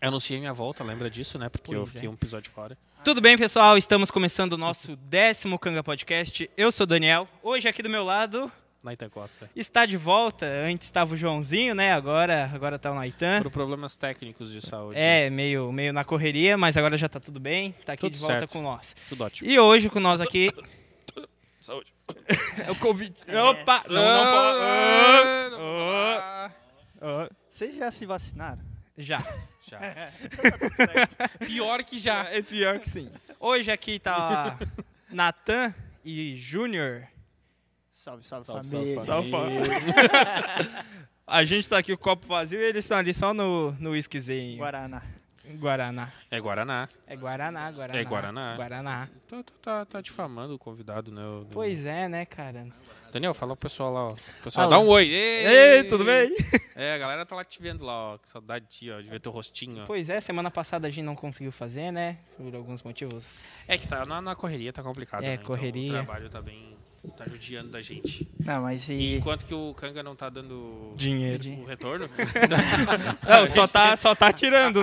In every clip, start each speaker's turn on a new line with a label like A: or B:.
A: Eu anunciei minha volta, lembra disso, né? Porque eu
B: Pois é.
A: fiquei um episódio fora.
B: Tudo bem, pessoal? Estamos começando o nosso décimo Canga Podcast. Eu sou o Daniel. Hoje, aqui do meu lado,
A: Naitan Costa.
B: está de volta. Antes estava o Joãozinho, né? Agora, agora tá o Naitan.
A: Por problemas técnicos de saúde.
B: É, meio, meio na correria, mas agora já tá tudo bem. Tá aqui
A: Tudo
B: de volta
A: certo.
B: com nós.
A: Tudo ótimo.
B: E hoje com nós aqui...
A: Saúde. É.
B: É o Covid. Opa! Não, não pode... Ah, ah, ah.
C: Vocês já se vacinaram?
B: Já.
A: Ah. Já.
D: Pior que já.
B: É pior que sim. Hoje aqui tá Natan e Júnior.
C: Salve, salve,
A: Salve,
C: família.
A: salve, família.
B: A gente tá aqui o copo vazio e eles estão ali só no, no whiskyzinho.
C: Guaraná.
B: Guaraná.
A: É Guaraná.
B: É Guaraná, Guaraná.
A: É Guaraná.
B: Guaraná.
A: Tá, tá, tá, tá difamando o convidado, né? o-
B: Pois é, né, cara?
A: Daniel, fala pro pessoal lá, ó. Pessoal,
B: Fala.
A: dá um oi.
B: Ei, tudo bem?
A: É, a galera tá lá te vendo lá, ó. Que saudade de ti, ó. De ver teu rostinho, ó.
B: Pois é, semana passada a gente não conseguiu fazer, né? Por alguns motivos.
A: É que tá na, na correria, tá complicado.
B: É,
A: né? Então,
B: correria.
A: o trabalho tá bem. tá judiando da gente.
C: Não, mas
A: E
C: e.
A: enquanto que o Kanga não tá dando.
B: Dinheiro.
A: O retorno.
B: Não, só tá, só tá tirando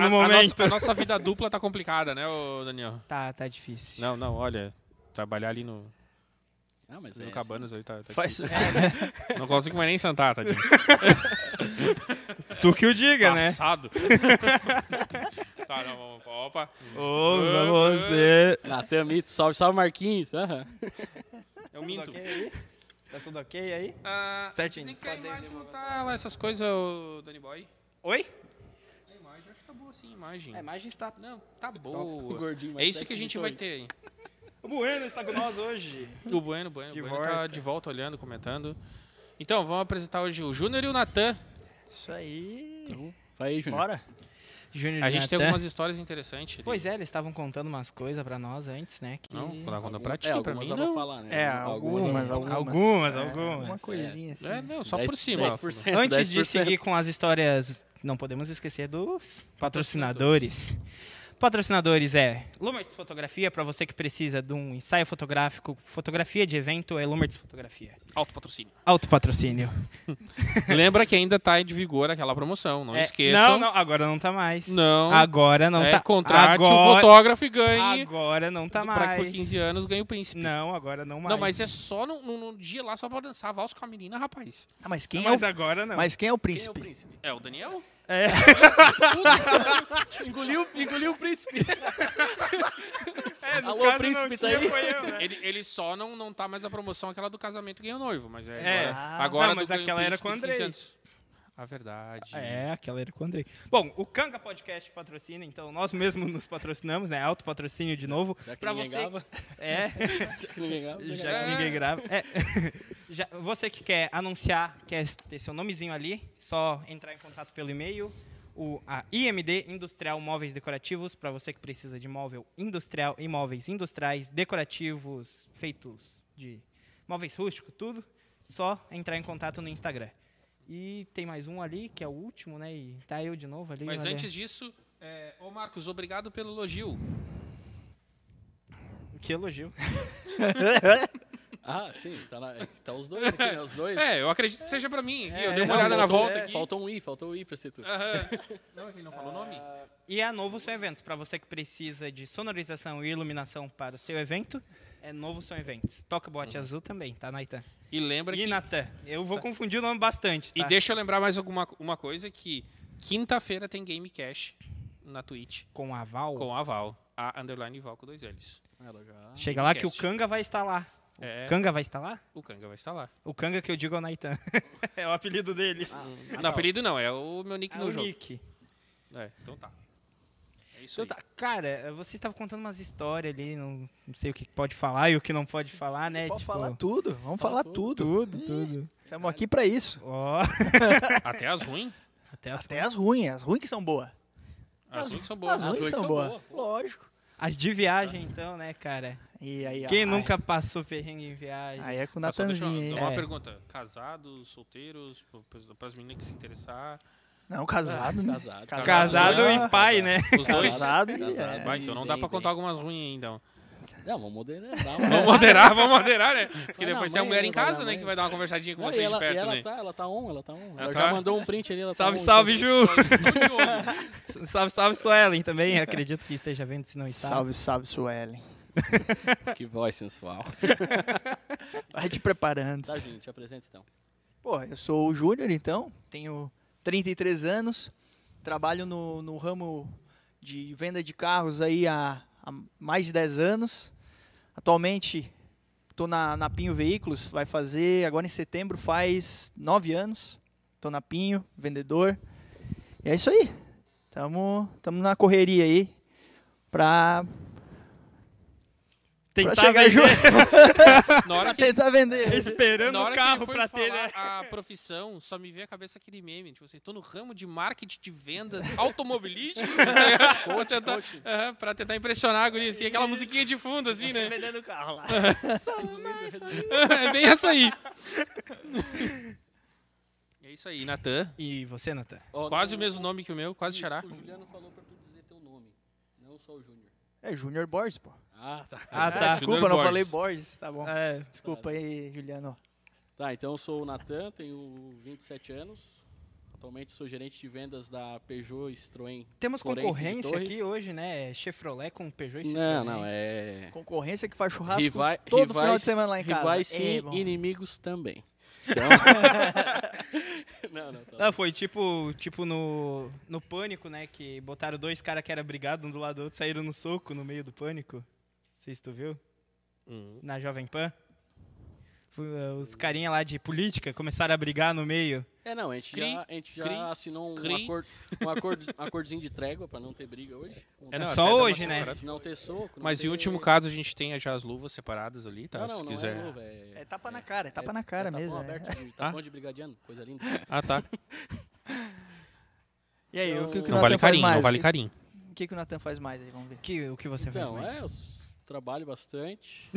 A: a,
B: no
A: a nossa,
B: momento.
A: a nossa vida dupla tá complicada, né, ô Daniel?
B: Tá, tá difícil.
A: Não, não, olha. Trabalhar ali no,
D: Não, mas é
A: no Cabanas ali tá. tá
C: Faz...
A: difícil. Não consigo mais nem sentar, tá
B: Tu que o diga, né?
A: Passado. tá, não, vamos. Opa. Ah,
B: Ô, você.
D: Natan Mito, salve, salve Marquinhos. aham.
A: Eu minto.
B: Tá tudo ok aí?
A: Ah,
B: Certinho.
A: dizem que a imagem não tá lá, essas coisas, ô Danny Boy.
B: Oi?
A: A imagem, acho que tá boa sim, a imagem.
B: É, A imagem está
A: Não, tá
D: O
A: boa.
D: gordinho
A: É
D: mais
A: isso que a
D: sexy
A: gente
D: de
A: vai
D: todos.
A: ter, hein?
B: O Bueno está com nós hoje.
A: O Bueno, Bueno,
B: De
A: o Bueno tá
B: volta.
A: de volta olhando, comentando. Então, vamos apresentar hoje o Júnior e o Natan.
C: Isso aí.
D: Vai aí, Júnior.
C: Bora?
B: Júnior
A: A gente tem
B: Natan.
A: algumas histórias interessantes. ali.
B: Pois é, eles estavam contando umas coisas pra nós antes, né? que-
A: Não, quando conta pra ti,
D: É,
A: pra mim
D: algumas eu vou
A: não.
D: falar, né?
C: É, algumas,
D: eu vou falar.
C: algumas.
B: Algumas,
C: É,
B: algumas.
C: Uma coisinha assim.
A: É, não, só
D: 10%,
A: por cima. ó.
D: 10%,
B: Antes de
D: 10%.
B: seguir com as histórias, não podemos esquecer dos patrocinadores. Patrocinadores é Lumertz Fotografia, para você que precisa de um ensaio fotográfico, fotografia de evento, é Lumertz Fotografia.
A: Alto patrocínio.
B: Autopatrocínio.
A: Lembra que ainda tá de vigor aquela promoção, não
B: É,
A: esqueçam.
B: Não, não, agora não tá mais.
A: Não,
B: Agora não
A: é,
B: tá.
A: contrate o
B: agora,
A: fotógrafo e ganhe.
B: Agora não tá
A: pra que por
B: mais.
A: 15 anos ganhe o príncipe.
B: Não, agora não mais.
A: Não, mas é só num, num- num dia lá, só pra dançar vals com a menina, rapaz.
C: Ah, mas, quem
B: Mas
C: é
B: agora não.
C: o... mas quem é o
D: Quem é o
C: príncipe?
D: príncipe?
A: É o Daniel?
B: É.
D: Engoliu, engoliu o príncipe.
B: É, no
D: Alô,
B: caso,
D: príncipe,
B: não,
D: tá
B: que
D: aí?
B: foi eu, né?
A: Ele, ele só não, não tá mais a promoção aquela do casamento ganhou noivo, mas é,
B: É.
A: agora,
C: Ah.
A: agora
B: Não, mas
A: do Ganha o
B: aquela era
A: Príncipe
B: com o
A: de
B: Andrei.
A: 500. A verdade.
D: Né?
B: É, aquela era com o Andrei. Bom, o Canga Podcast patrocina, então nós mesmos nos patrocinamos, né? Alto patrocínio de novo.
D: Já que
B: Pra
D: ninguém
B: você-
D: grava.
B: É,
D: Já que ninguém grava.
B: já
A: É.
B: que ninguém grava. É. Já- você que quer anunciar, quer ter seu nomezinho ali, só entrar em contato pelo e-mail. O, a IMD Industrial Móveis Decorativos, para você que precisa de móvel industrial e móveis industriais, decorativos, feitos de móveis rústicos, tudo, só entrar em contato no Instagram. E tem mais um ali, que é o último, né? E tá eu de novo ali.
A: Mas
B: olha.
A: antes disso, é, ô Marcos, obrigado pelo elogio.
B: Que elogio.
D: Ah, sim, tá, na, tá os dois aqui, né? Os dois.
A: É, eu acredito que seja pra mim. eu dei uma
D: Não,
A: olhada na
D: faltou-
A: volta
D: é,
A: aqui. É.
D: Faltou um i, faltou um i pra ser tu.
A: Aham. Não, ele não falou o nome?
B: E a Novo Som Eventos, para você que precisa de sonorização e iluminação para o seu evento, é Novo Som Eventos. Toca Boate Azul também, tá, Naitan?
A: E lembra
B: E
A: que...
B: Natan. Eu vou confundir o nome bastante,
A: E
B: tá?
A: deixa eu lembrar mais alguma uma coisa que quinta-feira tem Game Cash na Twitch
B: Com aval,
A: com a Val. A underline Val com dois L's.
D: Ela já...
B: chega lá que o
A: enquete.
B: Kanga vai estar lá.
A: É,
B: Kanga vai estar lá?
A: o Kanga vai estar lá.
B: O Kanga que eu digo é o Naitan. é o apelido dele.
D: Ah,
A: não, apelido não, é o meu nick
B: É
A: no
B: o
A: jogo.
B: Nick.
A: É, então tá. É isso
B: Então
A: aí.
B: tá, cara, você estava contando umas histórias ali, não, não sei o que pode falar e o que não pode falar, né?
C: Pode
B: tipo,
C: falar tudo. Vamos falar tudo.
B: tudo, tudo.
C: Estamos aqui pra isso.
B: Ó,
A: Até as ruins.
B: até as,
C: Até as ruins. As ruins que são boas.
A: As ruins são
C: As
A: boas.
C: ruins
D: ruins
C: são
D: são
C: boas.
D: boas, pô.
C: Lógico.
B: as de viagem, então, né, cara?
C: E aí,
B: Quem
C: ai,
B: nunca passou perrengue em viagem?
C: Aí é com o
A: Mas só deixa eu-
C: Natanzinho, hein?
A: uma
B: É.
A: pergunta. Casados, solteiros, para as meninas que se interessar.
C: Não, casado, né?
D: Casado.
C: Casado.
B: Ah, Casado
A: Dois.
B: e pai, né?
A: Os dois.
C: Casado, e-
D: Casado.
C: é.
A: Vai, então não
D: Bem,
A: dá pra
D: bem.
A: contar algumas ruins aí, então.
D: Não, vamos moderar.
A: Vamos moderar, vamos moderar, né? Porque
D: Ah, não,
A: depois tem a
D: mãe,
A: mulher em
D: vai dar
A: casa, né?
D: mãe.
A: Que vai dar uma conversadinha com
D: Não, e
A: vocês de
D: ela, e
A: perto,
D: ela
A: né?
D: tá, ela tá on, ela tá on. Ela,
A: Ela
D: já
A: tá?
D: mandou um print ali. Ela tá
B: Salve,
D: on,
B: salve,
D: então-
B: Ju!
A: Tô de olho.
B: salve, salve, Suelen também. Acredito que esteja vendo, se não está.
C: Salve, salve, Suelen.
D: Que voz sensual.
C: Vai te preparando.
D: Tá, gente, apresenta então.
C: Pô, eu sou o Júnior, então. Tenho 33 anos. Trabalho no, no ramo de venda de carros aí há, há mais de 10 anos. Atualmente, estou na, na Pinho Veículos. Vai fazer, agora em setembro, faz 9 anos. Estou na Pinho, vendedor. E é isso aí. Tamo, tamo na correria aí pra, pra
B: Tentar vender,
C: chegar junto,
D: tá
A: Na hora que
C: tentar vender.
B: né, esperando
A: na hora
B: o
A: que ele
B: carro
A: foi
B: pra ter, né?
A: falar a profissão, só me veio à cabeça aquele meme. Tipo assim, tô no ramo de marketing de vendas automobilístico. né? pra, tentar,
D: coach.
A: Aham, pra tentar impressionar a guria, assim, aquela musiquinha de fundo, assim, né?
C: Vendendo carro lá.
A: é bem essa aí. é isso aí, Natan.
B: E você, Natan?
D: Ó,
A: Quase
D: não-
A: o mesmo nome que o meu, quase
D: isso,
A: xará.
D: O Juliano falou pra tu dizer teu nome, não só o Júnior.
C: É Júnior Borges, pô. É,
D: Ah, tá.
A: É,
B: Ah, tá.
C: Desculpa,
A: Júnior
C: não
A: Borges.
C: falei Borges, tá bom.
B: É,
C: Desculpa aí, Juliano.
D: Tá, então eu sou o Natan, tenho 27 anos. Atualmente sou gerente de vendas da Peugeot Citroën.
B: temos
D: Florencio de
B: concorrência
D: Torres.
B: aqui hoje, né? Chevrolet com Peugeot e
D: Não,
B: Citroën.
D: não, é.
C: Concorrência que faz churrasco
D: Rivai-
C: todo
D: rivais,
C: final de semana lá em casa.
D: Rivais
C: É,
D: sim,
C: bom.
D: inimigos também. Então... não, não, tá.
B: Ah, foi tipo, tipo no, no pânico, né? Que botaram dois caras que eram brigados um do lado do outro, saíram no soco no meio do pânico. Não sei se tu viu.
A: Hum.
B: Na Jovem Pan. Fu- eh, Os carinha lá de política começaram a brigar no meio.
D: É, não, a gente
A: Cri,
D: já, a gente já
A: cri,
D: assinou um,
A: cri.
D: acordo, um, acordo, um acordozinho de trégua pra não ter briga hoje. Não
A: É,
D: ter-
A: não,
B: só
A: até dá uma
B: hoje, né?
A: separada.
D: não ter soco. não
A: Mas
D: ter-
A: em último caso, a gente tem já as luvas separadas ali, tá?
D: Não, não,
A: Se
D: não
A: quiser.
D: é novo.
C: É
D: É,
C: tapa na cara, é tapa na cara
D: é tapão
C: mesmo. é.
D: Aberto, de- tapão de brigadiano, coisa linda.
A: Ah, tá.
C: E aí, o que, o que o
A: Não
C: Nathan
A: vale
C: faz
A: carinho,
C: mais?
A: não vale
C: O que-
A: carinho.
C: O que, que o Natan faz mais aí? Vamos ver.
B: Que, o que você fez
D: Então,
B: mais?
D: é, eu s- trabalho bastante.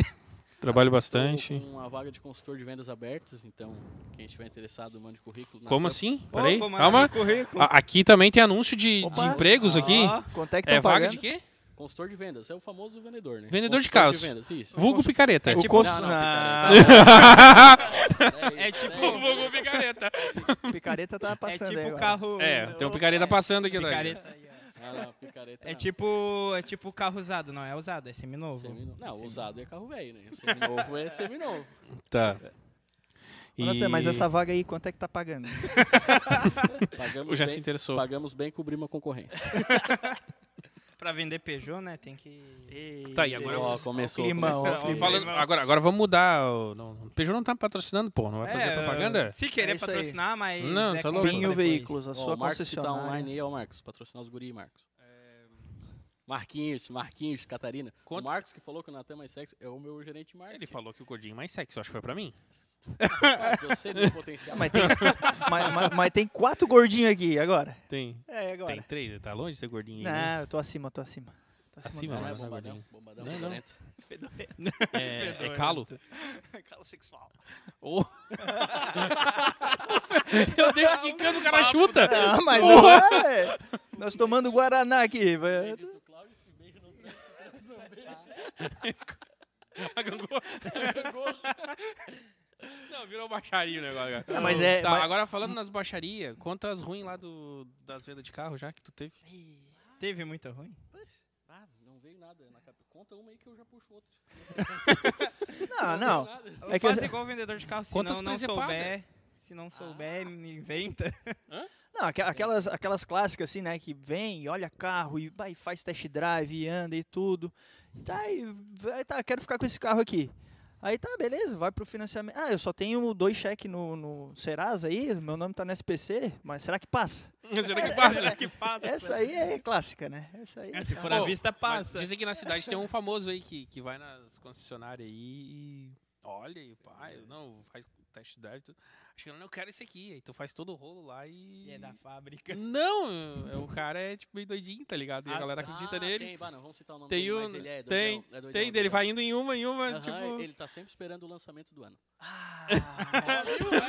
A: Trabalho
D: Estou
A: bastante.
D: com uma vaga de consultor de vendas abertas, então quem estiver interessado, mande currículo. na
A: Como
D: Tampa.
A: assim?
B: Pô,
A: Peraí,
B: como é
A: calma. Ah.
B: o currículo?
A: A- aqui também tem anúncio de,
C: Opa.
A: de empregos aqui.
B: Ó,
C: Quanto é que
A: É
C: estão
A: vaga
C: pagando?
A: de quê?
D: Consultor de vendas, é o famoso vendedor, né?
A: Vendedor de
D: Consultor
A: carros.
D: vendas, isso.
A: Vulgo picareta.
B: É
C: O
B: tipo-
C: cons-
D: Não, não,
C: Ah,
D: É,
B: É
D: isso,
B: tipo-
D: é isso.
A: Vulgo picareta.
C: picareta tá
B: é
C: passando aí
B: tipo o
C: agora.
B: carro.
A: É, tem um picareta passando aqui atrás.
B: picareta.
D: Ah, não, picareta
B: É
D: não.
B: tipo, é tipo carro usado, não é usado, é seminovo.
D: Semino- Não,
B: Semi-
D: usado é carro velho, né? Seminovo é seminovo.
A: Tá.
C: Ô, Natan, mas
A: E-
C: essa vaga aí, quanto é que tá pagando?
D: Pagamos
A: Eu já
D: bem,
A: se interessou.
D: Pagamos bem, cobrimos a concorrência.
B: Pra vender Peugeot, né? Tem que.
A: Tá, e agora
D: Ó,
A: vocês-
D: começou.
C: Climão,
D: começou.
C: ó, climão.
A: Falando- agora, agora vamos mudar. o- Não, o Peugeot não tá patrocinando, pô. Não vai fazer
B: É,
A: propaganda?
B: Se querer
C: É isso aí.
B: patrocinar, mas.
A: Não,
B: é
A: tá
B: conversa
A: louco.
C: Pinho
B: depois.
C: Veículos, a
D: Ó,
C: sua
D: o Marcos que tá
C: concessionária.
D: online aí, ó, Marcos. Patrocinar os guri, Marcos. É. Marquinhos, Marquinhos, Catarina.
A: Conta-
D: O Marcos que falou que o Natan é mais sexy é o meu gerente de marketing.
A: Ele falou que o Godinho é mais sexy, eu acho que foi pra mim.
D: Mas eu sei do meu potencial.
C: mas, tem, mas, mas- mas tem quatro gordinhos aqui agora.
A: Tem.
C: É, agora.
A: Tem três, tá longe de ser gordinho aí. né?
C: Não, eu tô acima, eu tô acima. Tô
A: Acima,
D: Não,
C: do-
D: é
A: Mas é
D: bombadão,
A: gordinho.
D: bombadão,
A: Não, não.
D: fedorento.
A: É, é calo.
C: Calo sexual.
A: Ô. eu deixo quicando, o cara chuta.
C: Ah, mas é, nós tomando Guaraná aqui. vai-
D: Diz o Cláudio, se beijo não transa, se transa não beija.
A: A gangorra. Não, virou um baixaria o negócio. Cara.
C: Ah, mas é-
A: Tá,
C: mas-
A: agora falando nas baixarias, conta as ruins lá do, das vendas de carro já que tu teve.
B: Teve muita ruim?
A: É
D: Ah, não veio nada. Na cap... Conta uma aí que eu já puxo outra.
C: Não,
D: veio
C: não.
D: nada.
C: É que eu
B: Faz
C: já-
B: igual o vendedor de carro, se
A: Quantas é
B: não, não
A: principadas?
B: souber. Se não souber, me inventa.
C: Não, aqua- aquelas, aquelas clássicas assim, né? Que vem, e olha carro e, vai, faz test drive, e anda e tudo. E tá, e, vai, tá, quero ficar com esse carro aqui. Aí tá, beleza, vai pro financiamento. Ah, eu só tenho dois cheques no, no Serasa aí, meu nome tá no SPC, mas será que passa?
A: Será que passa?
B: que passa?
C: Essa aí é clássica, né? Essa aí.
B: É, se for à
A: Ô,
B: vista,
A: Mas
B: passa.
A: dizem que na cidade tem um famoso aí que, que vai nas concessionárias aí e olha e pai, não, faz test drive. Tu... Acho que eu não quero esse aqui. Aí tu faz todo o rolo lá e.
B: E é da fábrica.
A: Não, é- o cara é tipo meio doidinho, tá ligado? E a
B: Ah,
A: galera
D: Ah,
A: acredita nele.
D: Tem, bah, não vamos citar o nome
A: Tem
D: dele,
A: um-
D: mas ele é
A: tem-
D: doidão, é doidão,
A: Tem, daí ele vai indo em uma, em uma,
D: Aham,
A: tipo.
D: Ele tá sempre esperando o lançamento do ano.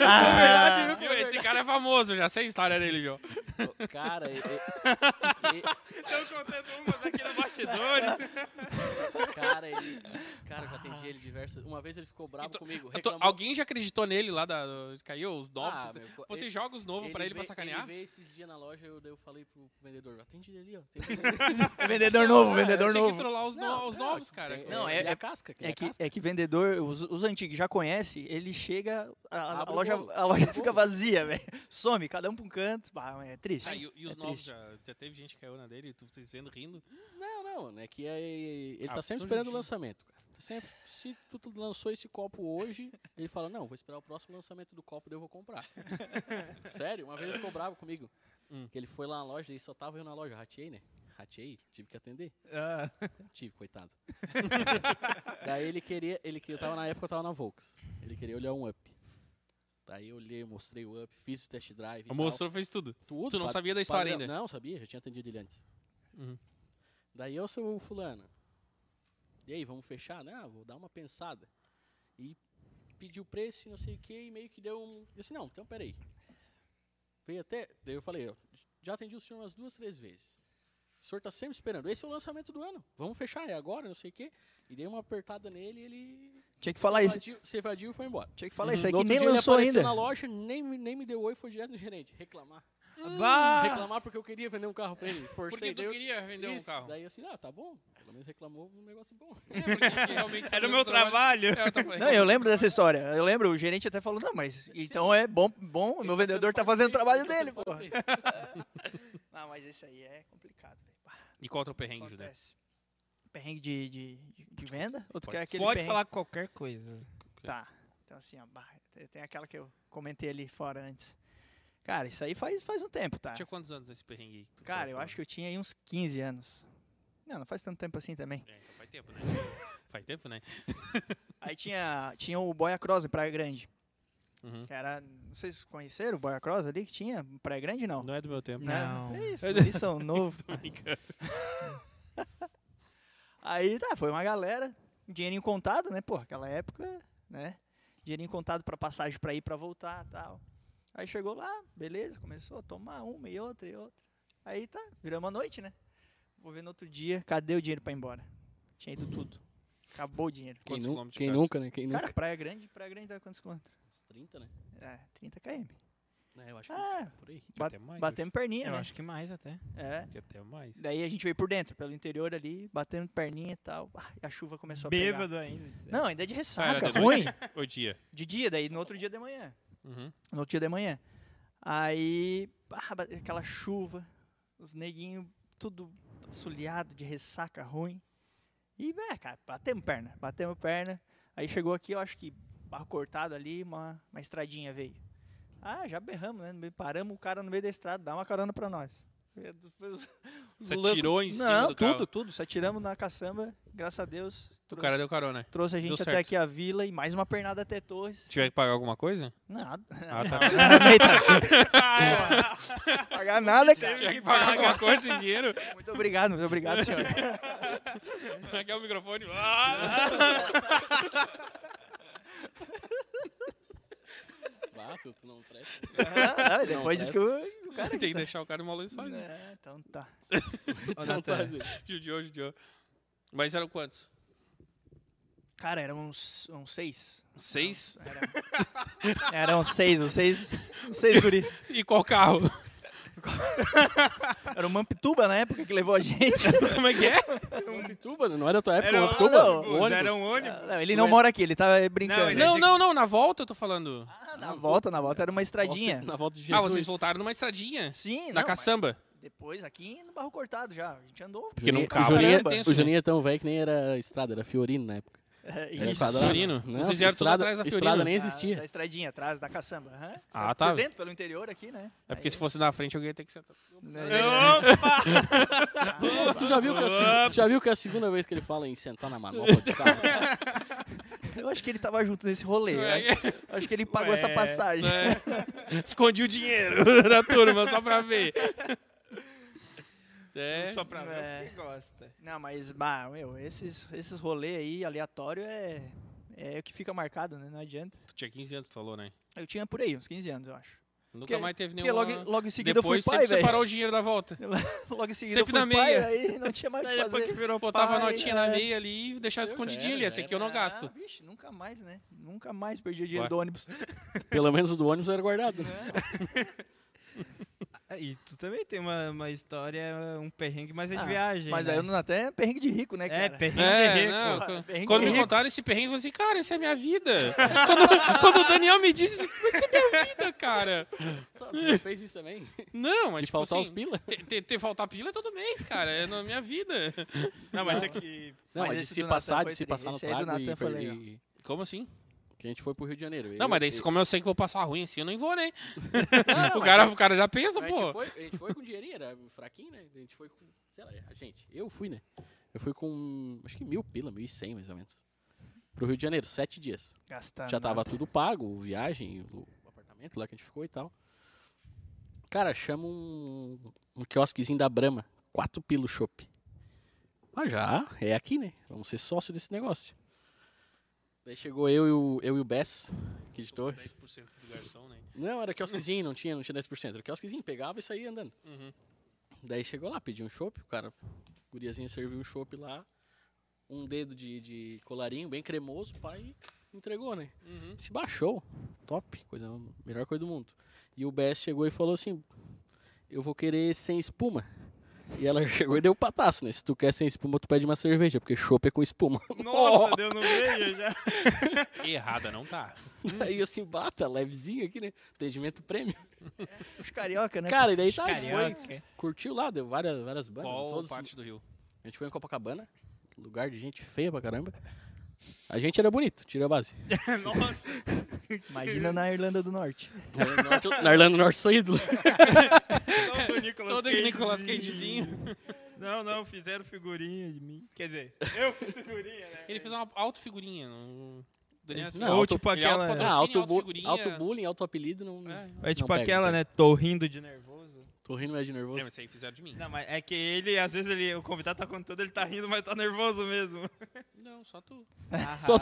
C: Ah,
A: É verdade, viu?
D: Viu?
A: Esse cara é famoso, já sei a história dele, viu?
D: Ô, Cara, e- e-
B: Estão contando umas aqui no bastidores.
D: e- cara, ele Cara, eu já atendi ele diversas. Uma vez ele ficou bravo
A: Então,
D: comigo.
A: Eu tô-
D: Reclamou.
A: alguém já acreditou nele lá da. Caiu os novos.
D: Ah,
A: você
D: meu, co-
A: você
D: ele-
A: joga os novos pra ele pra
D: veio-
A: sacanear?
D: Ele veio esses dias na loja, eu, daí eu falei pro pro vendedor, atende ele ali, ó. atende ele ali."
C: É vendedor novo,
A: Ah,
C: vendedor
A: eu tinha que
C: novo.
A: trollar os, no-
D: Não,
A: os
D: não,
A: novos, cara.
D: tem-
C: Não, é-
D: ele
C: é-
D: a casca. ele
C: É que,
D: a casca.
C: é que vendedor, os, os antigos já conhecem, ele chega, a, a
D: Abre o
C: loja,
D: bolo.
C: a loja
D: Abre o
C: fica
D: bolo.
C: vazia, velho. Some, cada um pra um canto. Bah, é triste.
A: Ah, e, e os
C: é
A: novos
C: triste.
A: já, já teve gente que caiu na dele e tu, vocês vendo rindo.
D: Não, não, né? Que é, ele
A: Ah,
D: tá
A: vocês
D: sempre
A: tão
D: esperando o
A: gentil.
D: lançamento, cara. Tá sempre, se tu tu lançou esse copo hoje, ele fala, não, vou esperar o próximo lançamento do copo, daí eu vou comprar. Sério, uma vez ele ficou bravo comigo.
A: Hum.
D: Que ele foi lá na loja e só tava eu na loja, rateei, né? Rateei, tive que atender.
B: Ah,
D: Tive, coitado. Daí ele queria, ele que eu tava na época eu tava na Volks. Ele queria olhar um up. Daí eu olhei, mostrei o up, fiz o test drive. e tal.
A: Mostrou, fez tudo.
D: Tudo,
A: Tu não
D: pa-
A: sabia da história
D: padrão.
A: ainda.
D: Não, sabia, já tinha atendido ele antes.
A: Uhum.
D: Daí eu sou o fulano. E aí, vamos fechar? Não, vou dar uma pensada. E pediu preço e não sei o que, e meio que deu um. Eu disse, não, então peraí. Veio até. Daí eu falei, ó, já atendi o senhor umas duas, três vezes. O senhor tá sempre esperando. Esse é o lançamento do ano. Vamos fechar, é agora, não sei o quê. E dei uma apertada nele e ele.
C: Tinha que falar
D: se
C: isso.
D: evadiu- Se evadiu e foi embora.
C: Tinha que falar
A: Uhum.
C: isso aí,
D: No
C: que
D: outro
C: nem
D: dia ele
C: lançou
D: apareceu
C: ainda.
D: na loja, nem, me- nem me deu oi, foi direto no gerente. Reclamar.
A: Hum,
B: bah!
D: Reclamar porque eu queria vender um carro pra ele.
A: Porque
D: Forcei,
A: tu
D: daí eu-
A: queria vender um
D: Isso,
A: carro.
D: Daí assim, ah, tá bom. Pelo menos reclamou um negócio bom.
A: É, porque realmente só
B: Era
A: fazendo
B: o meu trabalho.
A: É, eu tava-
D: então
C: Não, eu lembro dessa história. Eu lembro, o gerente até falou, não, mas então é bom, bom o meu
D: Ele
C: vendedor tá
D: pago
C: fazendo o
D: pra
C: trabalho
D: isso, ele
C: dele,
D: tá
C: pô.
D: sendo pago pra isso.
C: Não, mas esse aí é complicado, velho. Pá,
A: E qual é o teu perrengue, Judé?
C: Acontece. Perrengue de, de, de- de venda? Ou tu
A: Pode-
C: quer aquele
B: Pode
C: perrengue?
B: falar qualquer coisa.
C: Tá. Então, assim, ó, bah, tem- tem aquela que eu comentei ali fora antes. Cara, isso aí faz, faz um tempo, tá?
A: Tinha quantos anos esse perrengue aí? que tu
C: Cara,
A: tava
C: eu
A: falando?
C: acho que eu tinha aí uns 15 anos. Não, não faz tanto tempo assim também.
A: É, então faz tempo, né? faz tempo, né?
C: Aí tinha, tinha o Boia Cross em Praia Grande.
A: Uhum.
C: Que era, não sei se vocês conheceram o Boia Cross ali que tinha. em Praia Grande não.
A: Não é do meu tempo.
B: Não.
C: né? É isso, eles são novos.
A: Tô brincando.
C: Aí tá, foi uma galera, dinheirinho contado, né? Pô, aquela época, né? Dinheirinho contado pra passagem pra ir, pra voltar tal. Aí chegou lá, beleza, começou a tomar uma e outra e outra. Aí tá, viramos a noite, né? Vou ver no outro dia, cadê o dinheiro pra ir embora? Tinha ido tudo. Acabou o dinheiro.
A: Quantos
D: nu-
A: quilômetros de
D: quem
A: casa?
D: nunca, né? Quem nunca.
C: Cara, Praia Grande, Praia Grande dá quantos quilômetros?
D: Uns 30, né?
C: É, 30 km.
D: É, eu acho que
C: Ah,
D: por aí.
A: Até mais.
C: batemos perninha,
B: Eu
C: né?
B: acho que mais até.
C: É.
A: acho que Até mais.
C: Daí a gente veio por dentro, pelo interior ali, batendo perninha e tal. Ah, e a chuva começou a pegar.
B: Bêbado ainda.
C: Não, ainda é de
A: era
C: ressaca,
A: de
C: ruim.
A: O dia.
C: De dia, daí no outro dia de manhã.
A: Uhum.
C: No outro dia de manhã. Aí, pá, bate- aquela chuva, os neguinhos tudo assoleado, de ressaca ruim. E, é, cara, batemos perna, batemos perna. Aí chegou aqui, eu acho que barro cortado ali, uma, uma estradinha veio. Ah, já berramos, né? no meio- Paramos o cara no meio da estrada, dá uma carona pra nós. Os- os
A: Você
C: loucos-
A: atirou em cima
C: Não,
A: do
C: tudo,
A: carro.
C: tudo. Só tiramos na caçamba, graças a Deus.
A: O
C: trouxe-
A: cara deu carona.
C: Trouxe a gente
A: Deu
C: até
A: certo.
C: aqui a vila e mais uma pernada até Torres.
A: Tiver que pagar alguma coisa?
C: Nada.
A: Ah, tá.
C: Pagar nada, cara.
A: Tiver que pagar alguma coisa em dinheiro?
C: Muito obrigado, muito obrigado, senhor.
A: Aqui é o microfone. Ah!
D: Ah, tu, tu não presta.
C: Ah, ah,
D: Não,
C: depois disso que tá eu...
A: O cara tem que deixar o cara numa luz sozinho.
C: Ah, então tá.
D: Tu não tá
B: Natan.
D: faz isso.
A: Judiou, judiou. Mas eram quantos?
C: Cara, eram uns, uns seis.
A: Seis?
C: Era- Eram seis, os seis, os seis guri.
A: E qual carro?
C: Era o Mampituba na época que levou a gente.
A: Como é que é?
D: Um Pituba, não era tua época,
B: Era um
D: um
B: ônibus,
D: Pituba?
C: não,
D: Um ônibus.
B: era um ônibus.
C: Ah, não, ele não mora aqui, ele tava brincando. né?
B: Não,
A: Não,
B: ele-
A: é- não, não. Na volta eu tô falando.
C: Ah, na volta, na volta era uma estradinha.
D: Na volta de
A: Ah,
D: Jesus.
A: vocês voltaram numa estradinha?
C: Sim,
A: Na
C: não,
A: caçamba?
C: mas Depois aqui no Barro Cortado já, a gente andou.
A: Porque não
D: O
A: cabe.
D: Juninho-
C: Caramba.
A: né?
D: O Juninho é tão velho que nem era estrada, era Fiorino na época.
C: É,
D: Era
C: isso.
D: estrada lá.
A: Fiorino?
D: Não,
A: Vocês vieram tudo
D: estrada,
A: atrás da Fiorino.
D: Estrada nem
C: Da-
D: existia.
C: Da estradinha atrás, da caçamba. aham.
A: Ah,
C: É
A: tá.
C: Por dentro, pelo interior aqui, né?
A: É porque
C: Aí-
A: se fosse na frente alguém ia ter que sentar.
C: né,
B: um
A: É.
D: Tu já, viu que é a seg- tu já viu que é a segunda vez que ele fala em sentar na manopla do carro?
C: Eu acho que ele tava junto nesse rolê. né? Eu acho que ele pagou
B: Ué.
C: essa passagem.
A: É. Escondi o dinheiro da turma só pra ver. É.
B: Só pra
C: É.
B: ver o que gosta.
C: Não, mas, bah, meu, esses, esses rolês aí, aleatório, é, é o que fica marcado, né? Não adianta.
A: Tu tinha 15 anos, tu falou, né?
C: Eu tinha por aí, uns 15 anos, eu acho.
A: Nunca
C: Porque-
A: mais teve
C: Porque
A: nenhuma...
C: logo, logo em seguida
A: Depois
C: foi pai,
A: sempre separou
C: velho.
A: o dinheiro da volta.
C: Logo em seguida
A: Sempre
C: foi
A: na
C: pai,
A: meia.
C: aí não tinha mais o que
B: Daí depois
C: fazer.
B: que virou
A: É, Botava
C: pai,
A: a notinha na
C: é.
A: meia ali e deixava
D: Eu já
A: escondidinho
D: era,
A: ali.
D: já
A: Esse aqui eu não
D: era.
A: gasto. É.
C: Ah, vixe, nunca mais, né? Nunca mais perdi o dinheiro
A: Vai.
C: do ônibus.
D: Pelo menos o do ônibus era guardado. né?
B: Ah, E tu também tem uma, uma história, um perrengue, mas é de
C: Ah,
B: viagem.
C: Mas
B: né?
C: aí eu não até é perrengue de rico, né,
B: É,
C: cara?
B: perrengue de
A: É,
B: rico.
A: não,
C: Porra,
A: quan-
C: perrengue
A: quando
C: de
A: me
C: rico.
A: contaram esse perrengue, eu falei assim, cara, essa é a minha vida. quando, quando o Daniel me disse, isso é minha vida, cara.
D: Tá, Tu já fez isso também?
A: Não, mas
D: De
A: tipo
D: faltar
A: assim,
D: os pila?
A: ter, ter, ter faltar pila todo mês, cara, é na minha vida.
B: Não, mas é que...
D: Não,
C: Mas
D: mas de
C: esse
D: se
C: do Natan
D: passar, de
C: foi
D: se
C: tri.
D: passar no
C: Esse aí do
D: trago
C: Natan
D: e,
C: foi
D: per-
C: legal.
D: e-
A: Como assim?
D: Que a gente foi pro Rio de Janeiro.
A: Não,
D: Eu-
A: mas daí,
D: eu-
A: como eu sei que vou passar ruim assim, eu não vou, né? O
D: Não, não, mas é
A: cara, o cara já pensa,
D: a gente,
A: pô.
D: foi, a gente foi com dinheirinho, era fraquinho, né? A gente foi com, sei lá, a gente, eu fui, né? Eu fui com, acho que mil pila, mil e cem mais ou menos. Pro Rio de Janeiro, sete dias.
C: Gastar
D: Já tava
C: tá, nada.
D: tudo pago, viagem, o o apartamento lá que a gente ficou e tal. Cara, chama um, um quiosquezinho da Brahma, quatro pila o chopp. Ah, já, é aqui, né? Vamos ser sócio desse negócio. Daí chegou eu e o, eu e o Bess, aqui de Torres.
A: do garçom, né?
D: Não, era quiosquezinho, não tinha, não tinha 10%. Era quiosquezinho, pegava e saía andando.
A: Uhum.
D: Daí chegou lá, pediu um chopp, o cara, guriazinha serviu um chopp lá, um dedo de, de colarinho bem cremoso, o pai entregou, né?
A: Uhum.
D: Se baixou, top, coisa, melhor coisa do mundo. E o Bess chegou e falou assim, eu vou querer sem espuma. E ela chegou e deu o pataço, né? Se tu quer sem espuma, tu pede uma cerveja, porque chopp é com espuma.
B: Nossa, deu no meio já.
A: Errada não tá.
D: Aí assim, bata, levezinho aqui, né? Atendimento prêmio.
C: Os carioca, né?
D: Cara, e daí tá, foi,
B: Carioca.
D: curtiu lá, deu várias, várias bandas.
A: Qual
D: todos-
A: parte do Rio?
D: A gente foi em Copacabana, lugar de gente feia pra caramba. A gente era bonito, tira a base.
B: Nossa.
C: Imagina na Irlanda do Norte.
A: É,
D: Na Irlanda do Norte sou ídolo.
B: Todo Nicolas
A: Todo
B: Cagezinho.
A: Nicolas Cagezinho.
B: Não, não, fizeram figurinha de mim. Quer dizer, eu fiz figurinha, né?
A: Ele fez uma autofigurinha. não- Daniel, assim,
D: Não,
B: Ou
D: auto-
B: tipo
A: ele é
B: aquela...
A: autopatrocínio.
D: Ah, auto, bu
A: autofigurinha.
D: auto bullying, auto apelido, não.
A: É.
B: É tipo
D: não pega,
B: aquela,
D: não
B: né? Tô rindo de nervoso.
D: Tô rindo mais de nervoso.
A: É, mas aí fizeram de mim.
B: Não, mas é que ele, às vezes, ele, o convidado tá contando, ele tá rindo, mas tá nervoso mesmo.
A: Não, só tu.
D: Só-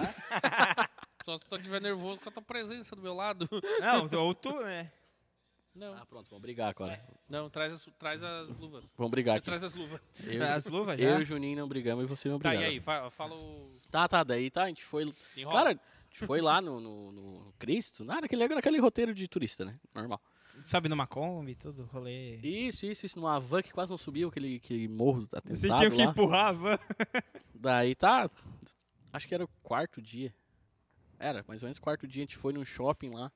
A: Só se tu estiver nervoso com a tua presença do meu lado.
B: Não, ou tu, né?
A: Não,
D: Ah, pronto, vamos brigar agora.
A: não, traz as, traz as luvas.
D: Vamos brigar aqui.
A: Traz as luvas.
D: Eu,
B: As luvas já.
D: eu e o Juninho não brigamos e você não
A: Tá,
D: brigava.
A: e aí? Fa- Fala o.
D: Tá, tá, daí tá, a gente foi.
A: Se enrola.
D: Cara, a gente foi lá no, no, no Cristo, na- naquele, naquele roteiro de turista, né? Normal.
B: Sobe numa Kombi, tudo, rolê.
D: Isso, isso, isso, numa van que quase não subiu, aquele, aquele morro atentado
B: Vocês tinham que
D: lá.
B: empurrar a van.
D: Daí tá. Acho que era o quarto dia. Era, mais ou menos o quarto dia a gente foi num shopping lá.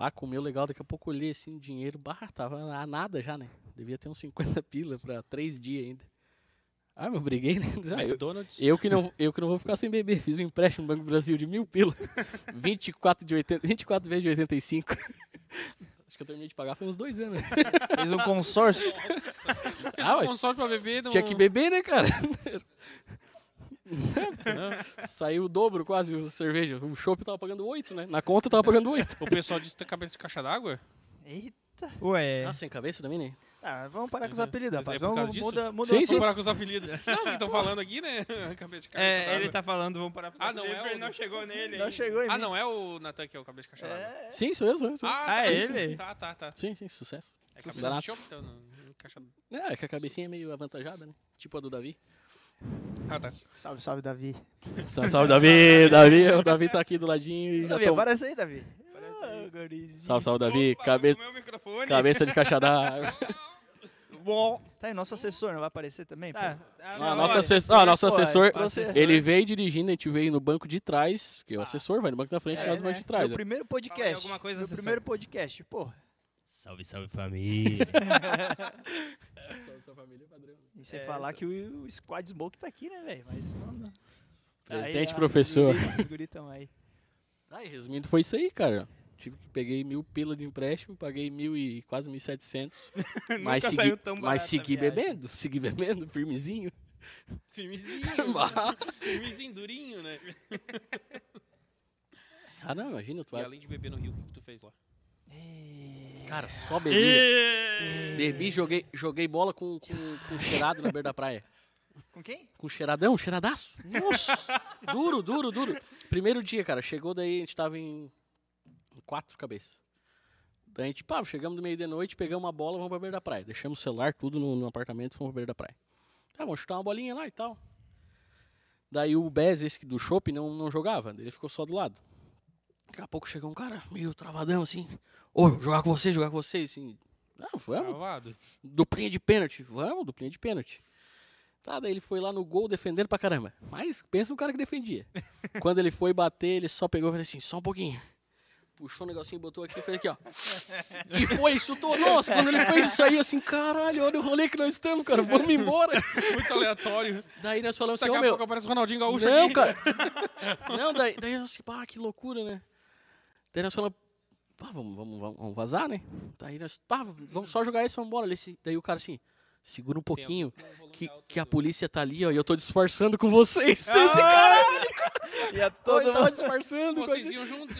D: Ah, comeu legal, daqui a pouco eu olhei assim o dinheiro. Bah, tava a nada já, né? Devia ter uns 50 pila pra três dias ainda. Ah, mas eu briguei, né?
A: é
D: Ah, eu,
A: McDonald's.
D: eu que não, eu que não vou ficar sem beber. Fiz um empréstimo no Banco do Brasil de mil pila. 24, de 80, 24 vezes de 85. Acho que eu terminei de pagar foi uns dois anos. né?
C: Fez um consórcio.
A: um
D: Ah, ué.
A: consórcio pra beber. Não...
D: Tinha que beber, né, cara?
A: Não.
D: Saiu o dobro quase a cerveja. O chopp eu tava pagando 8, né? Na conta eu tava pagando 8.
A: O pessoal disse que tem cabeça de caixa d'água?
C: Eita.
B: Ué.
D: Ah, sem cabeça também, né?
C: Ah, vamos parar com os
A: É,
C: apelidos,
A: mas é
C: rapaz.
A: por causa
C: Vamos
A: disso?
C: muda, muda
D: Sim,
C: o
A: Vamos
D: sim.
C: assunto.
A: parar com os apelidos. Não, o que estão falando aqui, né? Cabeça de caixa
B: É,
A: d'água.
B: ele tá falando, vamos parar pra
A: Ah, não
B: saber,
A: é
B: porque
A: o-
B: não chegou nele.
C: Não
B: ainda.
C: chegou em
A: Ah,
C: mim.
A: não, é o Natan que é o cabeça de caixa d'água.
C: É.
D: Sim, sou eu, sou eu. Sou eu.
A: Ah,
B: Ah,
A: tá,
B: é
A: sim, sim,
B: ele?
A: sim. Tá, tá, tá.
D: Sim, sim, sucesso.
A: É cabeça de
D: Barato.
A: chope, então. não- não Caixa...
D: É, é que a cabecinha é meio avantajada, né? Tipo a do Davi.
A: Ah, tá.
C: Salve, salve, Davi.
D: Salve, salve, Davi! Davi, o Davi tá aqui do ladinho e já
C: Davi,
D: tô...
C: aparece aí, Davi. Ah, gurizinho.
D: Salve, salve, Davi.
B: Opa,
D: Cabeça,
B: comeu o microfone.
D: cabeça de caixa d'água.
B: Bom.
C: Tá aí, nosso assessor não vai aparecer também?
B: Tá.
C: pô?
D: Ah,
B: não,
D: nosso
B: olha.
D: assessor, ah, nosso
C: Pô, é,
D: assessor,
C: trouxe-
D: ele veio dirigindo, a gente veio no banco de trás, que o assessor vai no banco da frente,
C: É,
D: nós no banco
B: né?
D: de trás.
C: Meu primeiro podcast.
B: Fala aí alguma coisa,
C: Meu
B: assessor.
C: primeiro podcast, pô.
E: Salve, salve família.
D: Salve, sua família, padrão.
C: E você
B: É,
C: falar
B: essa-
C: que o, o Squad Smoke tá aqui, né, velho? Mas não, não.
D: Presente,
C: ó,
D: professor.
C: os guri- os guri tão aí.
D: Ah, e resumindo, foi isso aí, cara. Tive que peguei mil pila de empréstimo, paguei mil e quase mil e setecentos. mas
B: Nunca
D: segui,
B: saiu tão barato
D: mas
B: a
D: segui
B: viagem.
D: bebendo, segui bebendo, firmezinho.
A: Firmezinho. firmezinho, durinho, né?
D: Ah, não, imagina, tu
A: E
D: vai.
A: além de beber no Rio, o que, que tu fez lá?
D: Cara, só bebi.
B: Ih!
D: Bebi, joguei, joguei bola com, com, com cheirado na beira da praia.
C: Com quem?
D: Com cheiradão, cheiradaço. Nossa! duro, duro, duro. Primeiro dia, cara, chegou daí, a gente tava em em quatro cabeças. Então a gente, pá, chegamos do meio de noite, pegamos uma bola, vamos pra beira da praia. Deixamos o celular, tudo no, no apartamento, fomos pra beira da praia. Tá, vamos chutar uma bolinha lá e tal. Daí o Bez, esse do shopping, não, não jogava, ele ficou só do lado. Daqui a pouco chegou um cara meio travadão, assim. Ô, jogar com você, jogar com você, assim. Não, vamos.
A: Travado.
D: Duplinha de pênalti. Vamos, duplinha de pênalti. Tá, daí ele foi lá no gol defendendo pra caramba. Mas pensa no cara que defendia. Quando ele foi bater, ele só pegou e falou assim, só um pouquinho. Puxou um negocinho, botou aqui e fez aqui, ó. E foi, chutou. Nossa, quando ele fez isso aí, assim, caralho, olha o rolê que nós estamos, cara. Vamos embora.
A: Muito aleatório.
D: Daí nós falamos assim,
A: Daqui
D: ô
A: a
D: meu,
A: pouco aparece o Ronaldinho Gaúcho
D: não,
A: aqui.
D: cara. Não, daí, daí eu assim, pá, que loucura, né? Daí nós falamos, pá, vamos, vamos, vamos, vamos vazar, né? Daí nós, pá, vamos só jogar esse, vamos embora. Ele se- Daí o cara assim, segura um pouquinho, que, que a polícia tá ali, ó, e eu tô disfarçando com vocês.
A: Ah,
D: Daí Esse cara,
C: E a
D: ó, ele
C: todo
D: tava
C: mundo...
D: disfarçando. com a
A: Vocês
D: gente
A: iam junto.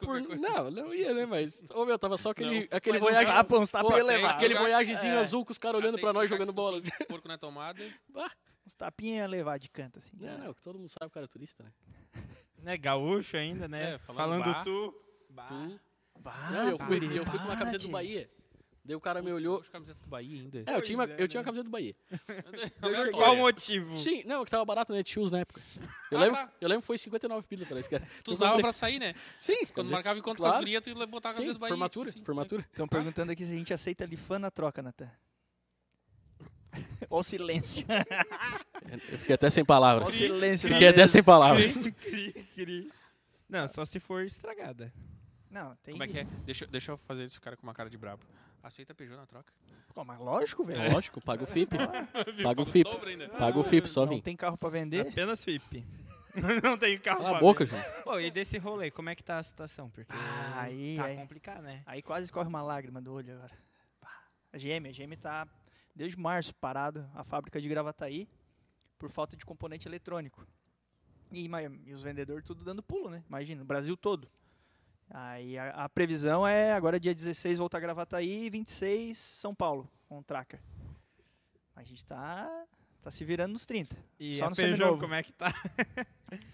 D: por- Não, não ia, né? Mas, ô meu, tava só aquele, aquele
C: Mas uns
D: voyage...
C: tapas, uns é
D: pô,
C: tapas ia levar.
D: aquele
A: Jogar-
D: voyagezinho
C: é.
D: azul com os caras olhando
A: Até
D: pra nós
A: explicar
D: jogando
A: que
D: bola. assim.
A: vocês iam Porco na tomada.
D: Ah,
C: Uns tapinhas ia levar de canto, assim.
D: não, não, que todo mundo sabe que o cara é turista, né?
B: Né, gaúcho ainda, né?
A: É, falando
B: falando
A: bar.
B: tu.
D: Ah,
A: Tu.
C: Bah,
D: Não, eu fui,
C: verdade.
D: eu fui com uma camiseta do Bahia. Daí o cara me olhou.
A: Hoje camiseta do Bahia ainda.
D: É, eu tinha, uma,
B: Pois é,
D: eu
A: né?
D: tinha uma camiseta do Bahia. Daí eu cheguei-
B: Qual o motivo?
D: Sim, não, que tava barato na Netshoes na época. Eu,
A: Ah,
D: lembro,
A: tá.
D: eu lembro que foi 59 pila pra esse cara.
A: Tu
D: Eu
A: usava
D: comprei-
A: pra sair, né?
D: Sim,
A: Quando
D: camiseta-
A: marcava encontro com as
D: claro,
A: gurias, tu botava a
D: Sim,
A: camiseta do Bahia.
D: formatura,
A: Sim,
D: formatura.
C: Estão perguntando aqui se a gente aceita lifan na troca, Natan. Olha o silêncio.
D: É, Eu fiquei até sem
C: Olha o
D: palavras.
C: silêncio. na
D: Fiquei até
C: mesa.
D: sem palavras.
B: Cri, cri, cri. Não, só se for estragada.
D: assim-
C: Não, tem...
A: Como é que é? Deixa, deixa eu fazer esse cara com uma cara de brabo. Aceita Peugeot na troca?
C: Pô, mas lógico, velho.
D: Lógico, paga o FIP. Paga o FIP.
A: Dobra ainda.
D: Paga o FIP, só
C: Não
D: vim.
C: tem carro pra vender?
B: Apenas FIP. Não tem carro
D: Cala
B: pra
D: a boca, João.
B: ver. Pô, e desse rolê, como é que tá a situação? Porque
C: Ah, aí,
B: tá
C: aí.
B: complicado, né?
C: Aí quase corre uma lágrima do olho agora. Pá. A GM, a GM tá desde março parado a fábrica de Gravataí por falta de componente eletrônico. E, ma- e os vendedores tudo dando pulo, né? Imagina, o Brasil todo. Aí a, a previsão é agora dia 16 voltar a Gravataí e 26 São Paulo com o Tracker. A gente tá tá se virando nos 30.
B: E
C: Só
B: a
C: no
B: Peugeot,
C: seminovo.
B: como é que tá?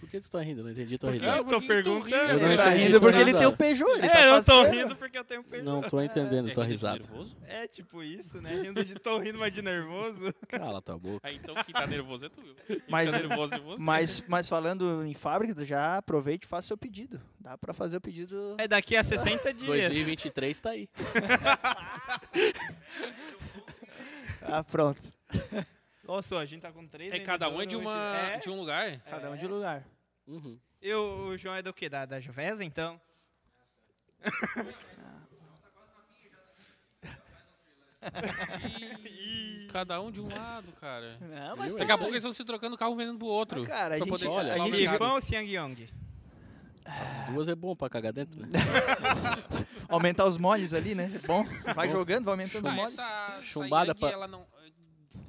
D: Por que tu tá rindo? Não entendi
C: é,
D: tua
B: Porque
D: risada.
B: eu tô perguntando.
D: Eu não
C: ele tá
D: entendi
C: rindo
D: por
C: porque ele
D: nada.
C: tem o Peugeot, ele
B: é,
C: tá
B: eu tô
C: passando.
B: rindo porque eu tenho um Peugeot.
D: Não tô entendendo tua
A: É,
D: risada.
A: nervoso?
B: É tipo isso, né? Rindo de tô rindo, mas de nervoso.
D: Cala tua boca.
A: Ah, então quem tá nervoso é tu. Quem
C: Mas-
A: tá nervoso é você.
C: Mas, mas falando em fábrica, já aproveite e faça seu pedido. Dá pra fazer o pedido.
B: É daqui a 60 dias.
D: 2023 tá aí.
C: Ah, pronto.
B: Nossa, ó, a gente tá com três.
A: É cada um é
B: vendedores
A: de,
B: hoje.
A: uma,
B: É.
A: de um lugar.
C: Cada um de lugar.
D: Uhum.
B: E o, o João é do quê? Da, da Jovesa, então?
A: Cada um de um lado, cara.
C: Não, mas
A: Daqui a pouco eles vão se trocando o carro um vendendo pro outro.
C: Ah, Cara,
A: pra
C: a gente,
A: poder
D: olha,
C: a
A: levar
C: gente-
A: pro mercado.
B: Lifão ou Siang Yong?
D: As duas é bom pra cagar dentro, né?
C: aumentar os moles ali, né? É Bom, vai jogando, vai aumentando os
A: Tá,
C: moles.
A: essa, essa
D: Chumbada
A: Yang,
D: pra-
A: ela não.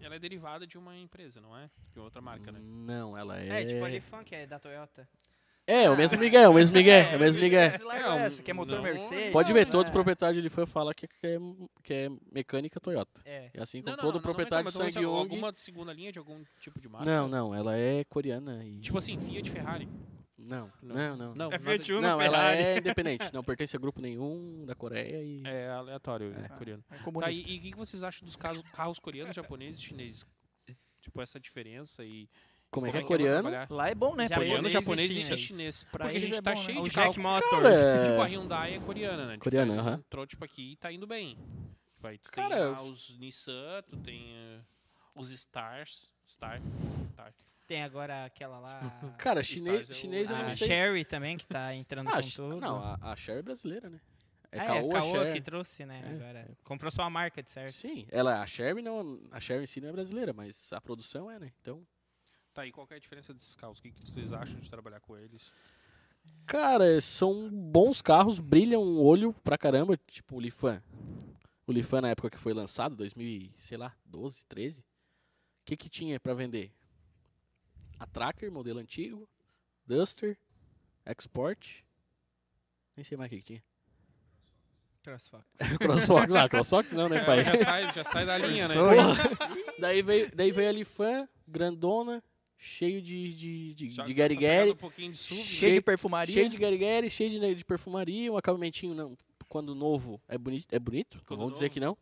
A: Ela é derivada de uma empresa, não é? De outra marca, né?
D: Não, ela
B: É,
D: é.
B: tipo a Lifan, que é da Toyota.
D: É, o mesmo Miguel, o mesmo Miguel, é o mesmo Miguel.
C: Esse lá é
A: Não,
C: essa, que é motor
A: um não.
C: Mercedes.
D: Pode ver, todo
C: é.
D: proprietário de fã fala que, que, é, que é mecânica Toyota.
B: É.
D: E assim
A: Não,
D: como
A: não, então, não,
D: todo
A: não,
D: proprietário
A: não,
D: de
A: não,
D: sangue
A: não,
D: Yong.
A: é Alguma segunda linha de algum tipo de marca?
D: Não, não, ela é coreana e.
A: Tipo assim, Fiat Ferrari.
C: É
D: não,
A: não.
D: não, não.
A: Não,
B: É
A: nada
B: Fiat
A: disso.
B: Uno,
D: Não, ela
B: Ferrari.
D: é independente, não pertence a grupo nenhum da Coreia e.
A: É aleatório, né, coreano.
C: É
A: Tá,
C: comunista.
A: e o que, que vocês acham dos casos- carros coreanos, japoneses e chineses? Tipo, essa diferença e...
D: Como
A: como
D: é que é
A: ela
D: coreano?
A: trabalhar?
C: Lá é bom, né? pra
A: Coreano,
B: Japonês e
C: eles.
A: japonês e
B: chinês.
A: chinês.
C: Pra
A: Porque a
C: eles
A: gente
C: é
A: tá
C: bom, né?
A: cheio
B: O
A: de
B: Jack
A: carro.
B: Motors.
A: Tipo, a
D: É,
A: Hyundai é coreana, né? Tipo,
D: Coreana,
A: aí
D: aham.
A: Entrou, tipo, aqui e tá indo bem. Tipo, aí tu
D: Cara,
A: tem
D: eu-
A: lá os Nissan, tu tem eh, os Stars. Star, Star.
B: Tem agora aquela lá.
D: Cara,
A: Stars
D: chinês,
A: é o-
D: chinês eu
B: a
D: não
A: Ah,
D: sei.
B: Sherry também, que tá entrando
D: Ah,
B: com
D: chi-
B: tudo.
D: não, a, a Cher é brasileira, né? É
B: Ah,
D: Caoa,
B: a Caoa que
D: Cher.
B: trouxe, né?
D: É.
B: Agora. Comprou sua marca, de certo?
D: Sim, ela, a Cher não, a Cher em si não é brasileira, mas a produção é, né? Então,
A: Tá, e qual que é a diferença desses carros? O que, que vocês acham de trabalhar com eles?
D: Cara, são bons carros, brilham o olho pra caramba, tipo o Lifan. O Lifan na época que foi lançado, 2000, e, sei lá, 12, 13. O que que tinha pra vender? A Tracker, modelo antigo, Duster, Export. Nem sei mais o que que tinha.
B: Crossfox.
D: CrossFox, não, CrossFox não, né, pai?
A: já, sai, já sai da linha, né?
C: Sou-
D: daí, veio, daí veio a Lifan, grandona, cheio de de de,
A: Já
D: de
A: tá pegando
D: guerigueri,
A: um pouquinho de SUV, né?
C: Cheio de perfumaria.
D: Cheio de guerigueri, cheio de, de perfumaria, um acabamentinho não, quando novo é bonito. É bonito? não
A: Quando
D: vamos dizer
A: novo? É
D: que não.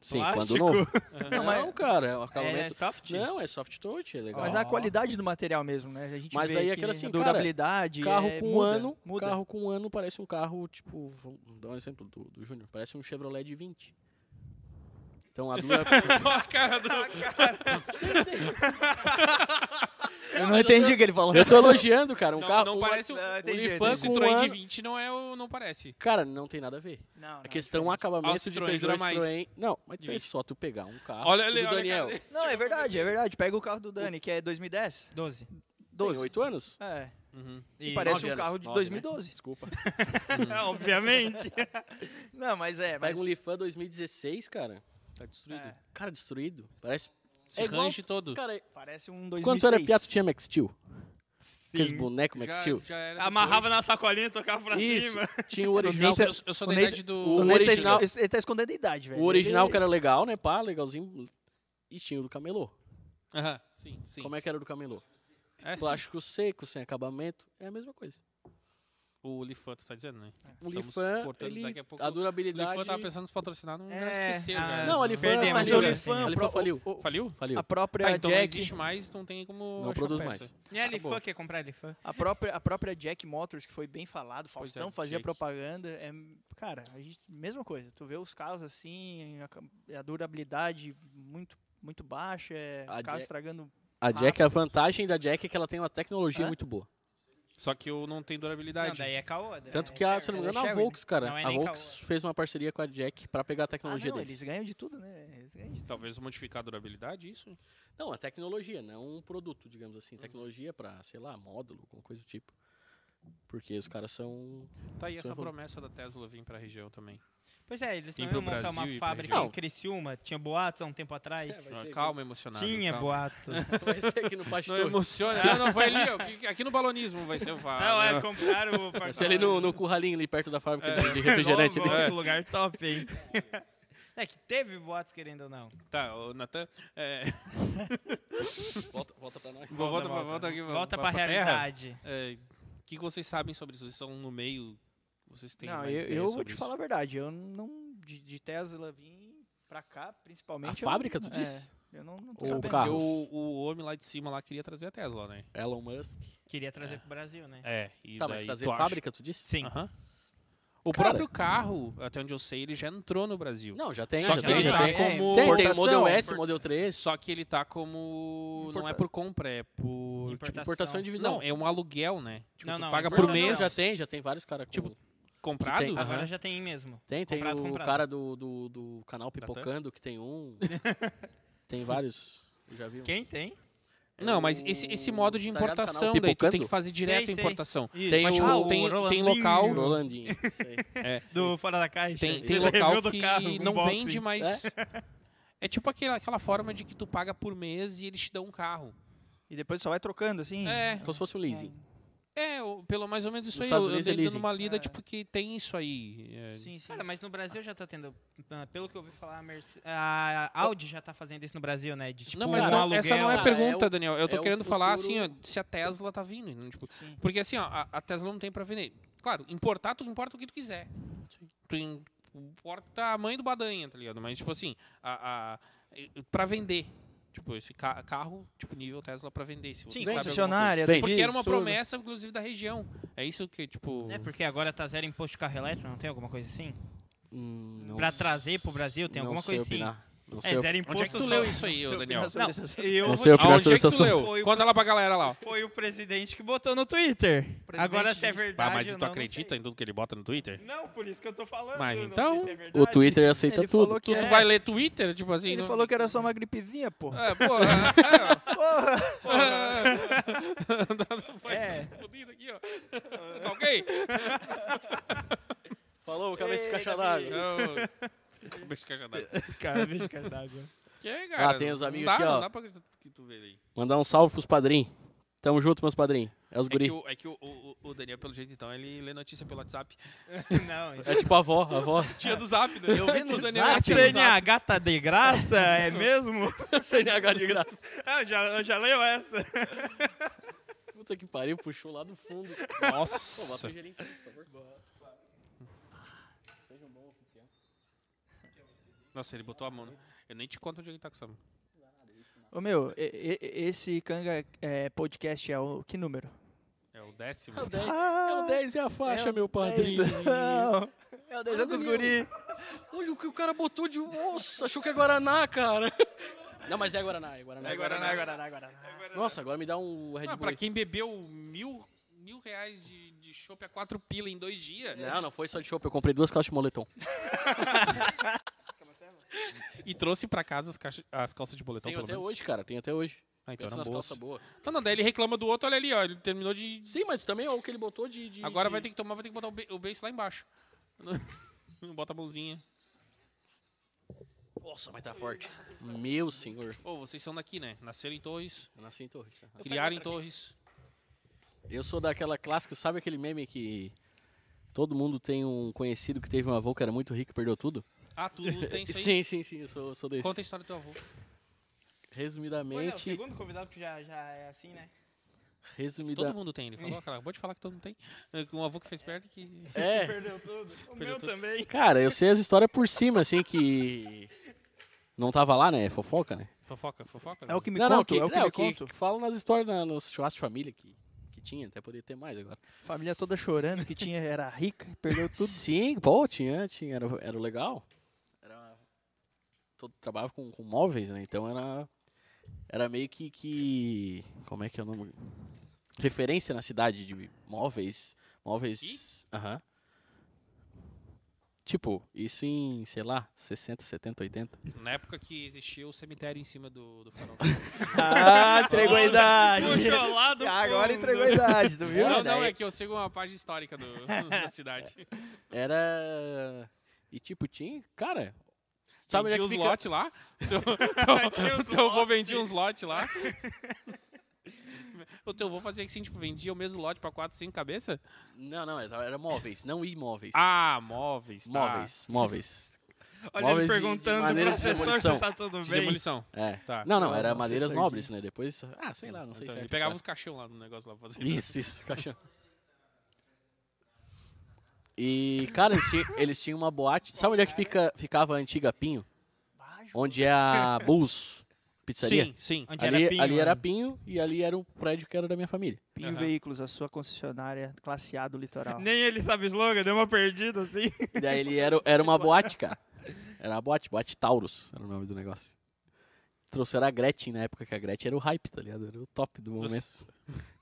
D: Sim,
B: plástico?
D: quando novo.
C: Não,
D: Não,
C: mas-
D: cara, é o
B: É
D: acabamento.
B: soft?
D: não, é soft touch, é legal.
C: Mas a qualidade do material mesmo, né? A gente
D: Mas
C: vê
D: aí é
C: que
D: aquela assim,
C: a
D: cara,
C: durabilidade
D: carro
C: é,
D: com um
C: muda,
D: ano,
C: muda.
D: carro com um ano parece um carro, tipo, vamos dar um exemplo do, do Júnior, parece um Chevrolet de 20. Então a dura...
A: a cara do...
D: É
C: Eu não entendi o que ele falou.
D: Eu tô elogiando, cara, um
A: não,
D: carro
A: não
D: uma-
A: parece... o-
C: Não,
A: O
C: entendi,
D: Pan
A: o
C: entendi.
D: com um
A: Citroën de
D: ano-
A: 20 não é o... Não parece.
D: Cara, não tem nada a ver.
C: Não,
D: A
C: não,
D: questão é um
C: diferente.
A: Ah, o
D: acabamento de
A: Citroën
D: Peugeot
A: dura mais.
D: Citroën. Não, mas
A: De
D: é
A: 20.
D: só tu pegar um carro
A: Olha
D: o
A: ali,
D: do
A: olha a
D: Daniel.
A: cara dele.
C: Não, é verdade, é verdade. Pega o carro do Dani, que é 2010,
B: 12.
C: 12.
D: Tem 8 anos?
C: É,
A: Uhum.
B: E
C: parece
D: Nove
C: um
D: anos,
C: carro de
D: nove,
C: 2012.
D: Né? Desculpa.
B: Obviamente.
C: Não, mas é, mas
D: Pega um Lifan 2016, cara.
A: Tá destruído.
C: É.
D: Cara, destruído. Parece...
A: Se
D: É igual-
A: range todo.
D: Cara,
C: parece um 2006.
D: quando tu era piato tinha Max Steel. Aqueles bonecos Max
A: Já-
D: Steel.
A: já era
B: Amarrava na
A: depois.
B: sacolinha e tocava pra
D: Isso,
B: cima.
D: tinha o original.
A: Não,
C: Neita-
A: eu sou- Eu sou da
C: o Neita-
A: idade
D: o
A: do...
C: O
A: do
C: Neto tá
D: original-
C: esco- ele tá escondendo a idade, velho.
D: O original que
C: Ele-
D: era legal, né? Pá, legalzinho. E tinha o do camelô.
A: Aham, sim, sim.
D: Como é que era o do camelô?
A: É, sim.
D: Plástico seco, sem acabamento. É a mesma coisa.
A: O Lifan, tu tá dizendo, né?
D: O
A: Estamos
D: Lifan,
A: cortando
D: ele-
A: daqui a pouco.
D: a
A: O Lifan tá
D: durabilidade...
A: eu tava pensando nos patrocinar, não
B: É,
A: já esqueceu.
B: ah,
A: já.
D: Não, é o Lifan
B: Perdemos,
C: Mas
D: Mas
C: o
D: o
B: né?
C: Lifan,
D: Ele
C: pro-
D: assim. faliu.
C: o- o-
A: Faliu?
D: Faliu.
C: a própria
A: Ah, então não
C: Jack,
D: um-
A: existe mais, não tem como
D: Não
A: achar
D: produz
A: peça.
D: mais.
B: E a
A: Acabou.
B: Lifan quer comprar a Lifan?
C: a própria a própria Jack Motors que foi bem falado,
A: Pois é,
C: Faustão fazia
A: Jack.
C: propaganda, é, cara, a gente- mesma coisa. Tu vê os carros assim, a, ca- a durabilidade muito muito baixa, é,
D: A
C: o carro
D: Jack-
C: estragando.
D: A Jack, a vantagem da Jack é que ela tem uma tecnologia
C: Hã?
D: muito boa.
A: Só que eu não tenho
B: Não,
A: durabilidade.
B: daí é caô. daí
D: Tanto
B: é
D: que, a, se eu
B: Sherry,
C: é
D: não me
B: né?
D: engano, a
C: Sherry, né?
D: Volks, cara.
B: Não é
D: a
B: nem
D: Volks
B: caô.
D: fez uma parceria com a Jack pra pegar a
C: Ah,
D: tecnologia
C: não,
D: deles.
C: eles ganham de tudo, né? Eles ganham de tudo.
A: Talvez modificar a durabilidade, isso?
D: Não, a tecnologia, não um produto, digamos assim. Tecnologia pra, sei lá, módulo, alguma coisa do tipo. Porque os caras são
A: Tá aí
D: Só
A: essa
D: falou.
A: promessa da Tesla vir pra região também.
B: Pois é, eles
A: Vem
B: não
A: pro
B: iam montar
A: Brasil
B: uma
A: e É, pra
B: fábrica
D: região.
B: em Criciúma. Tinha boatos há um tempo atrás.
D: vai ser
A: Ah, calma, emocionado.
B: Tinha
A: calma.
B: boatos.
D: Vai ser aqui no
A: Não
D: pastor.
A: emociona. Ah, não, vai ali, ó. que- Aqui no balonismo vai ser né? o VAR.
B: Não, é, compraram o
D: Vai ser ali no, no curralinho, ali perto da fábrica de, de
A: É,
D: refrigerante.
B: Logo,
D: ali.
B: outro lugar top, hein? É que teve boatos, querendo ou não.
A: Tá, o Natan. É,
D: Volta, volta pra nós.
A: volta, volta, pra, volta, aqui,
B: Volta pra,
A: terra.
B: realidade.
A: É, O que vocês sabem sobre isso? Vocês estão no meio. Vocês têm
C: não,
A: mais
C: eu,
A: ideia
C: eu vou
A: sobre
C: te
A: isso?
C: falar a verdade, eu não de, de Tesla vim pra cá, principalmente.
D: A
C: eu-
D: fábrica, tu
C: é,
D: disse?
C: Eu não, não tô
D: Ou o
C: sabendo.
A: Porque
D: carro?
A: o, o homem lá de cima lá queria trazer a Tesla, né?
D: Elon Musk.
B: Queria trazer pro Brasil, né?
A: É, e
D: tá,
A: daí
D: mas trazer
A: tu acha-
D: fábrica, tu disse?
B: Sim.
A: Aham. O
D: Cara-
A: próprio carro, até onde eu sei, ele já entrou no Brasil.
D: Não, já tem,
A: Só
D: já
A: que
D: tem,
A: ele
D: já
A: tá
D: tem.
A: como
D: Tem, tem o
C: é, importação.
D: Model S, o Model 3,
A: Só que ele tá como. Não é
C: Importa-
A: por compra, é por.
B: Importação.
D: tipo, importação individual.
A: Não, é um aluguel, né? Tipo,
B: Não,
A: tu
B: não,
A: paga
B: é
A: por
B: importação.
A: mês
D: já tem, já tem vários caras com...
A: Tipo,
D: Tipo,
A: comprado?
D: tem,
B: Agora
D: Aham.
B: já tem mesmo.
D: tem, tem
B: comprado,
D: o
B: comprado.
D: cara do, do, do canal Pipocando, que tem um. tem vários, eu já vi um.
B: Quem tem?
A: Não, mas
D: O-
A: esse, esse modo de
D: tá ligado o canal
A: importação, daí tu tem
D: Pipocando?
A: que fazer direto
B: Sei,
A: a
B: sei.
A: importação.
D: Tem
A: mas,
D: o-
A: tipo,
D: Ah, o
A: tem, tem
B: Rolandinho.
A: local.
D: O Rolandinho, isso aí.
A: É.
B: Do Fora da Caixa.
A: Tem, tem
B: Fez a
A: local
B: review do
A: que
B: carro um com
A: não
B: unboxing.
A: vende, mas. É, tipo aquela, aquela forma de que tu paga por mês e eles te dão um carro.
C: E depois só vai trocando assim.
A: É,
D: Como se fosse um leasing.
A: é o- pelo mais ou menos isso
D: Nos
A: aí.
D: Estados
A: Eu, eu
D: Unidos é
A: dei dando
D: leasing.
A: uma lida,
C: É.
A: tipo, que tem isso aí. é.
C: Sim, sim.
B: Cara, mas no Brasil já tá tendo. ah, Pelo que eu ouvi falar, a, Merce- a Audi já tá fazendo isso no Brasil, né? De tipo,
A: não, mas
B: um
A: não-
B: aluguel.
A: essa não é a
D: Cara, é
A: pergunta,
D: o-
A: Daniel. Eu tô
D: é o
A: querendo falar assim,
D: futuro-
A: ó, se a Tesla tá vindo. né, tipo,
C: Sim.
A: porque assim, ó, a, a Tesla não tem pra vender. Claro, importar, tu importa o que tu quiser. Tu im- importa a mãe do Badanha, tá ligado? Mas, tipo assim, a, a, e- pra vender. Tipo, esse ca- carro, tipo, nível Tesla pra vender. Se você
C: Sim,
A: sabe alguma
C: concessionária,
A: coisa.
D: tem
A: Porque era uma
C: disso, tudo.
A: promessa, inclusive, da região. É isso que, tipo.
B: É porque agora tá zero imposto de carro elétrico, não tem alguma coisa assim?
D: Hum, não
B: Pra
D: sei-
B: trazer pro Brasil, tem
D: não
B: alguma
D: sei
B: coisa assim?
D: opinar. Não
B: É
D: sei
B: zero
A: Onde
B: imposto
A: é que tu
B: só-
A: leu isso aí, ô Daniel?
B: Não, eu
D: Não
B: vou
D: sei
B: te-
D: opinar.
A: Aonde é
D: sobre
A: que tu
D: essa
A: leu?
B: ação.
A: Conta lá pra galera lá, ó.
B: Foi o presidente que botou no Twitter. Agora se é
C: de-
B: verdade.
A: Ah, mas
B: ou
A: tu
B: não,
A: acredita em tudo que ele bota no Twitter?
B: Não, sei. Não, por isso que eu tô falando.
A: Mas
B: não
A: então,
B: sei se é
D: O
B: verdade.
D: Twitter aceita
C: Ele
D: tudo.
C: falou que
A: Tu, tu
C: é-
A: vai ler Twitter, tipo assim.
C: Ele
A: não-
C: falou que era só uma gripezinha, pô.
A: É, pô, é, é, foi
B: É.
A: tudo fodido aqui, ó. Tá ok?
D: Falou, cabeça de
C: Eita,
D: caixa d'água.
A: Eu... Cabeça de caixa d'água.
B: Cara, bicho, cara d'água.
A: Que é, cara?
D: Ah, tem
A: não-
D: os
A: não
D: amigos
A: dá,
D: aqui,
A: Não
D: ó.
A: dá pra acreditar que tu vê aí.
D: Mandar um salve pros padrinhos. Tamo junto, meus padrinhos. É os
A: É
D: guri.
A: que, o, é que o, o- o Daniel, pelo jeito, então, ele lê notícia pelo WhatsApp.
B: Não,
D: É tipo a avó, a avó.
A: Tia do Zap, né? Eu
C: vi no
B: a
C: É. Zap.
B: CNH tá de graça, é mesmo?
D: CNH de graça.
B: Ah, eu já, eu já leio essa.
D: Puta que pariu, puxou lá do fundo. Pô, bota
A: Nossa.
D: o gelinho, por favor.
A: Nossa, ele botou a mão. né? Eu nem te conto onde ele tá com essa mão.
C: Ô meu, e- e- esse Canga é, Podcast é o que número?
A: É o décimo.
D: É o 10, é o 10 é a faixa, meu padrinho.
C: Dezão. É o Dezão
D: Ai,
C: com os
D: meu.
C: guri.
D: Olha o que o cara botou de. Nossa, achou que é Guaraná, cara. Não, mas é Guaraná, é Guaraná. É Guaraná, é Guaraná, é Guaraná. Nossa, agora me dá um Red
A: Ah,
D: Bull.
A: pra
D: aí.
A: quem bebeu mil, mil reais de, de chopp a quatro pila em dois dias
C: É.
D: Não, não foi só de chopp, eu comprei duas calças de moletom.
A: e trouxe pra casa as, caixa- as calças de boletão,
D: Tem
A: pelo
D: até
A: menos.
D: hoje, cara, tem até hoje.
A: Ah, então
D: Pensa
A: era
D: nas
A: um
D: calças
A: bolso.
D: boas.
A: Então não, daí ele reclama do outro, olha ali, ó. Ele terminou de.
D: Sim, mas também ó, o que ele botou de. de-
A: Agora
D: de-
A: vai ter que tomar, vai ter que botar o, be o beijo lá embaixo. Bota a mãozinha.
D: Nossa, mas tá forte. Meu senhor.
A: Ô, vocês são daqui, né? Nasceram em Torres,
D: Eu nasci em Torres. né?
A: criaram em Torres.
D: Eu sou daquela clássica, sabe aquele meme que todo mundo tem um conhecido que teve um avô que era muito rico e perdeu tudo?
A: Ah, tu tem isso aí?
D: Sim, sim, sim, eu sou, sou desse.
A: Conta a história do teu avô.
B: Pois é, o
D: Resumidamente,
B: segundo convidado que já, já é assim, né?
D: resumida...
A: Todo mundo tem, ele falou. Cara, acabou de falar que todo mundo tem. É, que Um avô que fez perto que.
D: É,
B: Perdeu tudo. O
A: Perdeu
B: meu
A: tudo.
B: também.
D: cara, eu sei as histórias por cima, assim, que não tava lá, né? É fofoca, né?
A: Fofoca, fofoca.
C: É o que me
D: não, não,
C: conto, é o que
D: não,
C: me conto.
D: falam nas histórias na, nos churrascos de família que, que tinha, até poderia ter mais agora.
C: Família toda chorando que tinha, era rica, perdeu tudo.
D: Sim, pô, tinha, tinha, era, era legal. Era, todo trabalhava com, com móveis, né? Então era, era meio que, que, como é que é o nome? Referência na cidade de móveis, móveis, aham. Tipo, isso em, sei lá, 60, 70, 80.
A: Na época que existia o cemitério em cima do, do farol.
C: Ah, entregou a idade.
B: Puxa lá
D: Ah,
B: do
C: Agora
B: fundo.
C: entregou a idade, tu viu?
A: não, não,
D: daí-
A: é que eu sigo uma página histórica do- da cidade.
D: Era. E tipo, tinha. Cara.
A: Sabe
D: Sabe onde
A: vendia
D: é que
A: uns
D: fica-
A: lotes lá. Então, Teu, teu,
B: uns
A: teu avô vendia uns lotes lá. o teu avô fazia assim, tipo, vendia o mesmo lote pra 4, 5 cabeças?
D: Não, não, era era móveis, não imóveis.
A: Ah, móveis, tá.
D: móveis, móveis.
B: Olha
D: Móveis
B: ele
D: de- de
B: perguntando pro
D: maneira de
B: assessor se
D: demolição.
B: tá tudo
A: De
B: bem.
A: demolição.
D: É.
A: Tá.
D: Não, não,
C: Não,
D: era
C: não,
D: madeiras
C: assessorzinho.
D: nobres, né? Depois. Ah, sei lá, não sei
A: Então,
D: se
A: ele
D: era
A: pegava
D: assessor.
A: os caixão lá no negócio lá pra fazer.
D: Isso, isso, caixão. E, cara, eles, ti- eles tinham uma boate. Sabe onde é que fica, ficava a antiga Pinho? Onde é a Bulls Pizzaria? é
A: Sim, sim. Ah,
B: Onde
D: Ali,
B: era Pinho,
D: ali era
A: né?
B: antes.
D: Pinho e ali era o prédio que era da minha família.
C: Pinho
A: Aham.
C: Veículos, a sua concessionária classe A do litoral.
B: Nem ele sabe o slogan, deu uma perdida assim.
D: E daí ele era, era uma boate, cara. Era uma boate, boate Taurus, era o nome do negócio. Trouxeram a Gretchen na época, que a Gretchen era o hype, tá ligado? Era o top do momento.
A: Nossa.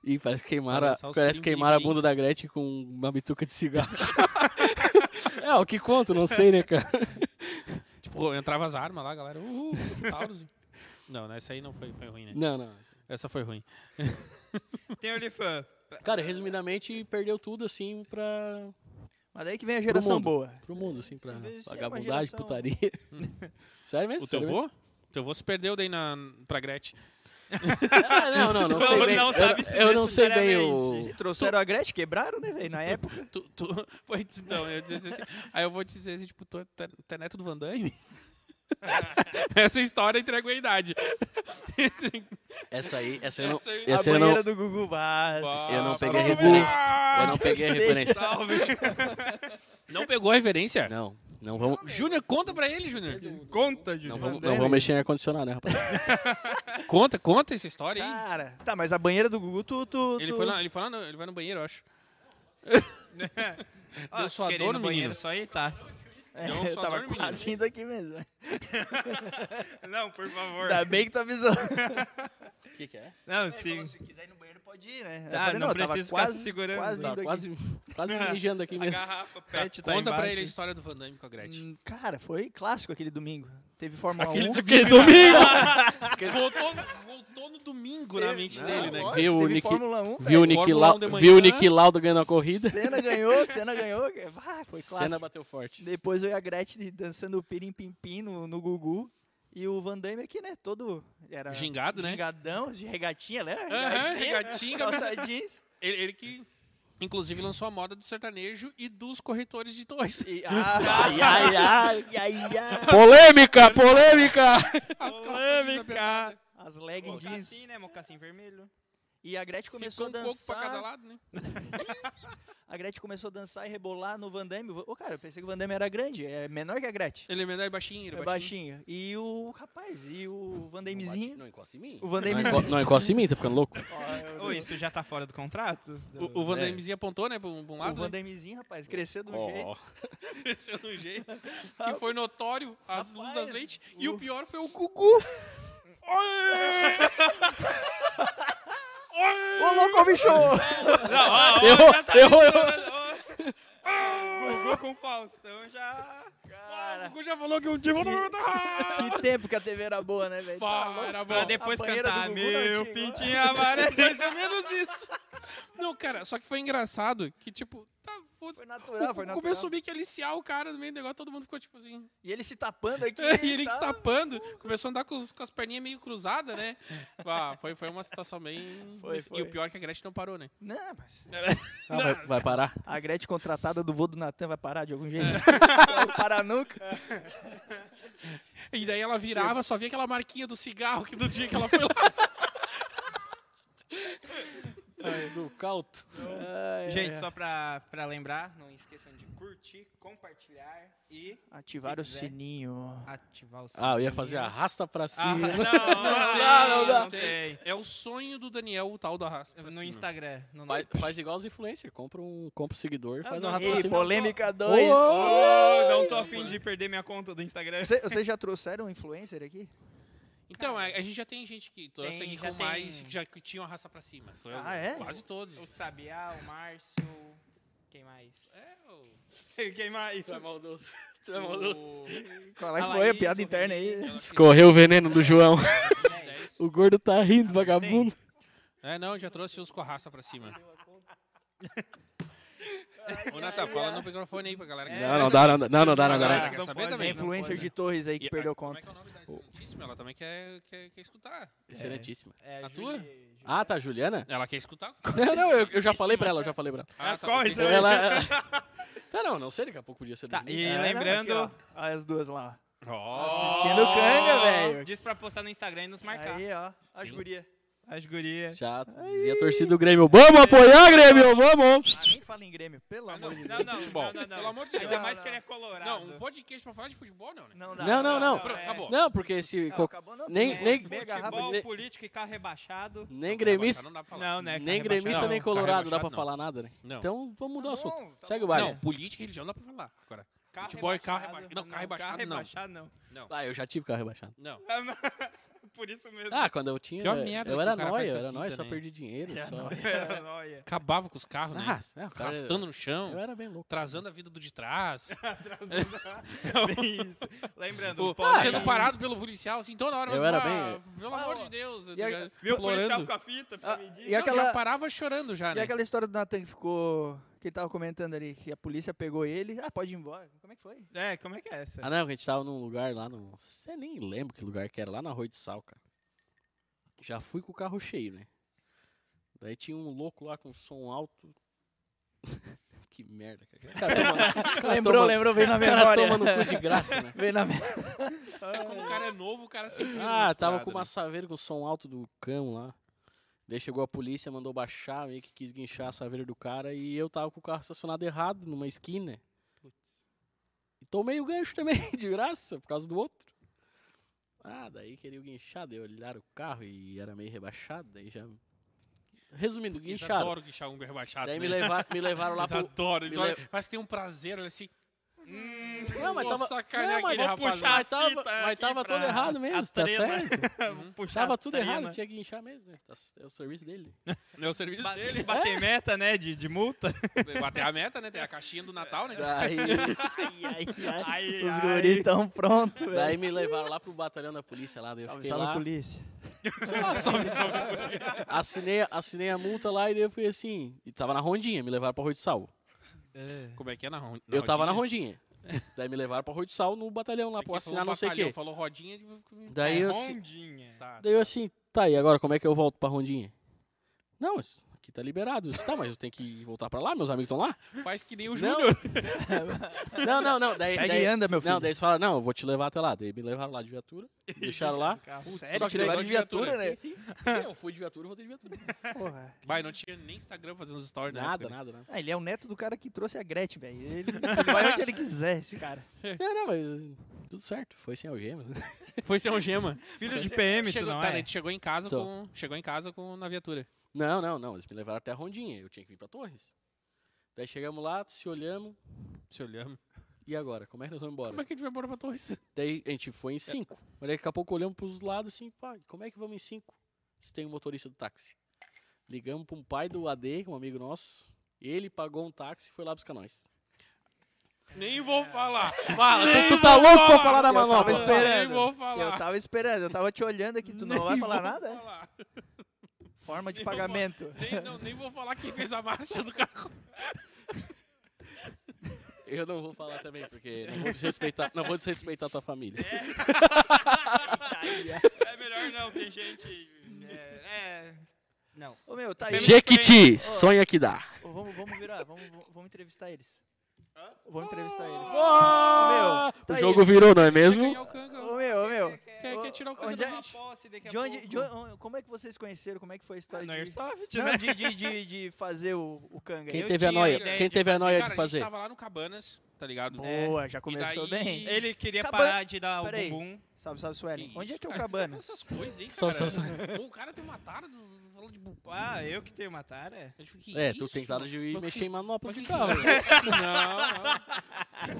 D: E parece que queimaram,
A: Pra
D: a-
A: lançar os
D: parece que
A: plim,
D: queimaram a
A: plim,
D: bunda da Gretchen com uma bituca de cigarro. é, o que conto, não sei, né, cara?
A: Tipo, entrava as armas lá, galera. Uhul, Taurus. Não, não, essa aí não foi, foi ruim, né?
D: Não, não.
A: Essa foi ruim.
B: Tem Olifan.
D: Cara, resumidamente, perdeu tudo, assim, pra,
C: Mas daí que vem a geração
D: mundo.
C: boa.
D: pro mundo, assim, pra
C: Sim, vejo, sim, é uma
D: vagabundagem,
C: geração-
D: putaria. Sério mesmo?
A: O teu
D: É sério
A: avô? Teu avô se perdeu daí na, pra Gretchen.
D: mesmo? Ah, não, não, não
B: Tu
D: sei
B: não
D: bem. eu,
B: sabe se
D: eu não sei bem o...
B: necessariamente.
C: Se trouxeram a Gretchen, quebraram, né, velho? Na época.
A: Tu, tu, pois então, eu ia dizer assim, aí eu vou te dizer assim, tipo, tu, é- tu é- tu é neto do Van Damme? Essa história entrega a idade.
D: Essa aí, essa eu não...
A: Essa aí-
D: Essa
C: a
D: eu não...
C: banheira do Gugu Vaz.
D: Eu não
A: Ah,
D: peguei
A: parou,
D: referência.
A: verdade.
D: Eu não peguei a
C: Seja
D: referência.
B: Salve.
A: Não pegou a referência?
D: Não, não vamos,
A: Júnior, conta pra ele, Júnior.
B: Conta,
D: não
B: Júlio.
D: vamos, não
C: Damme.
D: vamos mexer em ar-condicionado, né, rapaz?
A: Conta, conta essa história aí.
C: Cara, tá, mas a banheira do Gugu, tu... tu,
A: Ele
C: tu-
A: foi lá, ele foi lá no, ele vai no banheiro, eu acho. Tá
B: Ó,
A: Deu
B: se
A: sua
B: querer ir
A: dor,
B: no
A: menino?
B: Ah, banheiro só aí, tá.
C: É,
A: Não,
C: eu
A: só
C: tava
A: dorme,
C: quase indo aqui mesmo.
B: Não, por favor.
C: Ainda bem que tu avisou.
D: O que, que é?
B: Não, sim.
C: Se quiser ir no banheiro, pode ir, né?
B: Tá, não preciso ficar se segurando.
C: Quase
D: Tá
C: indo aqui.
D: quase, quase me mijando aqui
B: A
D: mesmo.
B: garrafa pet tá
A: conta pra
B: embaixo.
A: ele a história do Van Damme com a Gretchen.
C: Hum, Cara, foi clássico aquele domingo. Teve Fórmula 1.
D: Que domingo!
A: Voltou, voltou no domingo na mente
D: Não,
A: dele, né?
C: Ah, Lógico,
D: Viu o
C: teve
D: Nick-
C: Fórmula 1,
D: Viu o
C: velho.
D: Nick,
A: Fórmula
D: Lau-
A: um de
D: viu
A: manhã.
D: o Nick Lauda ganhando a corrida?
C: Senna ganhou, Senna ganhou. Ah, foi clássico.
D: Cena bateu forte.
C: Depois veio a Gretchen dançando o pirim-pim-pim no, no Gugu. E o Van Damme aqui, né? Todo. Era
A: Gingado, né?
C: Gingadão, de regatinha, né?
A: Aham, regatinha,
C: calça
A: camisa-
C: jeans.
A: Ele, ele que, inclusive, lançou a moda do sertanejo e dos corretores de torres.
C: E, ah,
D: Ai, ai, ai.
C: e aí, ah,
D: Polêmica, polêmica!
A: As calças
B: Polêmica.
A: desapertadas.
C: as leggings
B: Mocassim,
C: jeans.
B: né? Mocassim vermelho.
C: E a Gretchen começou
A: assim, né? Ficou
C: a
A: um pouco pra cada
C: dançar.
A: lado, né?
C: A Gretchen começou a dançar e rebolar no Van Damme. Ô, cara, eu pensei que o Van Damme era grande, é menor que a Gretchen.
A: Ele é menor e baixinho, ele
C: É baixinho. E o rapaz, e o Van
D: Bate-
C: Dammezinho.
D: Não encosta em mim.
C: O Van
D: Não
C: Dammezinho.
D: encosta, não encosta em mim, tá ficando louco?
B: Ou isso já tá fora do contrato?
A: O, o Van
D: É.
A: Dammezinho apontou, né, pra um, pra um
C: O
A: lado, né?
C: Van Dammezinho, rapaz, cresceu do
D: Ó.
C: jeito.
A: Esse é um jeito que foi notório, as
C: Rapaz,
A: luzes das lentes, e
C: o-
A: o pior foi o Gugu.
C: Ô, louco, bicho!
D: Errou, errou,
B: Gol com falso, então já...
A: O Gugu já falou que um dia... Ah,
C: Que tá tempo que a TV era boa, né, velho?
A: Pá,
C: Tá louco?
A: era bom.
B: Pra depois
C: A banheira
B: cantar,
C: do Gugu não
B: meu
C: tinha,
B: pintinho amarelo.
A: Mais ou menos isso. Não, cara, só que foi engraçado que, tipo, tá, foda
C: Foi natural, foi natural.
A: Começou meio que a aliciar o cara no meio do negócio, todo mundo ficou tipo assim.
C: E ele se tapando aqui.
A: E ele
C: tá-
A: se tapando, começou a andar com, os- com as perninhas meio cruzadas, né? Ah, foi, foi uma situação bem.
C: Foi,
A: E
C: foi.
A: o pior é que a Gretchen não parou, né?
C: Não, mas
D: Ah, vai, vai parar.
C: a Gretchen contratada do voo do Natan vai parar de algum jeito? Não parar nunca.
A: E daí ela virava, só via aquela marquinha do cigarro que do dia que ela foi lá.
D: Do calto.
C: Ai, ai,
B: Gente,
C: ai.
B: só pra, pra lembrar, não esqueçam de curtir, compartilhar e
C: Ativar
B: se
C: o
B: quiser.
C: sininho.
B: ativar o
D: Ah, eu ia fazer arrasta pra
B: Ah,
D: cima.
B: não, não, não,
D: dá.
B: não tem.
A: É o sonho do Daniel, o tal da raça. pra
B: No
A: cima.
B: Instagram, no
D: Faz,
B: nosso...
D: faz igual os influencers, compra um, compra um seguidor e
B: Ah,
D: faz
B: não,
D: uma raça pra
C: Ei,
D: cima.
C: polêmica 2.
B: Oh, não tô afim de perder minha conta do Instagram.
C: Vocês já trouxeram um influencer aqui?
A: Então, a, a gente já tem gente que trouxe
B: Tem,
A: aqui
B: já
A: com mais,
B: tem.
A: que já que tinha uma raça pra cima.
C: Ah, é?
A: Quase todos.
B: O Sabiá, o Márcio, quem mais?
A: É, o-
B: Quem mais?
D: Tu é maldoso. Tu é maldoso.
C: Qual é
B: A
C: que foi a
B: Laís,
C: piada
B: o
C: interna aí?
D: Escorreu o veneno do João.
B: É isso.
D: O gordo tá rindo,
B: vagabundo.
D: vagabundo.
A: É, não, já trouxe os com a raça pra cima. Ô, Natan, fala no microfone aí pra galera. que
D: Não, não dá, não, dá, não, não dá, não
A: galera
D: dá.
A: quer
B: Não
A: saber
B: pode, né?
C: A
A: também.
C: É influencer de Torres aí que
A: E a-
C: perdeu
A: como
C: conta.
A: é que é o nome da excelentíssima? Ela também quer, quer, quer escutar.
D: Excelentíssima.
B: É,
A: A
B: Juli-
A: tua?
B: Juli-
D: Ah, tá, Juliana?
A: Ela quer escutar?
D: Não, não, eu, eu já falei pra ela, eu já falei pra ela.
A: Ah,
B: qual
A: ok.
B: esse aí?
D: Ela. ela... Tá, não, não sei, daqui a pouco podia ser do
B: Tá,
D: Juliana.
B: e
C: É, não,
B: lembrando...
C: aqui, ó. Olha as duas lá.
A: Ó,
C: Assistindo o Canga,
B: ó,
C: velho.
B: Diz pra postar no Instagram e nos marcar.
C: Aí, ó. As
A: Sim.
C: guria.
B: As gurias.
D: Já dizia a torcida do Grêmio. Vamos apoiar, Grêmio, vamos!
C: Ah, nem fala em Grêmio, pelo
A: Ah,
C: amor de
B: Não,
C: Deus.
B: não, não,
A: futebol.
B: não, não.
A: Pelo amor de
B: Ainda
A: Deus.
B: mais que
C: Não,
B: ele é colorado.
A: Não, um podcast pra falar de futebol, não, né?
C: Não dá.
D: Não, não, não.
A: Pronto,
B: é.
A: acabou.
D: Não, porque se.
C: Não, acabou não.
D: nem-
C: tem
D: nem-
C: meia garrafa
B: Futebol,
D: nem-
B: político e carro rebaixado.
D: Nem
A: Não dá pra
D: gremista,
A: falar, Não, dá pra falar.
B: Não, né?
D: nem,
B: carro
D: gremista,
B: rebaixado.
D: nem
A: Não,
D: colorado, dá
A: carro
D: pra
A: rebaixado,
D: falar nada, né?
A: Não.
D: Então vamos mudar o
C: Tá
D: assunto.
C: bom, tá
D: Segue o
C: bom.
D: baile.
A: Não, política e religião não dá pra falar. Agora,
B: Carro
A: Futebol e carro rebaixado. Não,
B: rebaixado.
A: carro rebaixado, não.
B: rebaixado não.
D: Ah, eu já tive carro rebaixado.
A: não.
B: Por isso mesmo.
D: Ah, quando eu tinha.
A: Pior merda
D: eu
A: que
D: era
A: o cara
D: nóia,
A: faz
D: eu
A: da
D: era
A: vida,
D: nóia, só
A: né?
D: perdi dinheiro. só.
B: Paranoia.
A: Acabava com os carros, né?
D: Ah, é, o cara-
A: Arrastando no
D: Eu
A: chão,
D: era bem louco.
A: trazando a vida do de trás.
B: Bem isso. Lembrando,
A: Pô,
B: o Paulo
A: sendo parado pelo policial, assim, toda hora.
D: Ah, Eu
A: mas,
D: era
A: ah,
D: bem-
A: Pelo amor de Deus. tá eu
C: e aí-
A: digo,
B: Viu o policial
A: implorando.
B: com a fita pra
C: Ah,
B: medir?
C: e
A: Não, já
C: aquela,
A: parava chorando já,
C: e
A: né?
C: aquela história do Natan que ficou. que ele tava comentando ali, que a polícia pegou ele. Ah, pode ir embora. Como é que foi?
B: É, como é que é essa?
D: Ah, não, que a gente tava num lugar lá no. Você nem lembra que lugar que era, lá na Rua de Sal, cara. Já fui com o carro cheio, né? Daí tinha um louco lá com som alto. que merda, cara. O cara toma- o cara
C: lembrou,
D: toma-
C: lembrou, veio na
D: O cara
C: memória.
D: toma no cu de graça, né?
C: Veio na memória.
A: É como o cara é novo, o cara se
D: Ah, tava com
A: né?
D: uma saveira com som alto do cão lá. Daí chegou a polícia, mandou baixar, meio que quis guinchar a saveira do cara. E eu tava com o carro estacionado errado numa esquina. E tomei o gancho também, de graça, por causa do outro. Ah, daí queria o guinchar, daí olharam o carro e era meio rebaixado, daí já. Resumindo,
A: Eles
D: guincharam.
A: adoram guinchar um rebaixado.
D: Daí me,
A: né?
D: leva- me levaram lá
A: Eles
D: pro.
A: adoram. Eles
D: me
A: olham,
D: le-
A: parece que tem um prazer, olha assim.
B: Hum,
D: Não, mas
A: Vou
D: tava.
A: sacanear
D: não, mas,
A: aquele
D: mas
A: rapaz
D: tava-
A: lá.
D: mas tava, mas tava tudo errado mesmo, tá certo?
B: Puxar
D: Tava tudo errado, tinha que guinchar mesmo, né? Tá- É o serviço dele.
A: É o serviço dele.
D: É.
B: Bater meta, né, de, de multa.
A: Bater a meta, né? Tem a caixinha do Natal, né?
D: Daí,
C: Ai, ai, ai.
B: Ai,
C: Os
B: ai.
C: guris tão prontos,
D: daí
C: velho.
D: me levaram lá pro batalhão da polícia lá, daí eu
C: Salve,
D: fiquei
C: salve,
D: lá.
C: polícia.
D: Assinei, assinei a multa lá e daí eu fui assim. E tava na rondinha, me levaram pra Rua de Sal.
A: Como é que é na ron- na rodinha?
D: Eu tava na rondinha. Daí me levaram pra Rua de Sal no batalhão lá,
A: É que
D: pra
A: ele
C: um
D: assinar
A: falou
D: não sei o
A: batalhão,
D: quê.
A: Falou rodinha tipo, de...
D: Daí
B: É
D: eu, assim,
B: Rondinha.
A: Tá,
D: daí eu assim, tá, e agora como é que eu volto pra rondinha? Não, mas aqui tá liberado. Eu disse, tá, mas eu tenho que voltar pra lá, meus amigos estão lá?
A: Faz que nem o
D: Não.
A: Júnior.
D: Não, não, não. Daí,
C: Pega
D: daí,
C: e anda, meu filho.
D: Não, daí eles falaram, não, eu vou te levar até lá. Daí me levaram lá de viatura. Deixaram lá.
B: Carro.
D: Putz,
C: Sério?
D: só
C: Só
D: que daí-
C: É, de viatura, né?
D: Sim, sim. Sim, eu fui de viatura, voltei de viatura.
C: Porra.
A: Vai, não tinha nem Instagram fazendo os stories na
D: Nada,
A: época, né?
D: nada, nada.
C: Ah, ele é o neto do cara que trouxe a Gretchen, velho. Ele, ele vai onde ele quiser, esse cara.
D: É, Não, não, mas tudo certo. Foi sem algemas. né?
A: Foi ser um gema.
B: Filho de PM, tu
A: chegou,
B: não
A: tá,
B: é?
A: daí tu chegou em casa
D: Sou.
A: com. Chegou em casa com na viatura.
D: Não, não, não. Eles me levaram até a Rondinha. Eu tinha que vir pra Torres. Daí chegamos lá, se olhamos.
A: Se olhamos.
D: E agora? Como é que nós vamos embora?
A: Como é que a gente vai embora pra Torres?
D: Daí a gente foi em cinco. Mas daí daqui a pouco olhamos pros lados assim, pá, como é que vamos em cinco? Se tem um motorista do táxi. Ligamos pra um pai do AD, que é um amigo nosso. Ele pagou um táxi e foi lá buscar nós.
A: Nem vou falar.
D: Fala,
A: Nem
D: tu, tu tá
A: vou
D: louco pra falar da
C: Eu tava
D: manobra?
C: esperando.
A: Nem vou falar.
C: Eu tava esperando, eu tava te olhando aqui, tu não vai falar nada? é?
A: falar.
C: Forma de
A: Eu vou-
C: pagamento.
A: Nem, não, nem vou falar quem fez a marcha do carro.
D: Eu não vou falar também, porque não vou desrespeitar, não vou desrespeitar tua família.
B: É melhor não, tem gente... É... é... Não.
C: Ô meu, tá aí.
B: Gente-
D: Jequiti, sonha que dá.
C: Ô, vamos, vamos virar, vamos, vamos- vamos entrevistar eles. Vamos entrevistar eles.
D: Ah,
C: Meu, tá
D: o
C: aí.
D: jogo virou, não é mesmo?
A: Ganhar o canga.
C: Ô meu, ô meu.
A: Quer, quer tirar o canga
C: Onde
A: da
C: é-
A: gente?
C: De onde, de onde- como é que vocês conheceram? Como é que foi a
A: Ah,
C: história
B: No
C: de,
B: Airsoft,
C: não,
B: né?
C: de, de, de, de fazer o, o canga?
D: Quem
B: Eu
D: teve a
B: tinha a
D: noia?
B: ideia
D: Quem
B: de
D: teve a
B: fazer-
A: Cara,
D: noia
A: a
D: de
A: gente
D: fazer? É.
A: tava lá no Cabanas, tá ligado?
C: Boa, já começou
A: E daí-
C: bem.
B: Ele queria
C: Caban-
B: parar de dar
C: Peraí.
B: o bumbum.
C: Salve, salve, Suelen.
A: Que
C: Onde é
A: isso,
C: que é o
A: cara?
C: Cabanas?
A: Essas coisas, hein,
D: Só-
A: é, cara?
D: só- só-
A: Pô, O cara tem uma tara de fala de bu-
B: Ah, eu que tenho uma tara?
A: Mas, tipo, que
D: É, tu
A: isso,
D: tem cara
A: mano?
D: de
A: Mas
D: mexer
A: que-
D: em manopla
A: mas
D: de
A: que
D: carro.
A: que é isso? Não,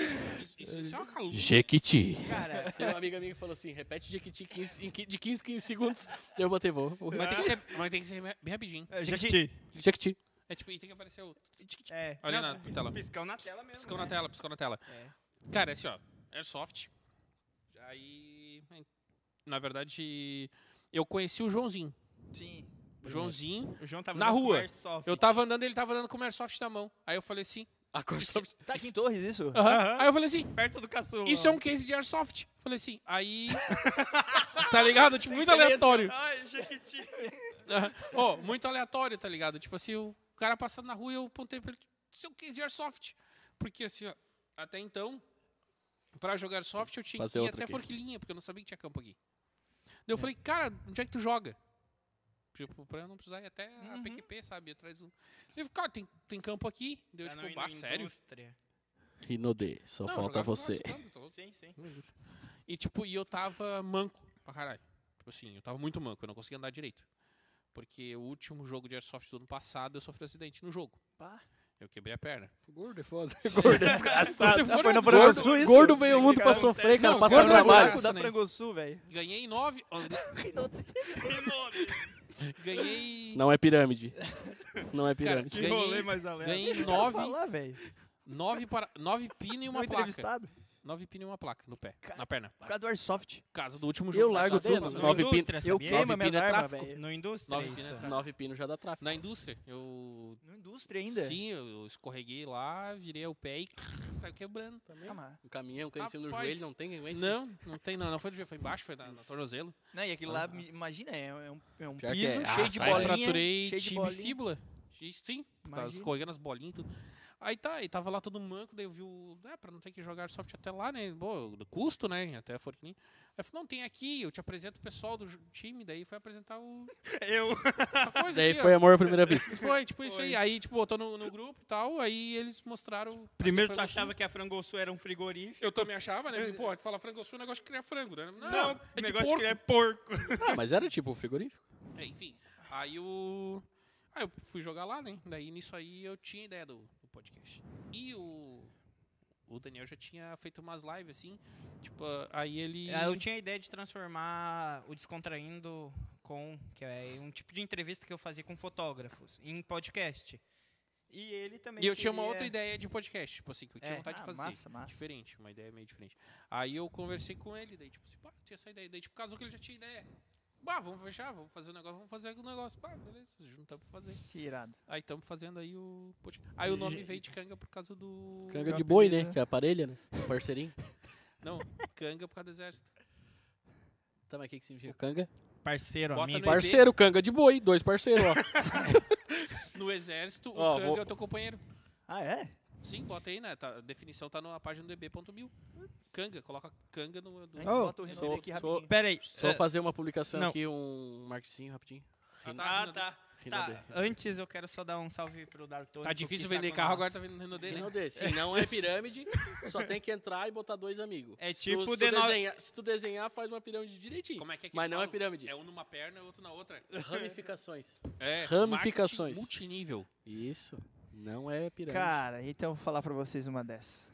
A: não. Isso, isso- isso é uma calúnia.
D: Jequiti.
C: Cara,
D: Tem uma amiga minha que falou assim, repete Jequiti 15 em qui- de 15 15 segundos. Eu botei, vou. vou.
A: Mas tem que ser, mas tem que ser bem rapidinho.
C: É,
B: Jequiti.
D: Jequiti.
A: É tipo, e tem que aparecer o
B: É.
A: Olha
B: Não,
A: na tela.
B: Piscão na tela mesmo.
A: Piscou
B: né?
A: na tela, piscou na tela.
B: É.
A: Cara, é assim, ó. Airsoft. Aí. Na verdade, eu conheci o Joãozinho.
C: sim.
A: O Joãozinho.
B: O João tava
A: Na
B: andando com
A: rua.
B: o Airsoft.
A: Eu tava andando, ele tava andando com o Airsoft na mão. Aí eu falei assim.
D: A cor
A: Isso,
C: Tá aqui em Torres isso?
A: Aham. Aí eu falei assim.
B: perto do caçula.
A: Isso é um case de airsoft. Falei assim, aí. tá ligado? Tipo, muito aleatório.
B: Ai, Jequiti.
A: Ó, muito aleatório, tá ligado? Tipo assim, o cara passando na rua e eu apontei pra ele. Isso é um case de airsoft. Porque assim, ó, até então, pra jogar airsoft eu tinha
D: Fazer
A: que ir
D: outra
A: até
D: aqui.
A: Forquilinha, porque eu não sabia que tinha campo aqui. Daí eu falei, cara, onde é que tu joga? Tipo, pra eu não precisar ir até a PQP, sabe? Atrás do. Ele falou, cara, tem, tem campo aqui. Daí eu,
B: Tá
A: tipo, bah, sério?
D: Rinodê, só
A: Não, eu
D: falta
A: jogava
D: você.
A: Airsoft, claro, tá louco.
B: Sim, sim.
A: E, tipo, e eu tava manco pra caralho. Tipo assim, eu tava muito manco, eu não conseguia andar direito. Porque o último jogo de Airsoft do ano passado, eu sofri um acidente no jogo.
C: Pá.
A: Eu quebrei a perna.
D: Gordo é foda. Gordo é desgraçado.
A: Gordo-
C: Foi no
A: gordo-
C: Programa Sul isso?
D: Gordo veio ao mundo pra
B: Cara,
D: sofrer, cara,
A: não,
D: passar
A: gordo é
D: trabalho.
A: saco.
C: da
A: né?
C: Frangosul, velho.
A: Ganhei nove... ó, ga- Ganhei...
D: Não é pirâmide. Não é
A: Cara, tipo,
D: pirâmide.
B: Que rolê mais aleatório.
A: ganhei
C: Não quero
A: nove,
C: é, falar, velho.
A: nove, para, nove pino e
C: Não
A: uma placa.
C: entrevistado.
A: Nove pino e uma placa no pé,
C: Cara,
A: na perna.
C: Por causa do Airsoft.
A: Casa do último
C: eu
A: jogo. do
C: largo
A: Airsoft do ano
D: tudo,
A: passado.
D: Nove
B: No
D: pin-
B: indústria,
C: Eu
B: sabia?
C: queimo
D: Nove
C: minhas
D: pino é
C: armas,
D: tráfico.
C: velho.
B: No indústria,
A: Nove
B: isso.
A: pino.
D: Nove pino já dá tráfico.
A: Na indústria, eu...
C: Na indústria ainda?
A: Sim, eu escorreguei lá, virei o pé e saiu quebrando.
C: Ah, mas-
D: Um caminhão caiu em cima do
A: Rapaz.
D: joelho, não tem quem aguente.
A: Não, não tem não. Não foi do joelho, foi embaixo, foi na, na tornozelo.
C: Não, e aquilo lá, me- imagina, é é um, é um
D: Pior que
C: piso
D: é.
C: cheio
D: Ah,
C: de
D: sai.
A: Aí
C: bolinha.
A: fraturei
C: cheio de
A: tibia e
C: bolinha.
A: fíbula. E Sim, tá
C: Imagina.
A: escorregando as bolinhas e tudo. Aí tá, e tava lá todo manco, daí eu vi o... É, pra não ter que jogar soft até lá, né? Bom, do custo, né? Até a forquilinha. Aí eu falei, não, tem aqui, eu te apresento o pessoal do ju- time. Daí foi apresentar o...
B: Eu.
A: essa coisa
D: Daí
A: aqui, ó.
D: foi amor à primeira vista.
A: Foi, tipo isso aí. Aí, tipo, botou no, no grupo e tal, aí eles mostraram...
B: Primeiro
A: Aí
B: tu
A: foi-
B: achava que a Frangossu era um frigorífico.
A: Eu também achava, né? Pô, tu fala frango, eu sou um negócio que cria frango, né? Não,
B: Não,
A: é
B: o
A: de
B: negócio
A: porco.
B: que é porco.
D: Ah, mas era tipo um frigorífico.
A: É, enfim. Aí o. Aí eu fui jogar lá, né? Daí nisso aí eu tinha ideia do, do podcast. E o. O Daniel já tinha feito umas lives, assim. Tipo, ah, aí ele.
B: Ah, Eu tinha a ideia de transformar o Descontraindo com, que é um tipo de entrevista que eu fazia com fotógrafos, em podcast. E ele também.
A: E eu tinha uma
B: queria-
A: outra ideia de podcast, tipo assim, que eu tinha
B: É.
A: vontade de
C: Ah,
A: fazer.
C: massa, massa.
A: Diferente, uma ideia meio diferente. Aí eu conversei com ele, daí, tipo assim, pá, eu tinha essa ideia. Daí, tipo, casou que ele já tinha ideia. Bah, vamos fechar, vamos fazer o negócio, vamos fazer o negócio. Bah, beleza, juntamos pra fazer.
C: Que irado.
A: Aí estamos fazendo aí o podcast. Aí o nome veio de canga por causa
B: Um
A: do.
D: Canga de
C: Capilina.
D: boi, né? Que é aparelha, né? Parceirinho.
A: Não, canga por causa do exército.
D: Tá, mas o que, que significa canga?
B: Parceiro,
A: Bota
B: amigo.
A: no-
D: Parceiro, canga de boi. Dois parceiros, ó.
A: No exército, o
D: Ó,
A: Kanga
D: vou-
A: é o teu companheiro.
C: Ah, é?
A: Sim, bota aí, né? Tá- a definição tá na página do eb.mil. Canga, coloca canga no. no-
C: Antes,
B: Oh,
C: bota o Renan
D: sou-
C: aqui
D: sou-
C: rapidinho.
B: Pera aí.
D: Só
A: É.
D: fazer uma publicação
B: Não.
D: aqui, um marketing rapidinho.
B: Ah, tá.
D: Renan
B: Tá, antes eu quero só dar um salve pro Dartoni.
A: Tá difícil vender carro, agora tá vendendo Renault dele.
D: Não dê, se não é pirâmide, só tem que entrar e botar dois amigos.
B: É
D: Se
B: tipo
D: tu, se,
B: de
D: tu
B: nove-
D: desenhar, se tu desenhar, faz uma pirâmide direitinho.
A: Como é que é que
D: Mas
A: eles
D: não é
A: falam?
D: pirâmide.
A: É um numa perna e outro na outra.
B: é
D: Ramificações.
A: É,
D: Ramificações.
A: marketing Multinível.
D: Isso. Não é pirâmide.
C: Cara, então vou falar pra vocês uma dessa.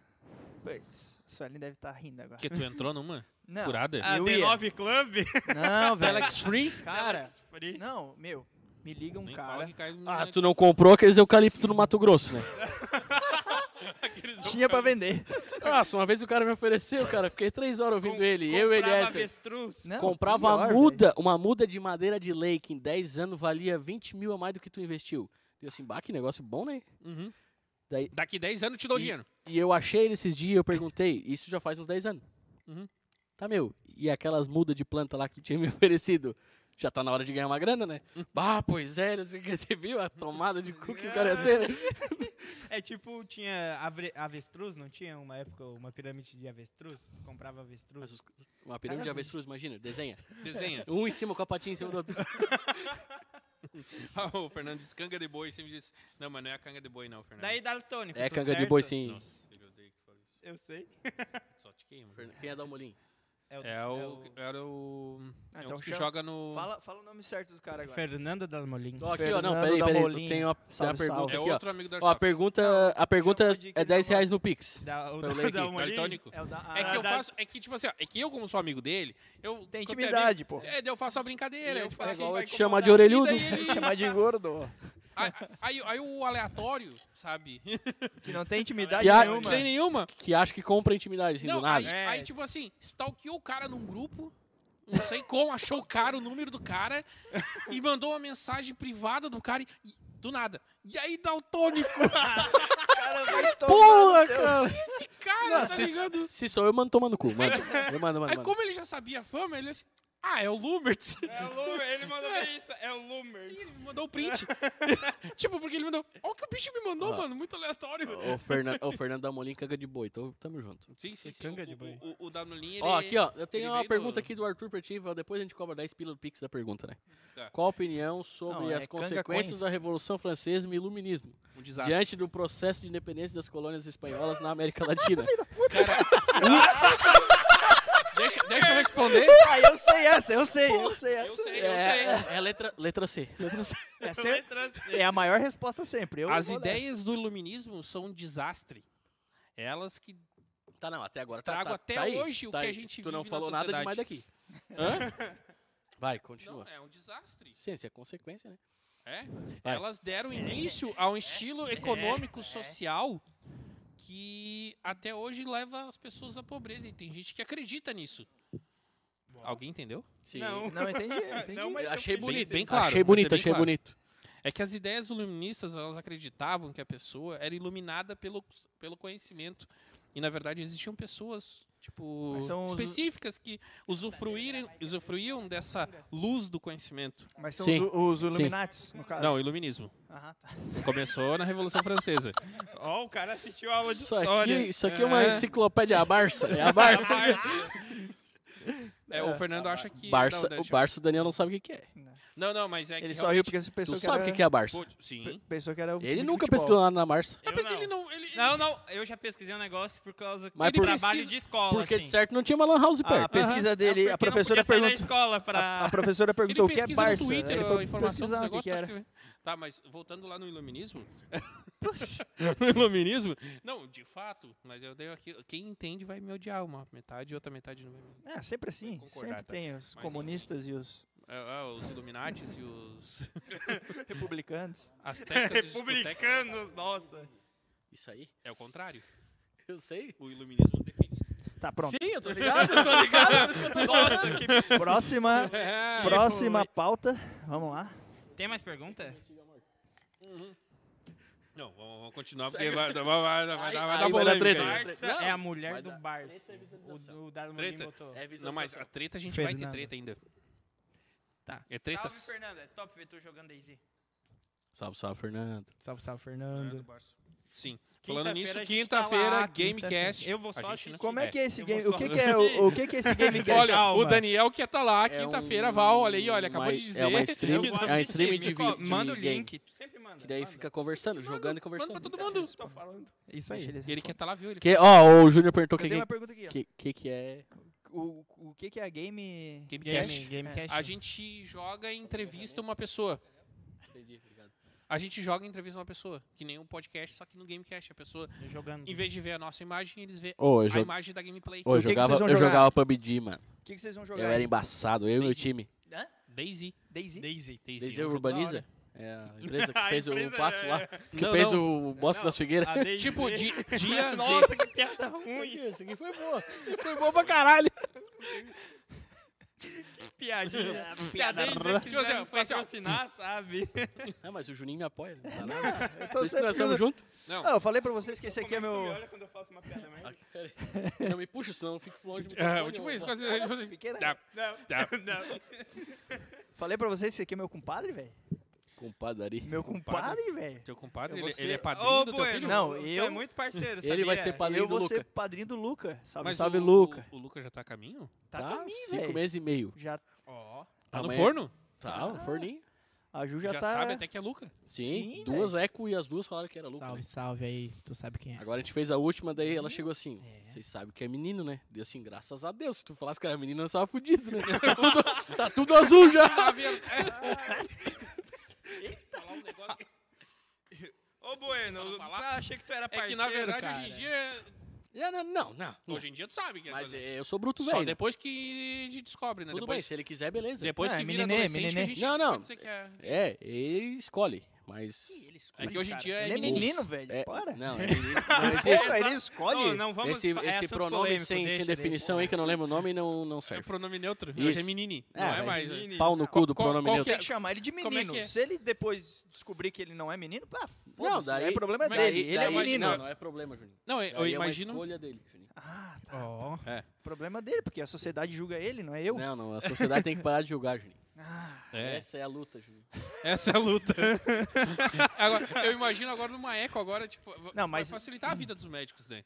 C: Putz, a Suelen deve estar rindo agora.
A: Porque tu entrou numa
C: Não, Ah,
A: curada.
B: A
C: Eu ia.
B: D9 Club?
C: não,
D: Tá,
C: velho.
A: Free?
C: Cara,
B: Free.
C: não, meu, me liga um
A: Nem fala
C: cara.
A: que caiu
D: Ah,
B: é
A: na-
D: tu não comprou aqueles eucalipto no Mato Grosso, né?
A: Aqueles-
C: Tinha pra vender.
D: Nossa, uma vez o cara me ofereceu, cara. Fiquei três horas ouvindo
B: Com-
D: ele. Eu e ele
B: comprava
D: essa.
B: avestruz.
C: Não,
D: Comprava
C: pior,
D: uma
C: velho.
D: muda, uma muda de madeira de lei que em 10 anos valia 20 mil a mais do que tu investiu. Deu assim, bah, que negócio bom, né?
A: Uhum.
D: Daí,
A: Daqui 10 anos eu te dou dinheiro.
D: e eu achei ele esses dias, eu perguntei, isso já faz uns 10 anos.
A: Uhum.
D: Tá, meu, e aquelas mudas de planta lá que tu tinha me oferecido? Já tá na hora de ganhar uma grana, né?
C: Uhum.
D: Bah, pois é, não sei o que, você viu a tomada de cu que o cara ia ter, né?
B: É tipo, tinha avre- avestruz, não tinha uma época uma pirâmide de avestruz? Tu Comprava avestruz.
D: Mas os- Uma pirâmide de avestruz, imagina, desenha.
A: Desenha.
D: Um em cima com a patinha em cima do outro.
A: Ah, o Fernando disse canga de boi. Você me disse. Não, mas não é a canga de boi, não, Fernando.
B: Daí Daltônico.
D: É
B: tudo
D: canga de
B: certo?
D: boi, sim.
A: Nossa, eu odeio que tu fale isso.
B: Eu sei.
A: Só te queimo.
D: Fern- Quem é dar o molinho?
A: É o. Era o.
C: Ah,
A: é
C: então
A: o que
C: chama-
A: joga no.
C: Fala, fala o nome certo do cara agora.
B: Fernando Dalmolin.
D: Ó, aqui, ó, não,
C: Fernando
D: peraí,
C: da
D: peraí.
C: Molinha.
D: Tem uma, tem uma
C: Salve,
D: pergunta
C: salve.
A: É
D: aqui, ó.
A: outro amigo da
D: Ó, a
A: Airsoft.
D: pergunta, a pergunta
C: chamou de que
D: é
C: ele
D: 10
C: não
D: reais no Pix.
B: Da, o
D: Pra eu ler aqui.
B: Dalmolin.
A: Daltônico.
C: É o da...
A: É que eu
B: da-
A: faço. É que, tipo assim, ó, é que eu, como sou amigo dele, eu.
C: Tem
A: quando
C: intimidade,
A: é
C: pô.
A: É, daí eu faço a brincadeira.
B: É
A: eu, tipo
B: igual
A: assim,
B: a
A: vai
B: te
A: incomodar.
D: chamar de orelhudo.
A: E daí ele-
C: Chamar de gordo, ó.
A: aí, aí- aí o aleatório, sabe?
C: Que não tem intimidade
D: é Que a-
A: Não
C: nenhuma.
A: tem nenhuma.
D: Que acha que compra intimidade, assim, do
A: Não, aí,
D: nada.
B: É.
A: aí, tipo assim, stalkeou o cara num grupo, não sei como, achou caro o número do cara e mandou uma mensagem privada do cara e- e- do nada. E aí, Daltônico,
C: Cara, vai tomar
D: Porra,
C: no teu-
D: cara!
A: esse cara, tá
D: Não, se,
A: ligado?
D: se sou eu, mano, tomando cu. Mano, eu mando, mano,
A: Aí,
D: mano.
A: como ele já sabia a fama, ele disse, ah, é o Lumertz.
B: É o Lumer, ele mandou ver isso. É o Lumer.
A: Sim, ele me mandou o print. tipo, porque ele mandou, olha o que o bicho me mandou,
D: Ah.
A: mano, muito aleatório.
D: O, Fernan, o Fernando da Molim caga de boi, então tamo junto.
A: Sim, sim, sim.
B: Canga
A: o,
B: de boi.
A: o, o, o Danolinho, ele...
D: Ó, aqui, ó, eu
A: ele
D: tenho uma
A: veio
D: pergunta
A: do-
D: aqui do Arthur pra ti, Val, depois a gente cobra 10 pila do Pix da pergunta, né?
A: Tá.
D: Qual a opinião sobre
C: Não, é
D: as
C: canga
D: consequências
C: coins.
D: da Revolução Francesa e o Iluminismo,
A: Um desastre.
D: diante do processo de independência das colônias espanholas na América Latina?
A: Deixa, deixa eu responder.
C: Ah, eu sei essa, eu sei, eu sei
A: Eu
C: essa.
A: sei, eu sei.
D: é, é letra, letra C. Letra C.
C: Essa é,
B: Letra C.
C: é a maior resposta sempre. Eu
A: As
C: vou nessa.
A: ideias do iluminismo são um desastre. Elas que.
D: Tá não, até agora.
A: Estrago
D: tá, tá,
A: até
D: tá aí,
A: hoje o
D: tá
A: que a
D: aí.
A: gente
D: Tu não
A: vive na
D: falou nada demais daqui. Vai, continua.
A: Não, é um desastre.
D: Sim, isso é consequência, né?
A: É?
D: Vai.
A: Elas deram início a um estilo econômico social que até hoje leva as pessoas à pobreza. E tem gente que acredita nisso. Alguém entendeu?
D: Sim.
B: Não.
C: Não entendi, eu entendi.
B: Não, mas eu
D: É, achei
B: preciso.
D: bonito.
A: bem claro,
D: achei
A: mas é
D: bonito,
A: bem
D: achei
A: claro.
D: bonito.
A: É que as ideias iluministas elas acreditavam que a pessoa era iluminada pelo, pelo conhecimento. E na verdade existiam pessoas tipo
C: Mas são os-
A: específicas que usufruíram, usufruíam dessa luz do conhecimento.
C: Mas são
D: Sim.
C: os, os Illuminatis, no caso.
A: Não, o iluminismo.
C: Aham, tá.
A: Começou na Revolução Francesa.
B: assim, Ó, o cara assistiu a aula de
D: Isso
B: história.
D: aqui, isso aqui é uma
A: É.
D: enciclopédia a Barça. É a Barça.
A: É, o Fernando acha que
D: Barça
A: não,
D: o Barça, o Daniel não sabe o que que é.
A: não, não, mas é que
C: Ele só riu
A: realmente-
C: porque ele pensou
D: Tu
C: que
D: sabe o
C: era...
D: que que é a Barça.
A: Pô, Sim.
C: Pensou que era o time
D: Ele
C: de
D: nunca
C: futebol.
D: pesquisou nada na Barça.
B: Eu
A: mas
B: não.
A: ele não, ele,
B: Não, não, eu já pesquisei um negócio por causa
D: Mas
B: de
D: por-
B: trabalho
A: pesquisa-
B: de escola,
D: Porque
B: assim.
D: de certo não tinha uma lan house
C: Ah, A
D: perto.
C: pesquisa dele,
B: É
C: a
B: porque não
C: professora
B: podia sair da
C: pergunta...
B: escola pra...
C: A, a professora perguntou o que é
A: pesquisa no
C: Barça.
A: Twitter,
C: ele
A: a
C: foi
A: informação dos
C: pesquisar o que,
A: negócios,
C: que
A: tá
C: era.
A: escrevendo. Tá, mas voltando lá no iluminismo. no iluminismo? Não, de fato, mas eu dei aqui. Quem entende vai me odiar, uma metade e outra metade não vai me
C: É, sempre assim.
A: Vai concordar,
C: Sempre
A: tá?
C: tem os
A: Mas
C: comunistas e os
A: é, é, os Illuminatis e os
C: republicanos.
A: Aztecas e os Toltecas.
B: Republicanos, nossa.
D: Isso aí?
A: É o contrário.
D: Eu sei.
A: O iluminismo defende isso.
C: Tá, pronto.
D: Sim, eu tô ligado, eu tô ligado. por isso que eu tô-
B: Nossa, que...
C: Próxima, Tipo próxima pauta. Vamos lá.
B: Tem mais pergunta?
A: Não, vamos, vamos continuar, porque vai, vai, vai, vai, vai,
D: Aí-
A: dar- vai
D: aí
A: dar
D: vai dar
A: polêmica.
D: treta.
A: aí.
B: Barça
D: Não,
B: é a mulher
D: mas
B: do
D: a-
B: Barça. O do Darwin
A: Treta.
B: botou.
D: É
A: Não, mas a
D: visualização.
A: treta a gente vai ter
B: Fernando.
A: treta ainda.
B: Tá.
A: É tretas.
B: Salve, Fernanda. Top ver tu jogando Daisy.
D: Salve, salve, Fernando.
B: Salve, salve, Fernando.
A: Sim. Falando
B: Quinta-feira
A: nisso,
B: a gente tá
A: quinta-feira,
B: lá,
A: Gamecast.
B: Eu vou só
A: A gente, né?
B: assistir.
C: Como é que é esse
B: eu
C: game?
B: vou
C: O que,
B: só-
C: que é o, o que, que é esse game?
B: Gamecast?
A: Olha, o
B: Calma.
A: Daniel que tá lá, quinta-feira, Val, olha aí, olha,
D: uma-
A: acabou um de dizer.
D: É uma stream,
B: Eu vou
D: é uma
B: assistir,
D: stream
B: me
D: de,
B: co-
D: vi- de
B: Manda o
D: game,
B: link. Sempre manda.
D: Que daí
B: manda.
A: tá
D: fica conversando, jogando e
A: Manda
D: conversando.
A: pra tá todo mundo.
B: Tô falando. Isso aí.
A: E ele quer tá lá, viu? Ele
D: Que, ó, o Júnior perguntou
C: Eu
D: o que,
C: tenho uma
D: que,
C: pergunta aqui. ó.
D: que, que que é.
C: O, o que, que é a game?
A: Gamecast.
B: Game, Gamecast.
A: A gente joga e entrevista uma pessoa.
D: Entendi, obrigado.
A: A gente joga e entrevista uma pessoa. Que nem um podcast, só que no Gamecast. A pessoa,
B: Jogando.
A: em vez de ver a nossa imagem, eles vê
D: Ô, eu,
A: a
D: jo-
A: imagem da gameplay.
D: ô, eu
C: que que
D: jogava,
C: vocês vão
D: eu
C: jogar?
D: jogava PUBG, mano.
C: O que, que vocês vão jogar?
D: Eu era embaçado, eu e meu time.
C: Hã?
A: Daisy.
C: Daisy?
B: Daisy.
D: Daisy
A: é um jogo da
D: Urbaniza?
A: hora.
D: É a empresa que
B: A
D: fez
B: empresa
D: o passo lá. Que
A: Não,
D: fez o
B: Não,
D: bosta das figueiras.
B: a Daisy.
A: Tipo, di- dia Z.
B: Nossa, que piada ruim.
D: Isso aqui foi boa. Foi boa pra caralho.
B: Piadinha. Se a Daisy
A: Tipo assim,
B: quiser
A: ó,
B: nos
A: foi assim, ó.
B: patrocinar, sabe?
D: Ah, mas o Juninho me apoia. Não dá nada.
C: Eu,
D: Por
C: tô
D: isso que Então nós estamos
C: sempre...
D: juntos.
A: Não,
C: Ah, eu falei pra vocês que esse aqui é
B: Como que tu
C: meu.
B: me olha quando eu faço uma piada, né? mas...
D: Não me puxa, senão eu fico longe do
A: é,
D: microfone,
A: tipo
D: eu-
A: isso, quase. Tipo assim,
C: Pequena.
A: tá,
B: Não,
A: tá.
B: não.
C: Falei pra vocês que esse aqui é meu compadre, velho?
D: Compadre
C: Meu compadre, velho?
A: Teu compadre,
C: Eu vou
A: ele,
C: ser-
A: ele é padrinho
B: Ô,
A: do teu
B: Bueno,
A: filho?
C: Não,
B: tu
C: eu-
B: é muito parceiro,
D: Ele vai ser
B: sabia?
D: padrinho
C: Eu
D: do
C: vou
D: Luca.
C: ser padrinho do Luca. Salve,
A: Mas
C: salve,
A: o,
C: Luca.
A: O, o Luca já tá a caminho?
C: Tá com a mim,
D: cinco
C: velho.
D: meses e meio.
C: Já,
B: Ó,
A: Tá no
D: Amanhã-
A: forno?
D: Tá, um forninho.
C: a Ju já,
A: já
C: tá.
A: sabe até que é Luca.
D: Sim,
C: Sim,
D: duas eco e as duas falaram que era Luca.
B: salve,
D: né?
B: salve aí. Tu sabe quem é.
D: Agora a gente fez a última, daí
C: Uhum.
D: ela chegou assim, vocês sabem que é menino, né? Deu assim, graças a Deus, se tu falasse que era menino, nós tava fudido, né? Tá tudo, tá tudo azul já!
A: Falar um negócio que-
B: Ô, Bueno,
A: Você
B: eu
A: fala falar?
B: achei que tu era
A: É
B: parceiro,
A: que na verdade
B: cara.
A: hoje em dia.
D: É, não, não, não.
A: Hoje em dia tu sabe que é
D: Mas
A: coisa-
D: é, eu sou bruto,
A: Só
D: velho.
A: depois que a gente descobre, né?
D: Tudo bem,
A: depois
D: se ele quiser, beleza.
A: depois
C: Ah,
A: que
C: é
A: vira
C: meninê,
A: adolescente que a
C: meninê.
A: gente
D: Não, não.
A: pode dizer que é-
D: É, ele escolhe, mas...
A: É que hoje em dia é,
C: Ele é
A: menino.
C: menino, velho.
D: É,
C: Para.
D: Não, ele, não existe.
C: Porra, ele escolhe.
B: Ô, não vamos
D: esse
B: fa- é
D: esse
B: assunto
D: pronome
B: polêmico,
D: sem, sem
B: deixa,
D: definição aí, que eu não lembro o nome, não, não
A: É
D: serve.
A: pronome neutro. Hoje é
D: Isso.
A: menini.
D: É,
A: não é
D: velho.
A: mais.
B: deixa. Menino.
D: Pau no cu do
A: Qual-
D: pronome
A: qual que
D: neutro.
C: Tem que chamar ele de
A: Como é que
C: menino.
A: é?
C: Se ele depois descobrir que ele não é menino, pá,
D: Não,
C: foda-se.
D: daí...
C: É problema
D: daí-
C: dele. ele é
D: daí-
C: menino.
D: Não, não é problema, Juninho.
A: Não, eu, eu
D: Daí É
A: imagino.
D: uma escolha dele, Juninho.
C: Ah, tá.
B: Ó.
A: É.
C: Problema dele, porque a sociedade julga ele, não é eu.
D: Não, não, a sociedade tem que parar de julgar, Juninho.
C: Ah,
A: É,
D: Essa é a luta, Juninho.
A: essa é a luta. Agora, eu imagino agora numa eco, agora, tipo, va-
C: Não, mas-
A: vai facilitar a vida dos médicos, né?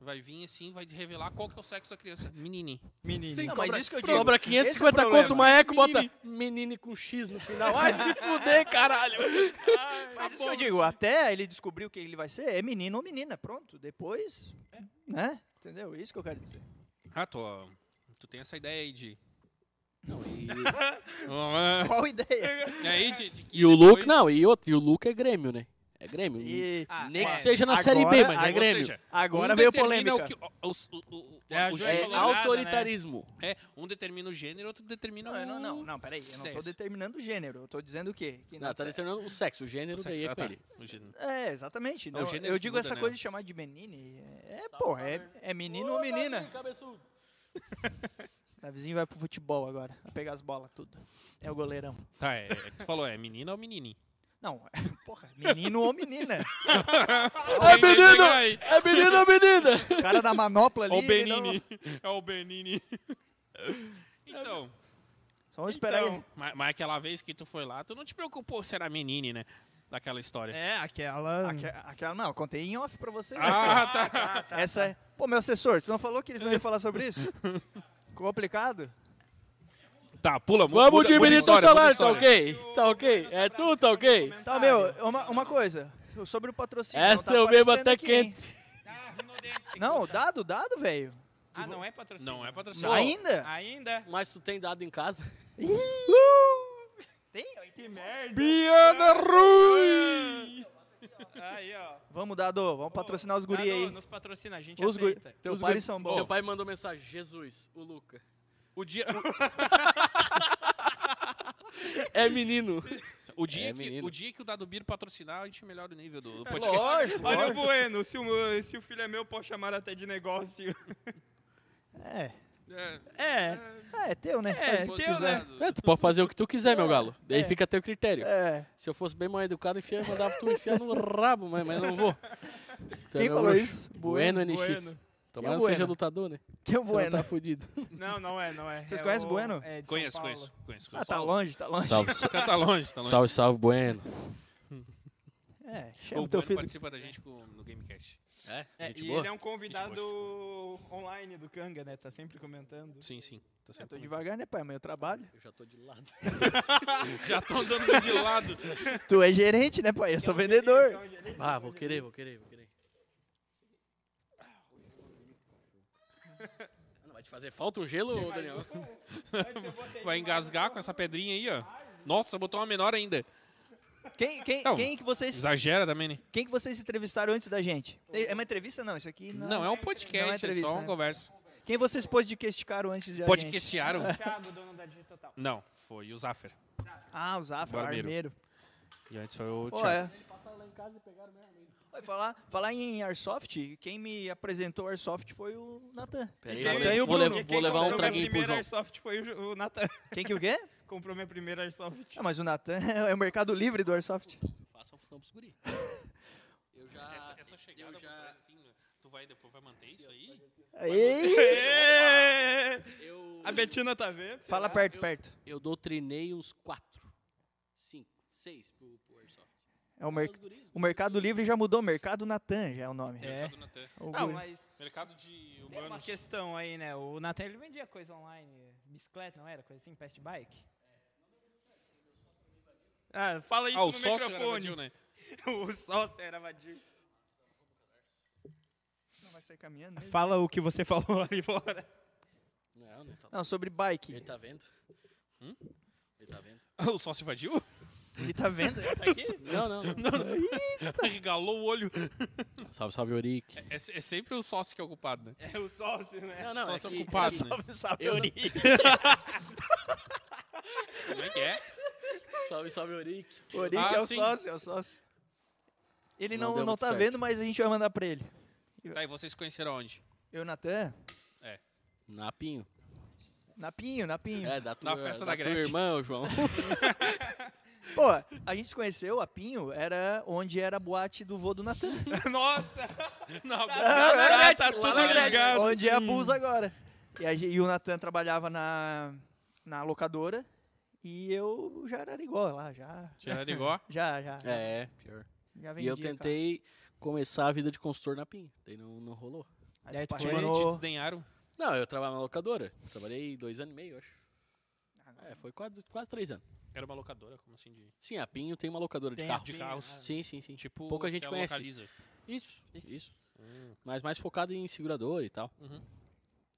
A: Vai vir assim, vai revelar qual que é o sexo da criança. Menini.
B: Menino.
C: não,
D: cobra-
C: mas isso que eu digo.
D: Cobra
C: esse é o
D: 550
C: problema.
D: conto, uma eco, bota menine com X no final. Ai, se fuder, caralho.
C: Mas
A: né?
C: isso que eu digo, até ele descobrir o que ele vai ser, é menino ou menina, pronto. Depois,
A: É.
C: né? Entendeu? Isso que eu quero dizer.
A: Ah, tô. Tu tem essa ideia aí de.
D: Não, e,
C: Qual ideia?
A: E aí, de, de que
D: e o Luca,
A: depois-
D: não, e outro, e o Luca é Grêmio, né? É Grêmio.
C: E
B: Ah,
D: Nem que
B: é.
D: seja na
C: agora-
D: Série B, mas
C: agora-
D: é Grêmio.
A: Ou seja,
C: agora
A: um
C: veio
A: determina
C: polêmica.
A: o que- o- os- o- o-
B: É, a
A: o
B: Ju-
A: gênero-
D: é
B: colorada, né?
D: autoritarismo.
A: É, um determina o gênero, outro determina
C: Não,
A: o...
C: não, não, não, peraí. Eu não tô
A: Dez.
C: determinando o gênero. Eu tô dizendo o quê? Que
D: Não, tá determinando o sexo, o gênero
A: o
D: daí
A: sexo.
D: é
A: Ah,
D: com
A: tá.
D: ele.
A: O gênero.
C: É, exatamente. Não,
A: gênero
C: eu
A: que
C: digo
A: muda,
C: essa
A: né?
C: coisa de chamar de menine. É, é, porra, é, é menino ou menina. Davizinho vai pro futebol agora, vai pegar as bolas, tudo. É o goleirão.
A: Tá, é, é, tu falou, é menina ou menini?
C: Não, porra, menino ou menina.
A: É
D: menino!
A: Aí.
D: É menino ou menina?
C: O cara da manopla ali.
A: É o
C: ele não-
A: Benini. É o Benini. Então,
C: Só vamos esperar
B: Então.
C: ele.
A: mas, mas aquela vez que tu foi lá, tu não te preocupou se era menine, né? Daquela história.
B: É, aquela...
C: Aque- Aquela, não, eu contei em off pra vocês.
A: Ah, tá.
C: Essa é. Pô, meu assessor, tu não falou que eles não iam falar sobre isso? Complicado?
A: Tá, pula. mu-
D: Vamos
A: muda- muda
D: diminuir teu
A: história,
D: salário,
A: muda
D: tá
A: história.
D: ok? Tá ok? É tu, tá ok?
B: Ah,
C: Tá, meu, uma, uma coisa. Sobre o patrocínio. não
D: Essa
C: tá
D: eu mesmo
C: aparecendo
D: até
C: aqui, hein?
D: quente.
B: Tá
C: Não, dado, dado, velho.
B: Ah, não é patrocínio.
A: Não é patrocínio.
B: Ah.
C: Ainda?
B: Ainda?
D: Mas tu tem dado em casa?
C: Tem?
B: Que merda.
A: Piada ruim!
B: Aí, ó.
C: Vamos, dado, vamos patrocinar os guri
B: Dado,
C: aí.
B: Nos patrocina, a gente
C: Os guri.
B: aceita.
D: Teu
C: Os
D: pai,
C: guris são
D: Teu
C: bons.
D: pai mandou mensagem, Jesus, o Luca.
A: O dia,
D: É menino.
A: o, o dia
D: É,
A: que,
D: menino.
A: o dia que o Dado Biro patrocinar, a gente melhora o nível do do
C: É
A: podcast.
C: Lógico,
B: Olha o
C: lógico.
B: Bueno, se o, se o filho é meu, pode chamar até de negócio.
C: É.
A: É,
B: É,
C: Ah, é teu, né?
B: É,
C: Faz o que
B: teu,
C: quiser.
B: né?
D: É, tu pode fazer o que tu quiser, meu galo. Daí
C: é.
D: fica a teu critério.
C: É.
D: Se eu fosse bem mal educado, enfia, mandava tu enfiar no rabo, mas, mas não vou. Tu é
C: Quem
D: meu
C: falou
D: luxo.
C: isso?
D: Bueno, NX.
B: Bueno.
D: Tomara
C: Que
D: que seja
C: Bueno?
D: lutador, né?
C: Que é o
D: Bueno.
C: Bueno.
D: tá fudido.
B: não, não é, não é.
C: Vocês
B: É
C: conhecem
B: o-
C: Bueno?
B: é de São
A: Conheço,
B: Paulo.
A: conheço, conheço,
C: Ah,
A: conheço.
C: tá longe, tá longe.
A: Tá longe, tá longe.
D: salve, Bueno.
C: É, É, chama
A: O
C: o teu
A: Bruno
C: filho.
A: participa da gente com- no Gamecast.
D: É,
B: É,
D: gente
B: e
D: boa.
B: ele é um convidado online do Kanga, né? Tá sempre comentando.
A: Sim, sim. tá Tô
C: Eu
A: sempre
C: tô
A: comentando.
C: devagar, né, pai? Mas eu trabalho.
D: Eu já tô de lado.
A: Já tô andando de lado.
C: Tu é gerente, né, pai? Eu sou vendedor.
D: Ah, vou querer, vou querer, vou querer. Ah, Não vai te fazer falta um gelo, ô, Daniel?
A: Vai engasgar com essa pedrinha aí, ó. Nossa, botou uma menor ainda.
C: Quem, quem,
A: Não.
C: quem, que vocês,
A: Exagera também, né?
C: quem que vocês entrevistaram antes da gente? É uma entrevista? Não, isso aqui não.
A: Não, é um podcast,
C: Não é
A: é,
C: entrevista,
A: só uma
C: né?
A: conversa.
C: Quem vocês podcasticaram antes da gente?
A: Podcastearam?
B: Thiago, dono da Digitotal.
A: Não, foi o Zaffer.
C: Ah, o Zafra,
A: Barbeiro.
C: Armeiro.
A: E antes foi o
C: Pô, é.
A: Thiago.
D: Passaram lá em casa e pegaram mesmo.
C: Vai falar, falar em Airsoft, quem me apresentou Airsoft foi o Natan.
D: Peraí,
C: Quem-
D: vou,
C: quem o
D: vou
C: Bruno?
D: levar, vou levar um traguinho
B: Meu
D: pro
B: primeiro
D: João.
B: Airsoft foi o Ju- o Natan.
C: Quem que o quê?
B: Comprou minha primeira Airsoft.
C: Ah, mas o Natan é o mercado livre do Airsoft.
D: Faça um função pros guri. Eu já...
A: Essa, essa chegada
D: eu
A: por
D: já...
A: trás, assim, tu vai depois vai manter isso aí?
C: Ei!
B: Ê!
D: Eu,
B: A Betina tá vendo?
C: Fala perto, perto.
D: eu doutrinei uns quatro, cinco, seis pro, pro Airsoft.
C: É o,
D: Os
C: merc-
D: guris,
C: o Mercado Livre já mudou, Mercado Natan já é o nome.
B: É.
A: Mercado Natan.
C: O
B: Não,
C: guri.
B: mas
A: Mercado de
B: tem uma
A: humanos.
B: questão aí, né? O Natan, ele vendia coisa online. Bicicleta, não era? Coisa assim, past bike. Ah, fala isso
A: Ah,
B: no
A: o sócio era
B: microfone.
A: vadio, né?
B: o sócio era vadio.
C: Não, vai sair caminhando né? mesmo?
B: Fala o que você falou ali fora.
D: Não, não tá.
C: Não, sobre bike.
D: Ele
A: Então.
D: tá vendo. Hum? Ele tá vendo.
A: o sócio vadio?
C: Ele tá vendo?
D: Não, não, não.
A: Regalou o olho.
D: Salve, salve, Oric.
A: É, é sempre o sócio que é ocupado, né?
B: É o sócio, né?
D: Não, não,
A: Só
D: é
A: se
D: que-
A: ocupado,
D: é que-
A: né?
C: Salve, salve,
D: Eu não-
C: Eurico.
A: Como é que é?
D: Salve, salve, Oric.
C: Eurico
A: Ah,
C: é o
A: sim.
C: sócio, é o sócio. Ele
D: Não
C: não,
D: deu
C: não,
D: muito
C: tá
D: certo.
C: vendo, mas a gente vai mandar pra ele.
A: Tá, e vocês se conheceram onde?
C: Eu, Natan,
D: Napinho.
C: Napinho, Napinho.
D: É, da tua,
A: Na festa da
D: tua
A: Gretchen.
D: irmã, ô, João.
C: Pô, a gente se conheceu, a Pinho, era onde era a boate do vô do Natan.
B: Nossa!
A: Não,
B: Tá, tá
D: Lá na
B: tudo
D: Gretchen.
B: ligado.
C: onde é a Busa agora. E, a gen- e o Natan trabalhava na, na locadora e eu já era igual lá, já.
A: Tiranigó.
C: Já, já.
D: É, pior.
C: já
D: E
C: vendia,
D: eu tentei começar a vida de consultor na PIN. Daí não, não rolou.
C: cara.
B: Daí
C: Aí
B: tu
C: tu
A: Te,
B: foi-
C: parou
A: te
C: no-
A: desdenharam.
D: Não, eu trabalhava na locadora. Trabalhei dois anos e meio, eu acho. É, foi quase, quase três anos.
A: Era uma locadora, como assim? De,
D: Sim, a Pinho tem uma locadora
B: Tem
D: de
B: a
D: carros.
A: de
B: Sim,
A: carros.
D: Sim, sim, sim.
A: Tipo,
D: Pouca gente
A: que a
D: conhece.
A: Localiza.
D: Isso, isso. Mas mais focado em segurador e tal.
A: Uhum.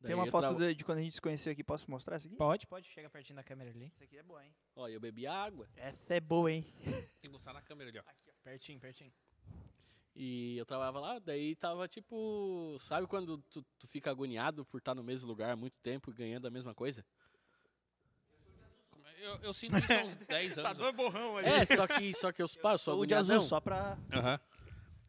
D: Daí
C: Tem uma
D: eu
C: foto
D: traba-
C: de, de quando a gente se conheceu aqui, posso mostrar essa aqui?
B: Pode, pode. Chega pertinho da câmera ali.
C: Essa aqui é boa, hein?
D: Ó, eu bebi água
C: Essa é boa, hein?
A: Tem que mostrar na câmera ali, ó.
B: Pertinho, pertinho.
D: e eu trabalhava lá. Daí tava tipo. Sabe quando tu, tu fica agoniado por estar no mesmo lugar há muito tempo e ganhando a mesma coisa?
A: é? Eu, eu sinto isso há uns 10
B: Tá
A: anos. né? ó.
B: dois borrão ali.
D: É, só que, só que eu, pá, eu sou
C: Sou de azul,
D: agoniadão.
C: só pra.
A: Aham.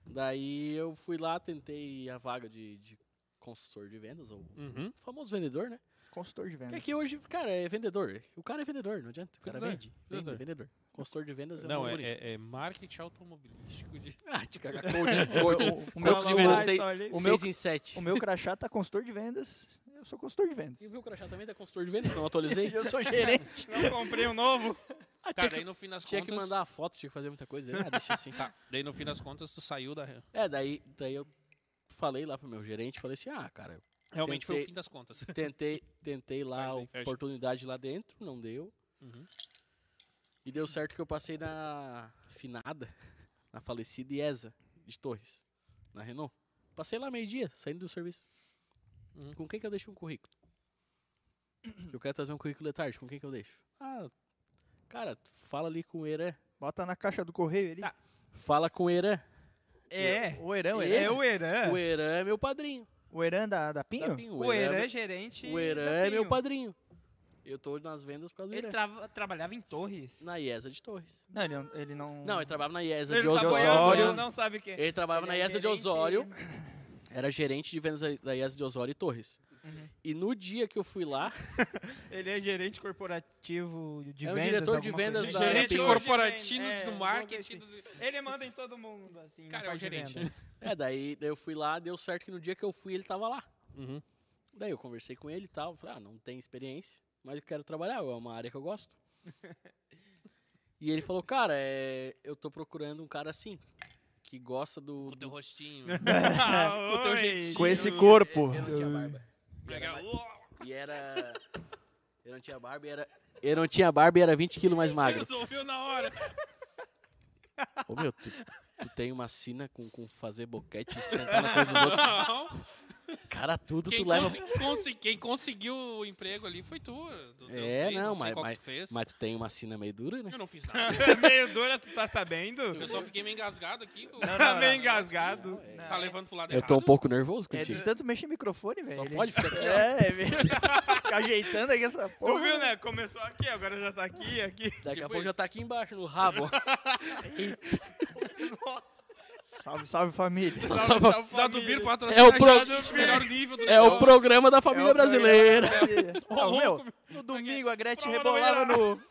D: Daí eu fui lá, tentei a vaga de, de consultor de vendas, ou
A: Uhum.
D: famoso vendedor, né?
C: Consultor de
D: Porque
C: vendas.
D: aqui hoje, cara, é vendedor. O cara é vendedor, não adianta. O cara
A: Vendedor,
D: vende. Vendedor.
A: vendedor.
D: vendedor. Consultor de vendas é um
A: Não, é,
D: bonito.
A: é, é marketing automobilístico de...
D: Ah, te cagar. Coach, coach.
C: Então, O meu,
D: Coach de
C: o-
D: vendas,
B: vai,
D: seis,
B: só olhei.
C: O
D: seis
C: meu-
D: em sete.
C: o meu crachá tá consultor de vendas, eu sou consultor de vendas.
D: E o meu crachá também tá consultor de vendas, não atualizei.
C: E eu sou gerente.
B: Não comprei um novo.
D: Ah, tinha
A: Cara, aí
D: que,
A: no fim das
D: tinha que
A: contas...
D: mandar a foto, tinha que fazer muita coisa. Ah, deixa assim.
A: Tá, daí no fim das contas tu saiu da...
D: É, daí, daí eu falei lá pro meu gerente, falei assim, ah, cara, eu
A: Realmente foi o
D: Tentei.
A: fim das contas.
D: tentei, tentei lá
A: Faz
D: a
A: aí, fecha.
D: oportunidade lá dentro, não deu.
A: Uhum.
D: E deu certo que eu passei na finada, na falecida IESA de Torres, na Renault. Passei lá meio-dia, saindo do serviço.
A: Uhum.
D: Com quem que eu deixo um currículo? Eu quero trazer um currículo de tarde, com quem que eu deixo? Ah, cara, fala ali com o Eran.
C: Bota na caixa do correio ali.
B: Tá.
D: Fala com o Eran.
B: É.
C: O Eran, o
D: Esse-
B: É
C: Eran.
B: o Eran.
D: O Eran é meu padrinho.
C: O Eran da, da Pinho?
D: Da Pinho.
B: O
D: Eran-
B: Eran é gerente.
D: né? O Eran
B: da
D: é meu
B: Pinho.
D: padrinho. Eu tô nas vendas por causa do
B: Ele
D: Eran.
B: trava- trabalhava em Torres.
D: Na IESA de Torres.
C: Não, ele não. Ele não...
D: Não, é ele trabalhava na IESA
B: Ele
D: de
B: tá
D: Osório.
B: boiando,
C: Osório.
B: não sabe o que.
D: Ele trabalhava
B: Ele
D: na
B: é
D: IESA de
B: gerente-
D: Osório. Era gerente de vendas da IESA de Osório e Torres.
B: Uhum.
D: E no dia que eu fui lá,
B: Ele é gerente corporativo de
D: É o
B: vendas.
D: diretor de
B: alguma
D: vendas
B: coisa
D: da-
B: assim.
A: Gerente
D: Tem-
A: corporativo
B: É,
A: do
B: alguma
A: marketing...
B: coisa assim.
A: do-
B: Ele manda em todo mundo, assim.
A: Cara,
B: na
A: é o
B: parte de
A: gerente.
B: vendas.
D: é, daí eu fui lá, deu certo que no dia que eu fui ele tava lá.
A: Uhum.
D: Daí eu conversei com ele e tal, falei, ah, não tem experiência, mas eu quero trabalhar, é uma área que eu gosto. e ele falou, cara, é, eu tô procurando um cara assim. que gosta
A: Com
D: do.
A: o teu
D: do...
A: rostinho.
B: Com
A: o teu jeitinho.
C: Com esse corpo.
D: Eu não tinha barba. E era
A: Pega-
D: mais-
A: Uou,
D: E era. Eu não tinha barba e era. Eu não tinha barba e era 20 quilos mais magro.
A: Resolveu na hora.
D: Ô meu, tu, tu tem uma sina com, com fazer boquete e sentar na coisa dos outros.
A: Não.
D: Cara, tudo
A: Quem,
D: tu leva.
A: consi- consi- quem conseguiu o emprego ali foi tu. do- teus
D: É,
A: três,
D: não,
A: sei
D: mas,
A: qual
D: mas,
A: tu fez.
D: mas tu tem uma sina meio dura, né?
A: Eu não fiz nada.
B: Meio dura, tu tá sabendo?
A: Eu só fiquei meio engasgado aqui. o-
B: Tá meio engasgado.
A: Tá levando pro lado
D: Eu
A: errado.
D: tô um pouco nervoso
C: É
D: contigo.
C: de tanto mexer no microfone, velho.
D: Só
C: Ele-
D: pode ficar aqui, ó.
C: É, é, velho. Fica ajeitando aqui essa porra.
B: Tu viu, né? Começou aqui, agora já tá aqui, aqui.
D: Daqui
A: Tipo
D: a pouco já
A: isso.
D: tá aqui embaixo, no rabo.
C: Salve, salve família. É
D: Só- só-
B: Salve, salve,
A: Da
B: família.
A: Dubir patrocina
D: É o
A: já
D: pro-
A: do melhor nível do
D: É o
A: negócio.
D: programa da família brasileira.
C: né? Não, meu, no domingo a Gretchen
A: Prova da
C: rebolava no.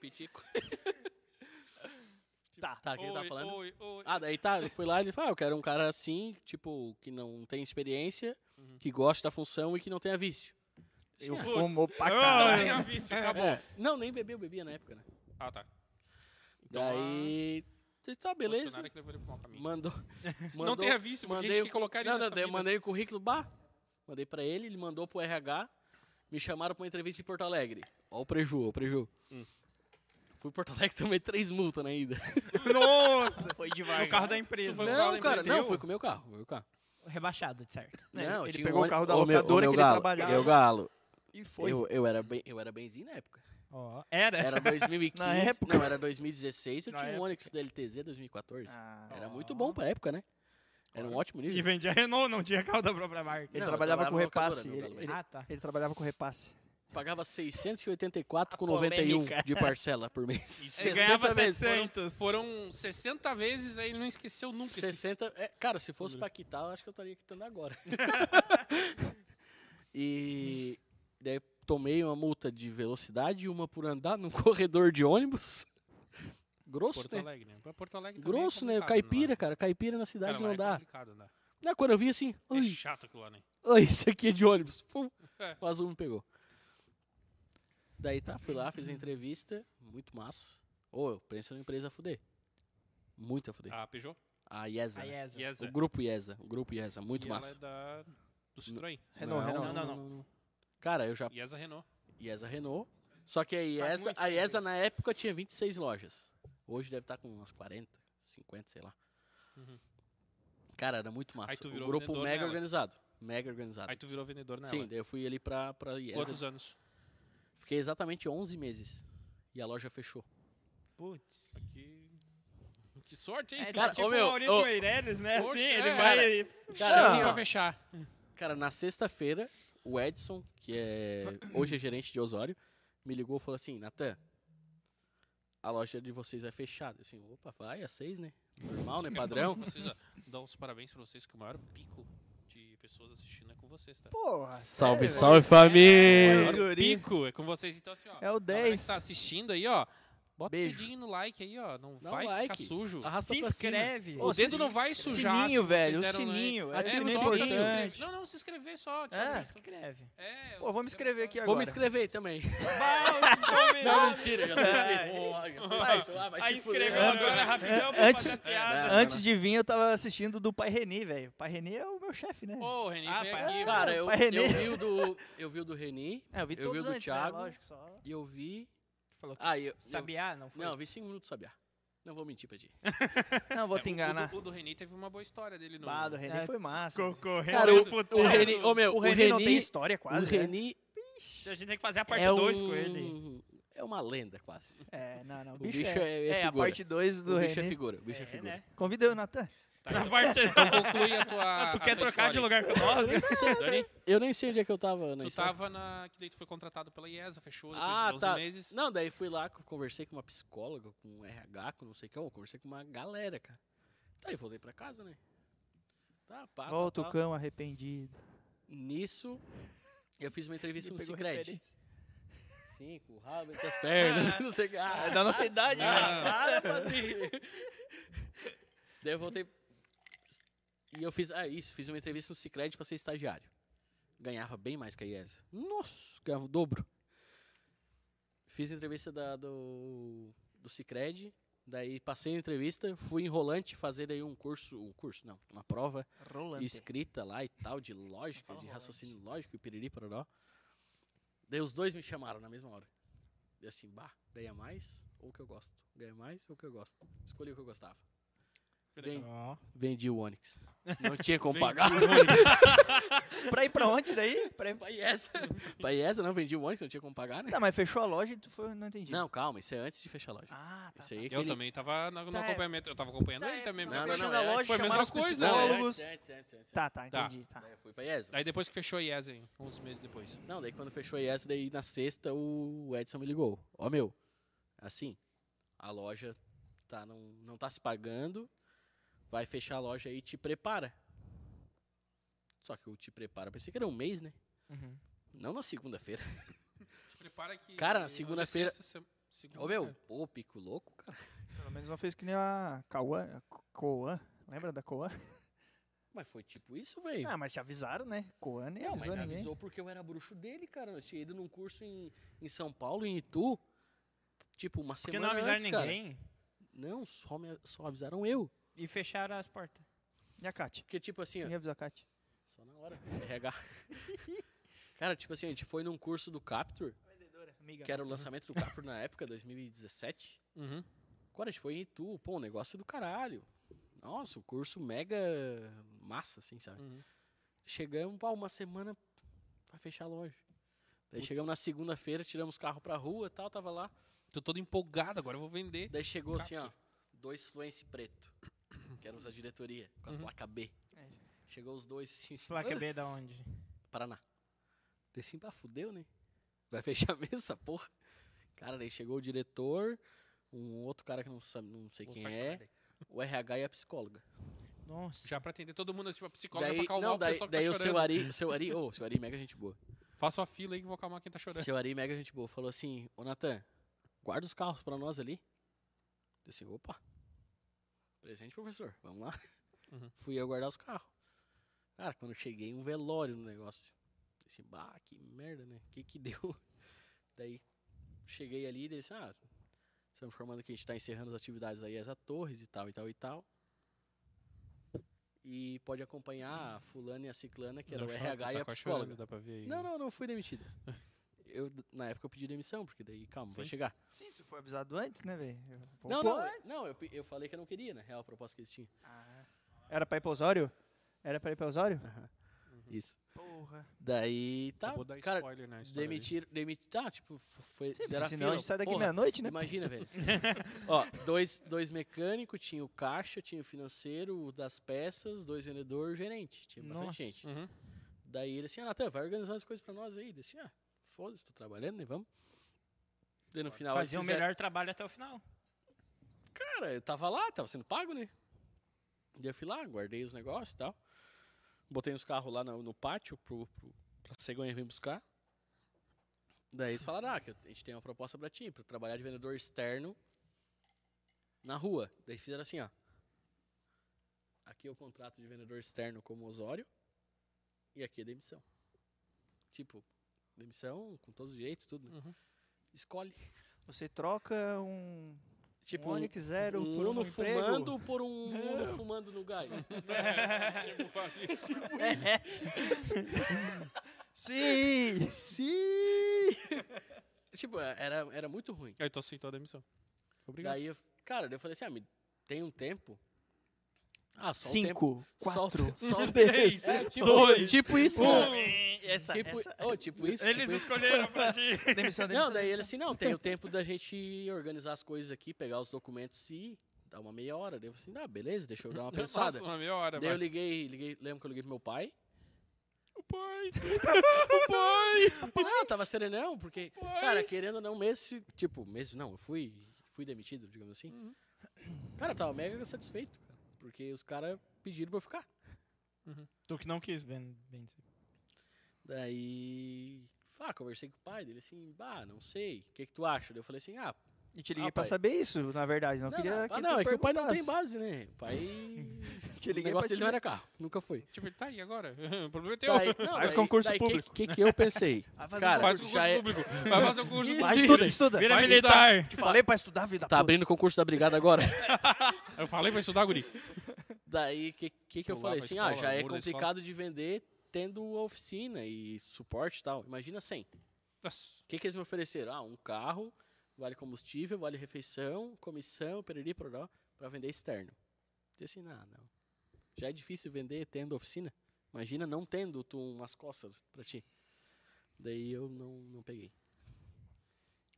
D: Pitico. tá, tá, quem tá
A: Oi,
D: falando?
A: oi, oi.
D: Ah, daí tá, eu fui lá e ele falou, ah, eu quero um cara assim, tipo, que não tem experiência,
A: Uhum.
D: que gosta da função e que não tenha vício.
C: Eu
A: Putz.
C: fumo pra
A: Ah,
C: caralho.
A: tem a vice, acabou.
D: É, não, nem bebeu, bebia na época, né?
A: Ah, tá. Então, ah.
D: Daí, tá,
A: a
D: beleza.
A: funcionária é que levou ele pro mau caminho.
D: Mandou, mandou.
A: não tenha vício, porque a gente
D: mandei
A: tem que colocar ele
D: Não, não,
A: nessa
D: daí eu
A: vida.
D: mandei o currículo, bah. Mandei pra ele, ele mandou pro RH. Me chamaram pra uma entrevista em Porto Alegre. Ó o preju, ó o preju.
A: Hum.
D: Fui em Porto Alegre, tomei três multas na ida.
B: Nossa!
C: Foi
B: O
C: devagar.
B: carro da empresa.
D: Não, cara, não,
B: Brasil?
D: foi com o meu carro, foi com o carro.
B: Rebaixado, de certo.
C: Né,
D: Não,
C: ele
D: tinha um
C: pegou o
D: ônibus-
C: carro da
D: Ô, meu- ô,
C: locadora
D: meu
C: que ele
D: galo,
C: trabalhava.
D: Meu galo,
C: E foi.
D: eu, eu, era bem, eu era benzinho na época.
B: Ó, era.
D: Era 2015,
C: Na época?
D: não, era 2016, eu
B: Na
D: tinha um
B: época.
D: Onix da LTZ 2014.
C: Ah,
D: Era muito bom pra época, né? Era um ótimo nível.
B: E vendia Renault, não tinha carro da própria marca.
C: ele
D: Não, eu
C: trabalhava com
D: trabalhava na locadora,
C: repasse.
D: meu
C: Ele,
D: galo.
C: ele-
B: Ah, tá.
C: ele trabalhava com repasse.
D: Pagava 684,91
C: polêmica.
D: de parcela por mês.
B: Ele ganhava
D: 60 vezes.
B: 700.
A: Foram 60 vezes, aí ele não esqueceu nunca. esse
D: 60. é, cara, se fosse pra quitar, eu acho que eu estaria quitando agora. e daí tomei uma multa de velocidade, uma por andar num corredor de ônibus. Grosso,
A: Porto
D: né?
A: Alegre, né? Mas Porto Alegre também é
D: Grosso, né?
A: complicado,
D: Caipira,
A: né?
D: cara. Caipira na
A: Cara,
D: cidade
A: lá
D: não
A: é
D: dá.
A: complicado, né?
D: Não, quando eu vi assim,
A: É
D: ai,
A: chato aquilo lá, né?
D: ai, isso aqui é de ônibus. Pum,
A: É.
D: o azul me pegou. Daí tá, fui lá, fiz a entrevista, muito massa. Ô, eu penso na empresa a fuder. Muito a fuder.
A: A Peugeot?
D: A IESA.
B: A
D: né?
B: IESA.
A: Yes.
D: O grupo IESA. O grupo IESA, muito
A: Ah. e Ela
D: massa.
A: é da... do Citroën.
C: Renault, Renault.
B: Não, não,
D: Cara, eu já.
A: Yes, a Renault.
D: IESA Renault. Só que a IESA,
B: muito
D: a
B: tempo
D: IESA na época tinha 26 lojas. Hoje deve estar com umas 40, 50, sei lá. Cara, era muito massa.
A: Uhum. Aí tu
D: o
A: virou
D: grupo
A: vendedor
D: mega
A: nela.
D: organizado. Mega organizado.
A: Aí tu virou vendedor nela.
D: Sim, daí eu fui ali pra, pra IESA.
A: Quantos anos?
D: Fiquei exatamente 11 meses. E a loja fechou.
B: Putz.
A: Que, que sorte, hein?
B: É,
D: Cara,
B: tá tipo
D: ô, meu,
B: o Maurício
D: ô.
B: Meirelles, né?
A: Poxa,
B: assim,
A: é,
B: ele
A: cara.
B: vai...
D: Cara, assim,
A: Pra
D: ó,
A: fechar.
D: Cara, na sexta-feira, o Edson, que é hoje é gerente de Osório, me ligou e falou assim, Natan, a loja de vocês é fechada. Eu assim, opa, vai, às seis, né? Normal, né? Padrão.
A: Então, Vocês, ó, dar os parabéns pra vocês, que o maior pico de pessoas assistindo é com vocês, tá?
C: Porra.
E: Salve,
C: sério,
E: salve,
A: O
E: família!
A: maior
C: guri.
A: pico é com vocês, então assim, ó.
C: É o
A: a galera
C: 10.
A: que tá assistindo aí, ó, bota
C: Beijo.
A: o dedinho no like aí, ó. Não
D: Dá um
A: vai
D: like.
A: ficar sujo.
D: Arrasta
B: Se
D: pra cima.
B: inscreve.
C: Ô,
A: o dedo
C: se-
A: não vai
C: sininho,
A: sujar. se vocês
C: velho, o
A: deram like.
C: sininho,
A: É,
C: ativa
D: o
A: não,
D: sininho.
A: não, se inscreve.
C: Importante.
A: Não, não, se inscrever só. tipo
C: É.
A: assim,
B: Se
C: Se
B: inscreve.
A: é,
C: Pô, vou me inscrever aqui agora.
D: então Vou me inscrever também. Não,
B: Vamos,
D: mentira, já sou inscrito. Porra, já sou inscrito. Ah, vai
B: Aí
D: se fuder, é,
B: inscreveu
D: mano.
B: agora rapidão pra
C: antes-
B: fazer a piada.
D: né?
C: É, Antes de vir, eu tava assistindo do Pai Reni, velho. O Pai Reni é o meu chefe, né?
A: Ô, Reni,
B: Ah,
A: vem
B: pai.
C: é.
A: aqui.
D: Cara,
A: velho.
D: eu,
C: Pai Renê.
D: eu vi o do. Eu vi o do Reni
C: É, eu vi
D: eu vi
C: todos
D: o do
C: antes, né?
D: Thiago.
C: Lógico, só.
D: e eu vi.
B: Falou que
D: Ah, eu. eu-
B: Sabiá, não foi?
D: Não, eu vi 5 minutos sabiá. Não vou mentir pra ti.
C: Não, vou te
A: o,
C: enganar.
A: do, o do Reni teve uma boa história dele no...
C: Bah, do Reni
B: É,
C: foi massa.
B: Concorreu
D: Cara,
B: ao
D: o,
B: puteiro.
D: o Reni. Ô, meu,
C: O Reni não tem história quase.
D: o
C: né?
D: Reni
B: A gente tem que fazer a parte
D: é
B: 2
D: um-
B: com ele.
D: É uma lenda, quase.
C: É, não, não. O
D: bicho é- é
C: a
D: figura.
C: parte 2 do
D: o
C: Reni.
D: bicho é figura, o bicho Tá, é,
B: É,
D: figura.
B: né?
C: Convida eu, Natan.
B: Na parte
A: Então conclui a tua
B: Tu
A: a
B: quer
D: tá
A: tua
B: trocar de
A: história.
B: lugar com nós?
A: Dani,
D: Eu nem sei onde é que eu tava na
A: tu
D: história.
A: tava na... Que daí tu foi contratado pela IESA, fechou depois
D: Ah,
A: de 11
D: tá.
A: meses.
D: Não, daí fui lá, co- conversei com uma psicóloga, com um RH, com não sei quem, eu conversei com uma galera, cara. Daí voltei pra casa, né? Tá, pá, pá,
C: Volta o
D: pá.
C: cão arrependido.
D: Nisso, eu fiz uma entrevista no
C: Pegou
D: Cicred.
C: referência.
D: Sim, com o rabo entre as pernas, não sei o que. Ah,
C: É da nossa idade,
A: Ah.
C: velho.
D: Para, Padrinho. Daí eu voltei. E eu fiz. Ah, isso. Fiz uma entrevista no Cicred pra ser estagiário. Ganhava bem mais que a IESA. Nossa, ganhava o dobro. Fiz a entrevista da- do, do Cicred. Daí passei a entrevista, fui enrolante fazer aí um curso, um curso não, uma prova
C: Rolante.
D: escrita lá e tal, de lógica,
C: fala
D: de
C: rolante.
D: raciocínio lógico, e piriri, pororó. Daí os dois me chamaram na mesma hora. E assim, bah, ganha mais ou o que eu gosto? Ganha mais ou o que eu gosto? Escolhi o que eu gostava. Vem,
B: Ó.
D: vendi o Onix. Não tinha como pagar.
C: Pra ir pra onde daí? Pra ir...
D: pra essa. pra essa, não vendi o Onix, não tinha como pagar, né?
C: Tá, mas fechou a loja e tu foi... Não entendi.
D: Não, calma, isso é antes de fechar a loja.
C: Ah, tá.
D: isso aí é que
A: Eu
D: ele-
A: também tava na- no
C: Tá, é.
A: acompanhamento, eu tava acompanhando
C: Tá,
A: ele
C: é,
A: também.
C: tá
A: mas-
D: fechando
A: mas-
D: a
C: loja,
A: foi a
C: chamaram
A: mesma
C: os
A: coisa.
D: Não,
A: né?
D: é
C: psicólogos.
D: antes,
C: Psicólogos.
D: antes, antes, antes.
C: Tá, tá,
A: Tá.
C: entendi. Tá.
D: Daí eu fui pra IES.
A: Aí depois que fechou a Yesen, uns meses depois.
D: Não, daí quando fechou a IES, daí na sexta o Edson me ligou. Ó, meu, assim, a loja tá não, não tá se pagando, vai fechar a loja aí e te prepara. Só que o te prepara, pensei que era um mês, né?
B: Uhum.
D: Não na segunda-feira.
A: Prepara que.
D: Cara, na
A: hoje é
D: segunda-feira-
A: sexta, se- segunda,
D: Ô, meu,
A: cara.
D: pô, pico louco, cara.
C: Pelo menos não fez que nem a Cauã. a Co- Coan. Lembra da Coan?
D: Mas foi tipo isso, velho.
C: Ah, mas te avisaram, né? Coan
B: É,
C: nem
D: Não, mas
C: avisou
D: me
C: ninguém.
D: avisou porque eu era bruxo dele, cara. Eu tinha ido num curso em, em São Paulo, em Itu, tipo, uma
B: Porque
D: semana
B: não avisaram
D: antes, cara.
B: ninguém
D: Não, só, me- só avisaram eu.
B: e fecharam as portas.
C: E a Kátia?
D: Porque, tipo assim, ó,
C: Quem avisou a Kátia?
D: Só na hora. RH. Cara, tipo assim, a gente foi num curso do Capture,
C: Amiga,
D: que era o lançamento do Capture na época, 2017.
A: Uhum.
D: Cara, a gente foi em Itu, pô, um negócio do caralho. Nossa, um curso mega massa, assim, sabe?
A: Uhum.
D: Chegamos, pá, uma semana vai fechar a loja. Daí
A: Putz.
D: chegamos na segunda-feira, tiramos o carro pra rua e tal, tava lá.
A: Tô todo empolgado, agora eu vou vender.
D: Daí chegou assim, ó, dois fluence preto, que eram os da diretoria, com as placas B.
C: É.
D: Chegou os dois assim, assim
B: Placa B da onde?
D: Paraná. Daí assim, pá, fudeu, né? Vai fechar mesmo essa porra. Cara, daí chegou o diretor, um outro cara que não, sabe, não sei
A: Vou
D: quem
A: fechar
D: é,
A: merda aí.
D: o RH e a psicóloga.
B: Nossa.
A: Já pra atender todo mundo, tipo, a psicóloga
D: Daí,
A: pra acalmar
D: não,
A: o
D: daí,
A: pessoal que
D: daí
A: tá
D: o seu
A: chorando.
D: Ari, o seu Ari, ô, seu Ari, é mega gente boa.
A: Faça a fila aí que eu vou acalmar quem tá chorando.
D: Seu Ari, mega gente boa, falou assim, ô Natan, guarda os carros pra nós ali. Eu assim, opa, presente professor, vamos lá.
A: Uhum.
D: Fui eu guardar os carros. Cara, quando eu cheguei, um velório no negócio. Eu Disse, bah, que merda, né? Que que deu? Daí, cheguei ali e disse, ah, estamos informando que a gente tá encerrando as atividades da IESA Torres e tal, e tal, e tal. E pode acompanhar a fulana e a ciclana, que era
A: Não
D: o
A: chora,
D: RH
A: tu
D: e
A: tá
D: a
A: quase
D: psicóloga.
A: Chorando, dá pra ver aí.
D: Não, não, não fui demitido. Eu, d- na época eu pedi demissão, porque daí, calma, vai
A: Sim.
D: chegar.
C: Sim, tu foi avisado antes, né, velho?
D: Não, não, eu- não eu, pe- eu falei que eu não queria, na real, a proposta que eles tinham.
C: Era pra ir pra Osório? Era pra ir pra Osório?
D: Aham. Isso.
C: Porra.
D: Daí, tá,
A: Vou dar
D: cara,
A: spoiler na história.
D: demitir, demitir, tá, tipo, f- foi
C: Sim,
D: zerar
C: porque
D: a
C: senão a
D: fila,
C: gente sai daqui
D: porra.
C: meia-noite, né?
D: Imagina, velho. Ó, dois, dois mecânicos, tinha o caixa, tinha o financeiro, o das peças, dois vendedores, gerente. Tinha bastante
B: Nossa.
D: gente.
A: Uhum.
D: Daí ele assim, ah, Natan, vai organizar as coisas pra nós aí. Ele assim, ah, foda-se, tô trabalhando, né, vamos. Daí no final... eles
B: Fazer o
C: um
D: fizeram-
B: melhor trabalho até o final.
D: Cara, eu tava lá, tava sendo pago, né? E eu fui lá, guardei os negócios e tal. Botei os carros lá no, no pátio pro, pro, pra cegonha vir buscar. Daí eles falaram, ah, que a gente tem uma proposta pra ti, pra trabalhar de vendedor externo na rua. Daí fizeram assim, ó. Aqui é o contrato de vendedor externo como Osório e aqui é demissão. Tipo, demissão com todos os direitos, tudo, né?
A: Uhum.
D: Escolhe.
C: Você troca um,
D: Tipo,
C: um Onix Zero
D: um
C: por um
D: Uno
C: emprego.
D: fumando por um Uno fumando no gás.
A: tipo, faz isso.
C: Sim!
D: Sim! tipo, era, era muito ruim.
A: Aí tu aceitou a demissão. Obrigado.
D: Daí, eu, cara, daí eu falei assim, ah, me tem um tempo? Ah, só um tempo.
C: Cinco, quatro, Um.
D: Só, só um
C: três,
D: É, tipo,
C: dois,
D: tipo isso, cara.
C: Essa,
D: tipo,
C: essa.
D: oh, tipo isso,
B: Eles
D: tipo isso.
B: escolheram pra ti.
C: Demissão, demissão,
D: Não, daí ele
C: demissão.
D: assim, não, tem o tempo da gente organizar as coisas aqui, pegar os documentos e dar uma meia hora. Daí eu falei assim, ah, beleza, deixa eu dar uma pensada.
A: Nossa, uma meia hora,
D: daí eu
A: vai.
D: liguei, liguei, lembro que eu liguei pro meu pai.
A: O pai! o pai!
D: Não, eu tava serenão, porque, cara, querendo ou não, mês, tipo, mês não, eu fui, fui demitido, digamos assim. Cara, eu tava mega satisfeito, cara, porque os caras pediram pra eu ficar.
B: Tu que não quis, Ben. ben dizer.
D: Daí, ah, conversei com o pai dele, assim, bah, não sei, o que que tu acha? Daí eu falei assim, ah,
C: Eu te liguei
D: Ah,
C: pra
D: pai.
C: saber isso, na verdade. Não, queria
D: não,
C: que
D: ah,
C: tu
D: não é que o pai não tem
C: perguntasse.
D: base, né? O pai
C: Te
D: O
C: liguei pra
D: negócio
C: te
D: dele não era carro, nunca foi.
A: Tipo, tá aí agora. O problema é teu.
D: Daí, não,
C: Faz
D: daí-
C: concurso
D: daí, que-
C: público.
D: que, que eu pensei?
C: Vai fazer um
D: Cara,
A: Faz o
D: já
A: concurso
D: é-
A: público. Vai fazer o concurso
C: Vai,
A: público.
C: estuda, estuda.
B: Vira
A: Vai
B: militar.
C: Te falei pra estudar, vida
D: tá
C: toda.
D: abrindo o concurso da brigada agora.
A: Eu falei pra estudar, guri.
D: Daí, o que, que, que eu
A: Pular
D: falei?
A: pra
D: Assim, ah,
A: escola,
D: já é
A: muro da escola.
D: complicado de vender tendo oficina e suporte e tal. Imagina 100. O
A: Nossa.
D: que, que eles me ofereceram? Ah, um carro, vale combustível, vale refeição, comissão, periri, pororó, pra vender externo. Eu disse, não, assim, "Ah, não. Já é difícil vender tendo oficina. Imagina não tendo tu umas costas pra ti. Daí eu não, não peguei.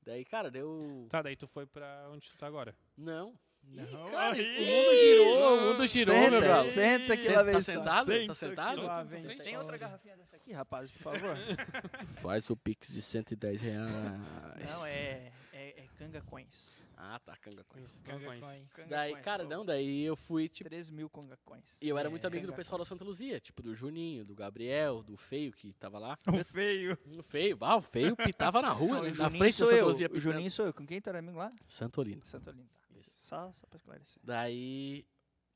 D: Daí, cara, deu...
A: Tá, daí tu foi pra onde tu tá agora.
D: Não. Ih,
B: Não.
D: cara,
B: Ai.
D: o mundo girou, o mundo girou, meu
C: Senta,
D: brother.
C: senta que lá
D: Senta- tá
C: vem história.
D: sentado?
B: Senta
D: Tá sentado?
B: que lá
D: Tá
B: vem
D: sentado?
B: história.
C: Tem outra garrafinha dessa aqui, rapaz, por favor?
D: Faz o Pix de 110 reais.
C: Não, é, é, é Kanga Coins.
D: Ah, tá, canga coins.
C: Kanga
D: Daí,
C: Coins,
D: cara,
C: por
D: não, daí eu fui, tipo.
C: 3 mil Kanga Coins.
D: E eu era muito
C: É,
D: amigo do
C: canga
D: pessoal da
C: coins.
D: Santa Luzia, tipo, do Juninho, do Gabriel, do Feio que tava lá.
B: O feio.
D: O Feio, ah, o Feio pitava na rua,
C: Não, o
D: né, na
C: Juninho
D: frente da
C: sou
D: Santa
C: eu.
D: Luzia
C: O
D: pitando.
C: Juninho sou eu. Com quem tu era amigo lá?
D: Santolino.
C: Santolino. Tá.
D: Isso.
C: Só, só pra esclarecer.
D: Daí,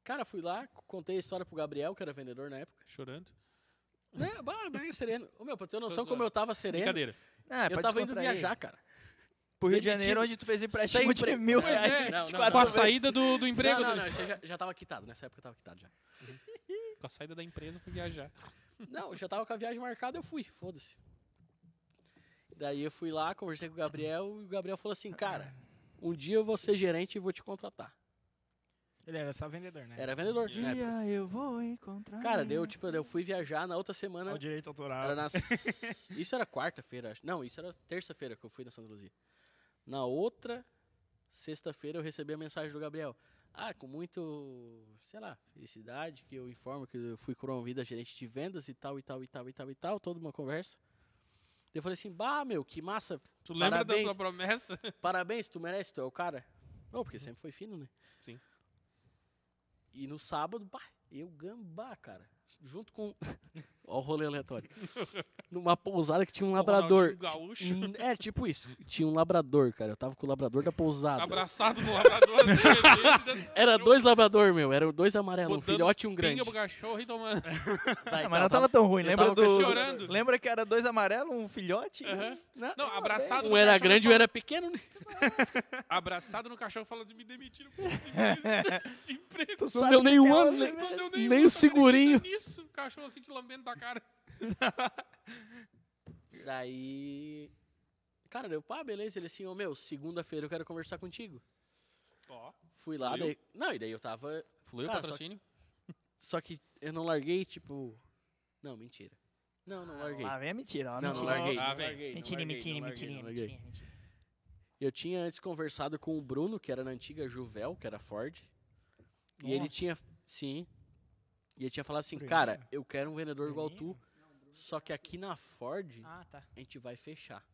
D: cara, fui lá, contei a história pro Gabriel, que era vendedor na época.
A: Chorando.
D: Né, bah, bem sereno. Ô, meu, pra ter noção
A: Tô
D: como eu tava sereno,
A: Brincadeira.
C: Ah,
D: eu tava indo viajar, cara.
C: Pro Rio de
D: demitido.
C: Janeiro, onde tu fez empréstimo
D: Sem
C: de
D: empre-
C: mil
D: Pois é,
C: reais.
D: não, não,
C: de
D: não.
C: quatro
A: Com a
D: Talvez.
A: saída do, do emprego.
D: não, não, não,
A: Denis.
D: isso aí já, já tava quitado, nessa época eu tava quitado já.
A: Com a saída da empresa foi viajar.
D: Não, eu já tava com a viagem marcada, eu fui, foda-se. Daí eu fui lá, conversei com o Gabriel e o Gabriel falou assim, cara, um dia eu vou ser gerente e vou te contratar.
B: Ele era só vendedor, né?
D: Era vendedor,
C: vezes.
D: né?
C: Um Dia eu vou encontrar.
D: Cara, deu,
C: eu
D: tipo, eu fui viajar na outra semana.
B: Ao direito autoral.
D: Era na... s- Isso era quarta-feira, acho. Não, isso era terça-feira que eu fui na Santa Luzia. Na outra sexta-feira eu recebi a mensagem do Gabriel. Ah, com muito, sei lá, felicidade, que eu informo que eu fui promovido a gerente de vendas e tal, e tal, e tal, e tal, e tal, toda uma conversa. Eu falei assim, bah, meu, que massa,
A: Tu lembra da
D: Parabéns. Um
A: tua promessa?
D: parabéns, tu merece, tu é o cara. Não, porque sempre foi fino, né?
A: Sim.
D: E no sábado, bah, eu gambá, cara. Junto com. Ó, o rolê aleatório. Numa pousada que tinha um labrador.
A: Ronaldinho Gaúcho.
D: Hum, É, tipo isso. Tinha um labrador, cara. Eu tava com o labrador da pousada.
A: Abraçado no labrador. assim, dentro-
D: Era dois labrador, meu. Eram dois amarelos, um
A: botando
D: filhote e um grande.
A: Pinga pro cachorro e tomando.
D: Tá,
C: Ah,
D: então,
C: mas não
D: eu
C: tava tão ruim.
D: eu
C: Lembra
D: tava com esse
C: do.
A: Chorando.
C: Lembra que era dois amarelos, um filhote?
D: Não,
A: Não, abraçado
D: Um
A: no
D: era
A: cachorro
D: grande e um
A: falando-
D: era pequeno, né?
A: Abraçado no cachorro falando assim, me demitiram por simples de emprego.
C: Tu
D: deu
C: que
D: nenhum
C: tem um
D: ano,
C: aula,
D: né?
A: Não deu
D: Nem
A: nenhum,
D: o
A: eu tô
D: segurinho.
A: acreditando Nisso, o cachorro assim te lambendo da cara.
D: Daí. Cara, deu, pá, beleza. Ele assim, ô meu, segunda-feira eu quero conversar contigo.
A: Ó,
D: Fui lá,
A: Fluiu?
D: daí. Não, e daí eu tava.
A: fluiu o
D: Cara,
A: patrocínio.
D: Só que eu não larguei, tipo. Não, mentira. Não, não larguei.
C: Ah, vem a mentira. ó,
D: né? Não, não
C: mentira.
D: larguei.
A: Ah,
D: não
A: vem.
D: larguei, não
C: Mentira,
D: larguei,
C: mentira,
D: não larguei,
C: mentira,
D: não larguei.
C: mentira. mentira.
D: Eu tinha antes conversado com o Bruno, que era na antiga Juvel, que era Ford. E ele
B: Nossa.
D: tinha. Sim. E ele tinha falado assim,
B: Bruninho?
D: cara, eu quero um vendedor igual tu.
B: Bruninho?
D: Só que aqui na Ford,
B: Ah, tá.
D: a gente vai fechar.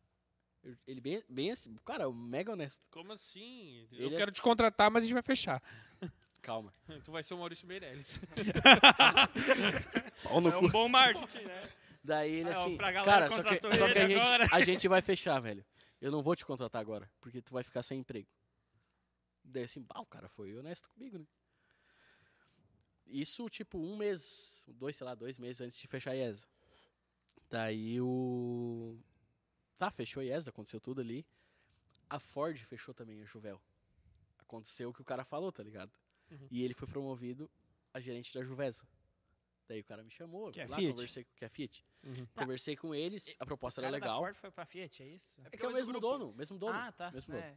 D: Eu- Ele bem, bem assim, cara, mega honesto.
A: Como assim? Eu
D: Ele é-
A: quero te contratar, mas a gente vai fechar.
D: Calma.
A: Tu vai ser o Maurício Meirelles.
D: Pau no
B: É
D: cu.
B: um bom marketing, né?
D: Daí ele
B: Ah, ó,
D: assim,
B: pra galera
D: cara, só que,
B: contratou
D: só
B: ele
D: que a, gente,
B: agora."
D: a gente vai fechar, velho. Eu não vou te contratar agora, porque tu vai ficar sem emprego. Daí assim, pá, o cara foi honesto comigo, né? Isso, tipo, um mês, dois, sei lá, dois meses antes de fechar a IESA. Daí o... Tá, fechou a IESA, aconteceu tudo ali. A Ford fechou também, a Juvel. Aconteceu o que o cara falou, tá ligado?
B: Uhum.
D: E ele foi promovido a gerente da Juvesa. Daí o cara me chamou, eu
C: Que é
D: fui lá,
C: Fiat.
D: conversei com que é a Fiat.
A: Uhum.
B: Tá.
D: Conversei com eles, a proposta era legal.
B: Ford foi pra Fiat, é isso?
D: É que é o
C: Hoje
D: mesmo
C: grupo.
D: dono, mesmo dono.
B: Ah, tá.
D: Mesmo dono.
C: É,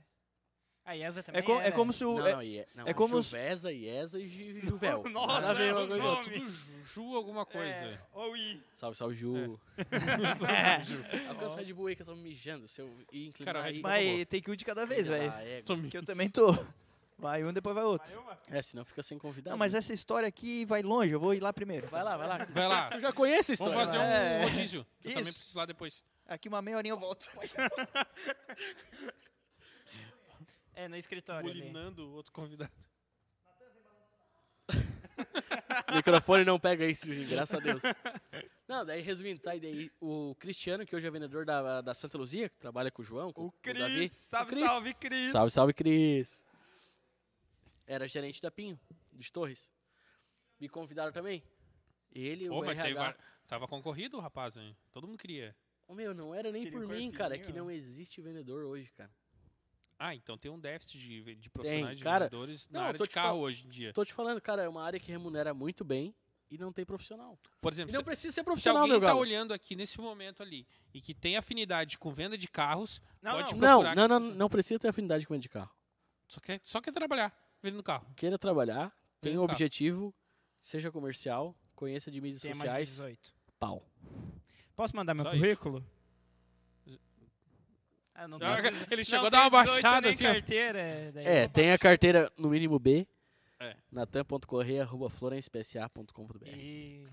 B: A IESA
C: é,
B: também
C: co-
B: era.
C: é como se o.
D: Não,
C: é-
D: não, e é, não,
C: é como os-
D: Juvesa, Iesa e Ju- Juvel.
B: Nossa,
D: Nada a ver uma
B: os
D: coisa com a
A: Não,
B: nomes.
D: outra.
A: tudo Ju, Ju alguma coisa.
B: É, ou I.
D: Salve, salve, Ju.
B: É.
D: Alcança o Red Bull aí que eu tô me mijando. Se eu ir inclinar
A: Cara, o Red
D: aí...
A: Bull
C: Mas tem que ir de cada é vez, velho.
A: Tô me-
C: Que eu também tô. Vai um, depois vai outro.
D: É, senão fica sem convidado.
C: Não, mas é- essa história aqui vai longe, eu vou ir lá primeiro.
D: um. Vai lá, vai lá.
A: Vai lá.
D: Tu já conhece a história. né?
A: Vamos fazer
C: É.
A: um rodízio. Eu
C: Isso.
A: também preciso lá depois.
C: Aqui uma meia horinha eu volto.
B: É, no escritório ali.
A: Bulinando o outro convidado.
D: O microfone não pega isso, Juninho, graças a Deus. Não, daí resumindo, tá? E daí o Cristiano, que hoje é vendedor da, da Santa Luzia, que trabalha com o João, com
B: O
D: o, Davi.
B: Cris.
D: o
B: Salve,
D: Cris.
B: salve, Cris.
D: Salve, salve, Cris. Era gerente da Pinho, de Torres. Me convidaram também. Ele,
A: Ô,
D: o
A: mas
D: RH.
A: teve va- tava concorrido, rapaz, hein? Todo mundo queria.
D: Ô, meu, não era nem
B: Queria
D: por
B: um
D: mim,
B: corpinho,
D: cara. É que
B: ó.
A: né?
D: não existe vendedor hoje, cara.
A: Ah, então tem um déficit de, ve- de profissionais de
D: cara.
A: vendedores na
D: Não,
A: área
D: tô
A: de
D: te
A: carro
D: fal-
A: hoje em dia.
D: Tô te falando, cara, é uma área que remunera muito bem e não tem profissional.
A: Por
D: E
A: exemplo,
D: não precisa ser
A: se, se
D: profissional,
A: alguém
D: meu
A: está tá
D: galo.
A: olhando aqui nesse momento ali e que tem afinidade com venda de carros,
B: Não,
A: pode
B: não.
A: procurar.
D: Não, não, não, não precisa ter afinidade com venda de carro.
A: Só quer, só quer trabalhar vendendo carro.
D: Queira trabalhar,
A: Vem
D: tenha um
A: no carro.
D: objetivo, seja comercial, conheça de mídias
B: Tem mais de
D: sociais,
B: 18.
D: pau.
B: Posso mandar meu
A: Só isso.
B: currículo? Ah, não
A: Ah,
B: tenho-
A: Ele chegou
B: não
A: a dar uma
B: tenho 18
A: baixada
B: nem
A: assim. ó.
B: carteira, é, daí
D: É,
B: eu vou
D: tem a
B: baixar.
D: carteira no mínimo B,
A: É.
D: natan.correia.florenspsa.com.br
B: E-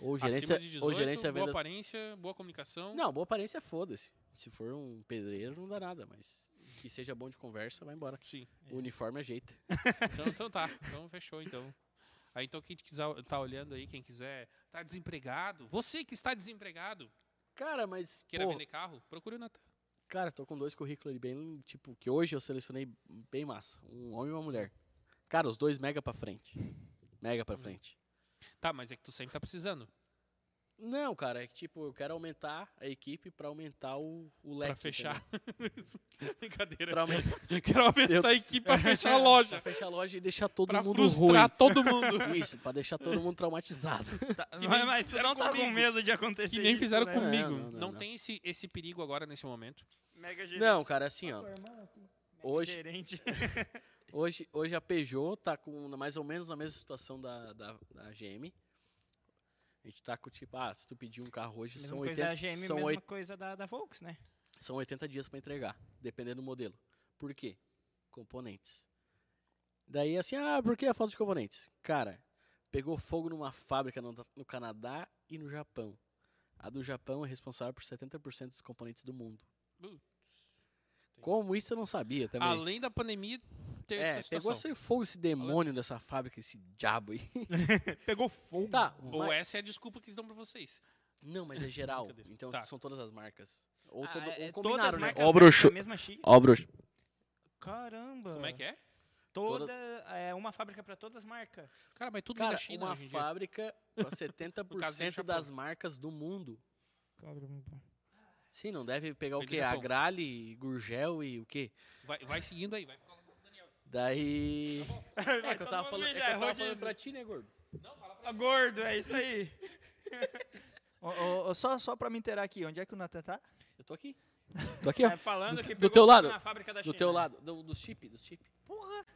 D: ou gerência,
A: Acima de
D: ou
A: 18,
D: gerência
A: boa
D: venda...
A: aparência, boa comunicação.
D: Não, boa aparência, foda-se. Se for um pedreiro, não dá nada, mas que seja bom de conversa, vai embora.
A: Sim.
D: O uniforme ajeita.
A: Então, então tá. Então fechou, então. Aí então quem quiser tá olhando aí, quem quiser, tá desempregado. Você que está desempregado,
D: Cara, mas.
A: queira
D: pô,
A: vender carro, procure o Natan.
D: Cara, tô com dois currículos ali bem. Tipo, que hoje eu selecionei bem massa. Um homem e uma mulher. Cara, os dois mega pra frente. Mega
A: Uhum.
D: pra frente.
A: Tá, mas é que tu sempre tá precisando.
D: Não, cara, é que tipo, eu quero aumentar a equipe pra aumentar o, o leque.
A: pra fechar. Brincadeira.
D: Pra aumentar,
A: Quero aumentar
D: Eu-
A: a equipe
B: É.
A: pra fechar a loja.
D: pra fechar a loja e deixar todo
A: pra
D: mundo
A: frustrar
D: ruim.
A: todo mundo.
D: Isso, pra deixar todo mundo traumatizado.
B: Tá,
A: Que nem
B: mas, mas tu
A: fizeram
B: não tá com
A: comigo.
B: medo de acontecer
A: Que nem
B: isso,
A: fizeram
B: né?
D: com-
A: comigo.
D: Não,
A: Não,
D: não, não, não.
A: tem esse, esse perigo agora nesse momento.
B: Mega gerente.
D: Não, cara, assim, ó. Hoje,
B: Gerente.
D: Hoje, hoje a Peugeot tá com na- mais ou menos na mesma situação da, da, da GM. A gente tá com tipo, ah, se tu pedir um carro hoje,
B: Mesma
D: são
B: coisa da
D: 80,
B: GM,
D: são,
B: mesma
D: oit-
B: coisa da, da Volks, né?
D: são 80 dias para entregar, dependendo do modelo. Por quê? Componentes. Daí assim, ah, por que a falta de componentes? Cara, pegou fogo numa fábrica no, no Canadá e no Japão. A do Japão é responsável por 70% dos componentes do mundo.
A: Putz.
D: Como isso eu não sabia também.
A: Além da pandemia, teve
D: é,
A: essa situação.
D: pegou esse fogo, esse demônio dessa fábrica, esse diabo aí.
B: Pegou fogo.
D: Tá,
A: Ou
D: mas-
A: essa é a desculpa que eles dão pra vocês.
D: Não, mas é geral.
A: Brincadeira.
D: então
A: Tá.
D: são todas as marcas. Ou,
B: Ah, é,
D: todo, ou
B: todas as
D: combinaram, né?
B: marcas
D: Ó,
B: velhas,
D: bruxo.
B: a mesma chi-
D: Ó, bruxo.
B: Caramba.
D: Ah.
A: Como é que é?
B: Toda,
D: Todas-
B: é uma fábrica pra todas as marcas.
A: Cara, mas tudo vem
D: Cara,
A: da China
D: uma
A: hoje em dia.
D: fábrica pra
A: No caso, é
D: 70%
A: Japão.
D: das marcas do mundo.
B: Caramba.
D: Sim, não deve pegar o
A: Vem do
D: quê? A
A: Japão.
D: Grale, Gurgel e o quê?
A: Vai, vai seguindo aí, vai ficar lá.
D: Daí.
C: Tá
D: É que eu
B: todo
D: tava
B: mundo
D: falando, é que
B: mijar,
D: eu tava
B: rodízio.
D: falando pra ti, né, gordo?
B: Ó, gordo, é isso aí.
C: Ô, ô, ô, só, só pra me inteirar aqui, onde é que o Natan tá?
D: Eu tô aqui. Tô aqui, ó.
B: É, falando que
D: do
B: pegou
D: teu
B: fogo
D: lado,
B: na fábrica da
D: Do
B: China.
D: teu lado, do, do chip, do chip.
C: Porra!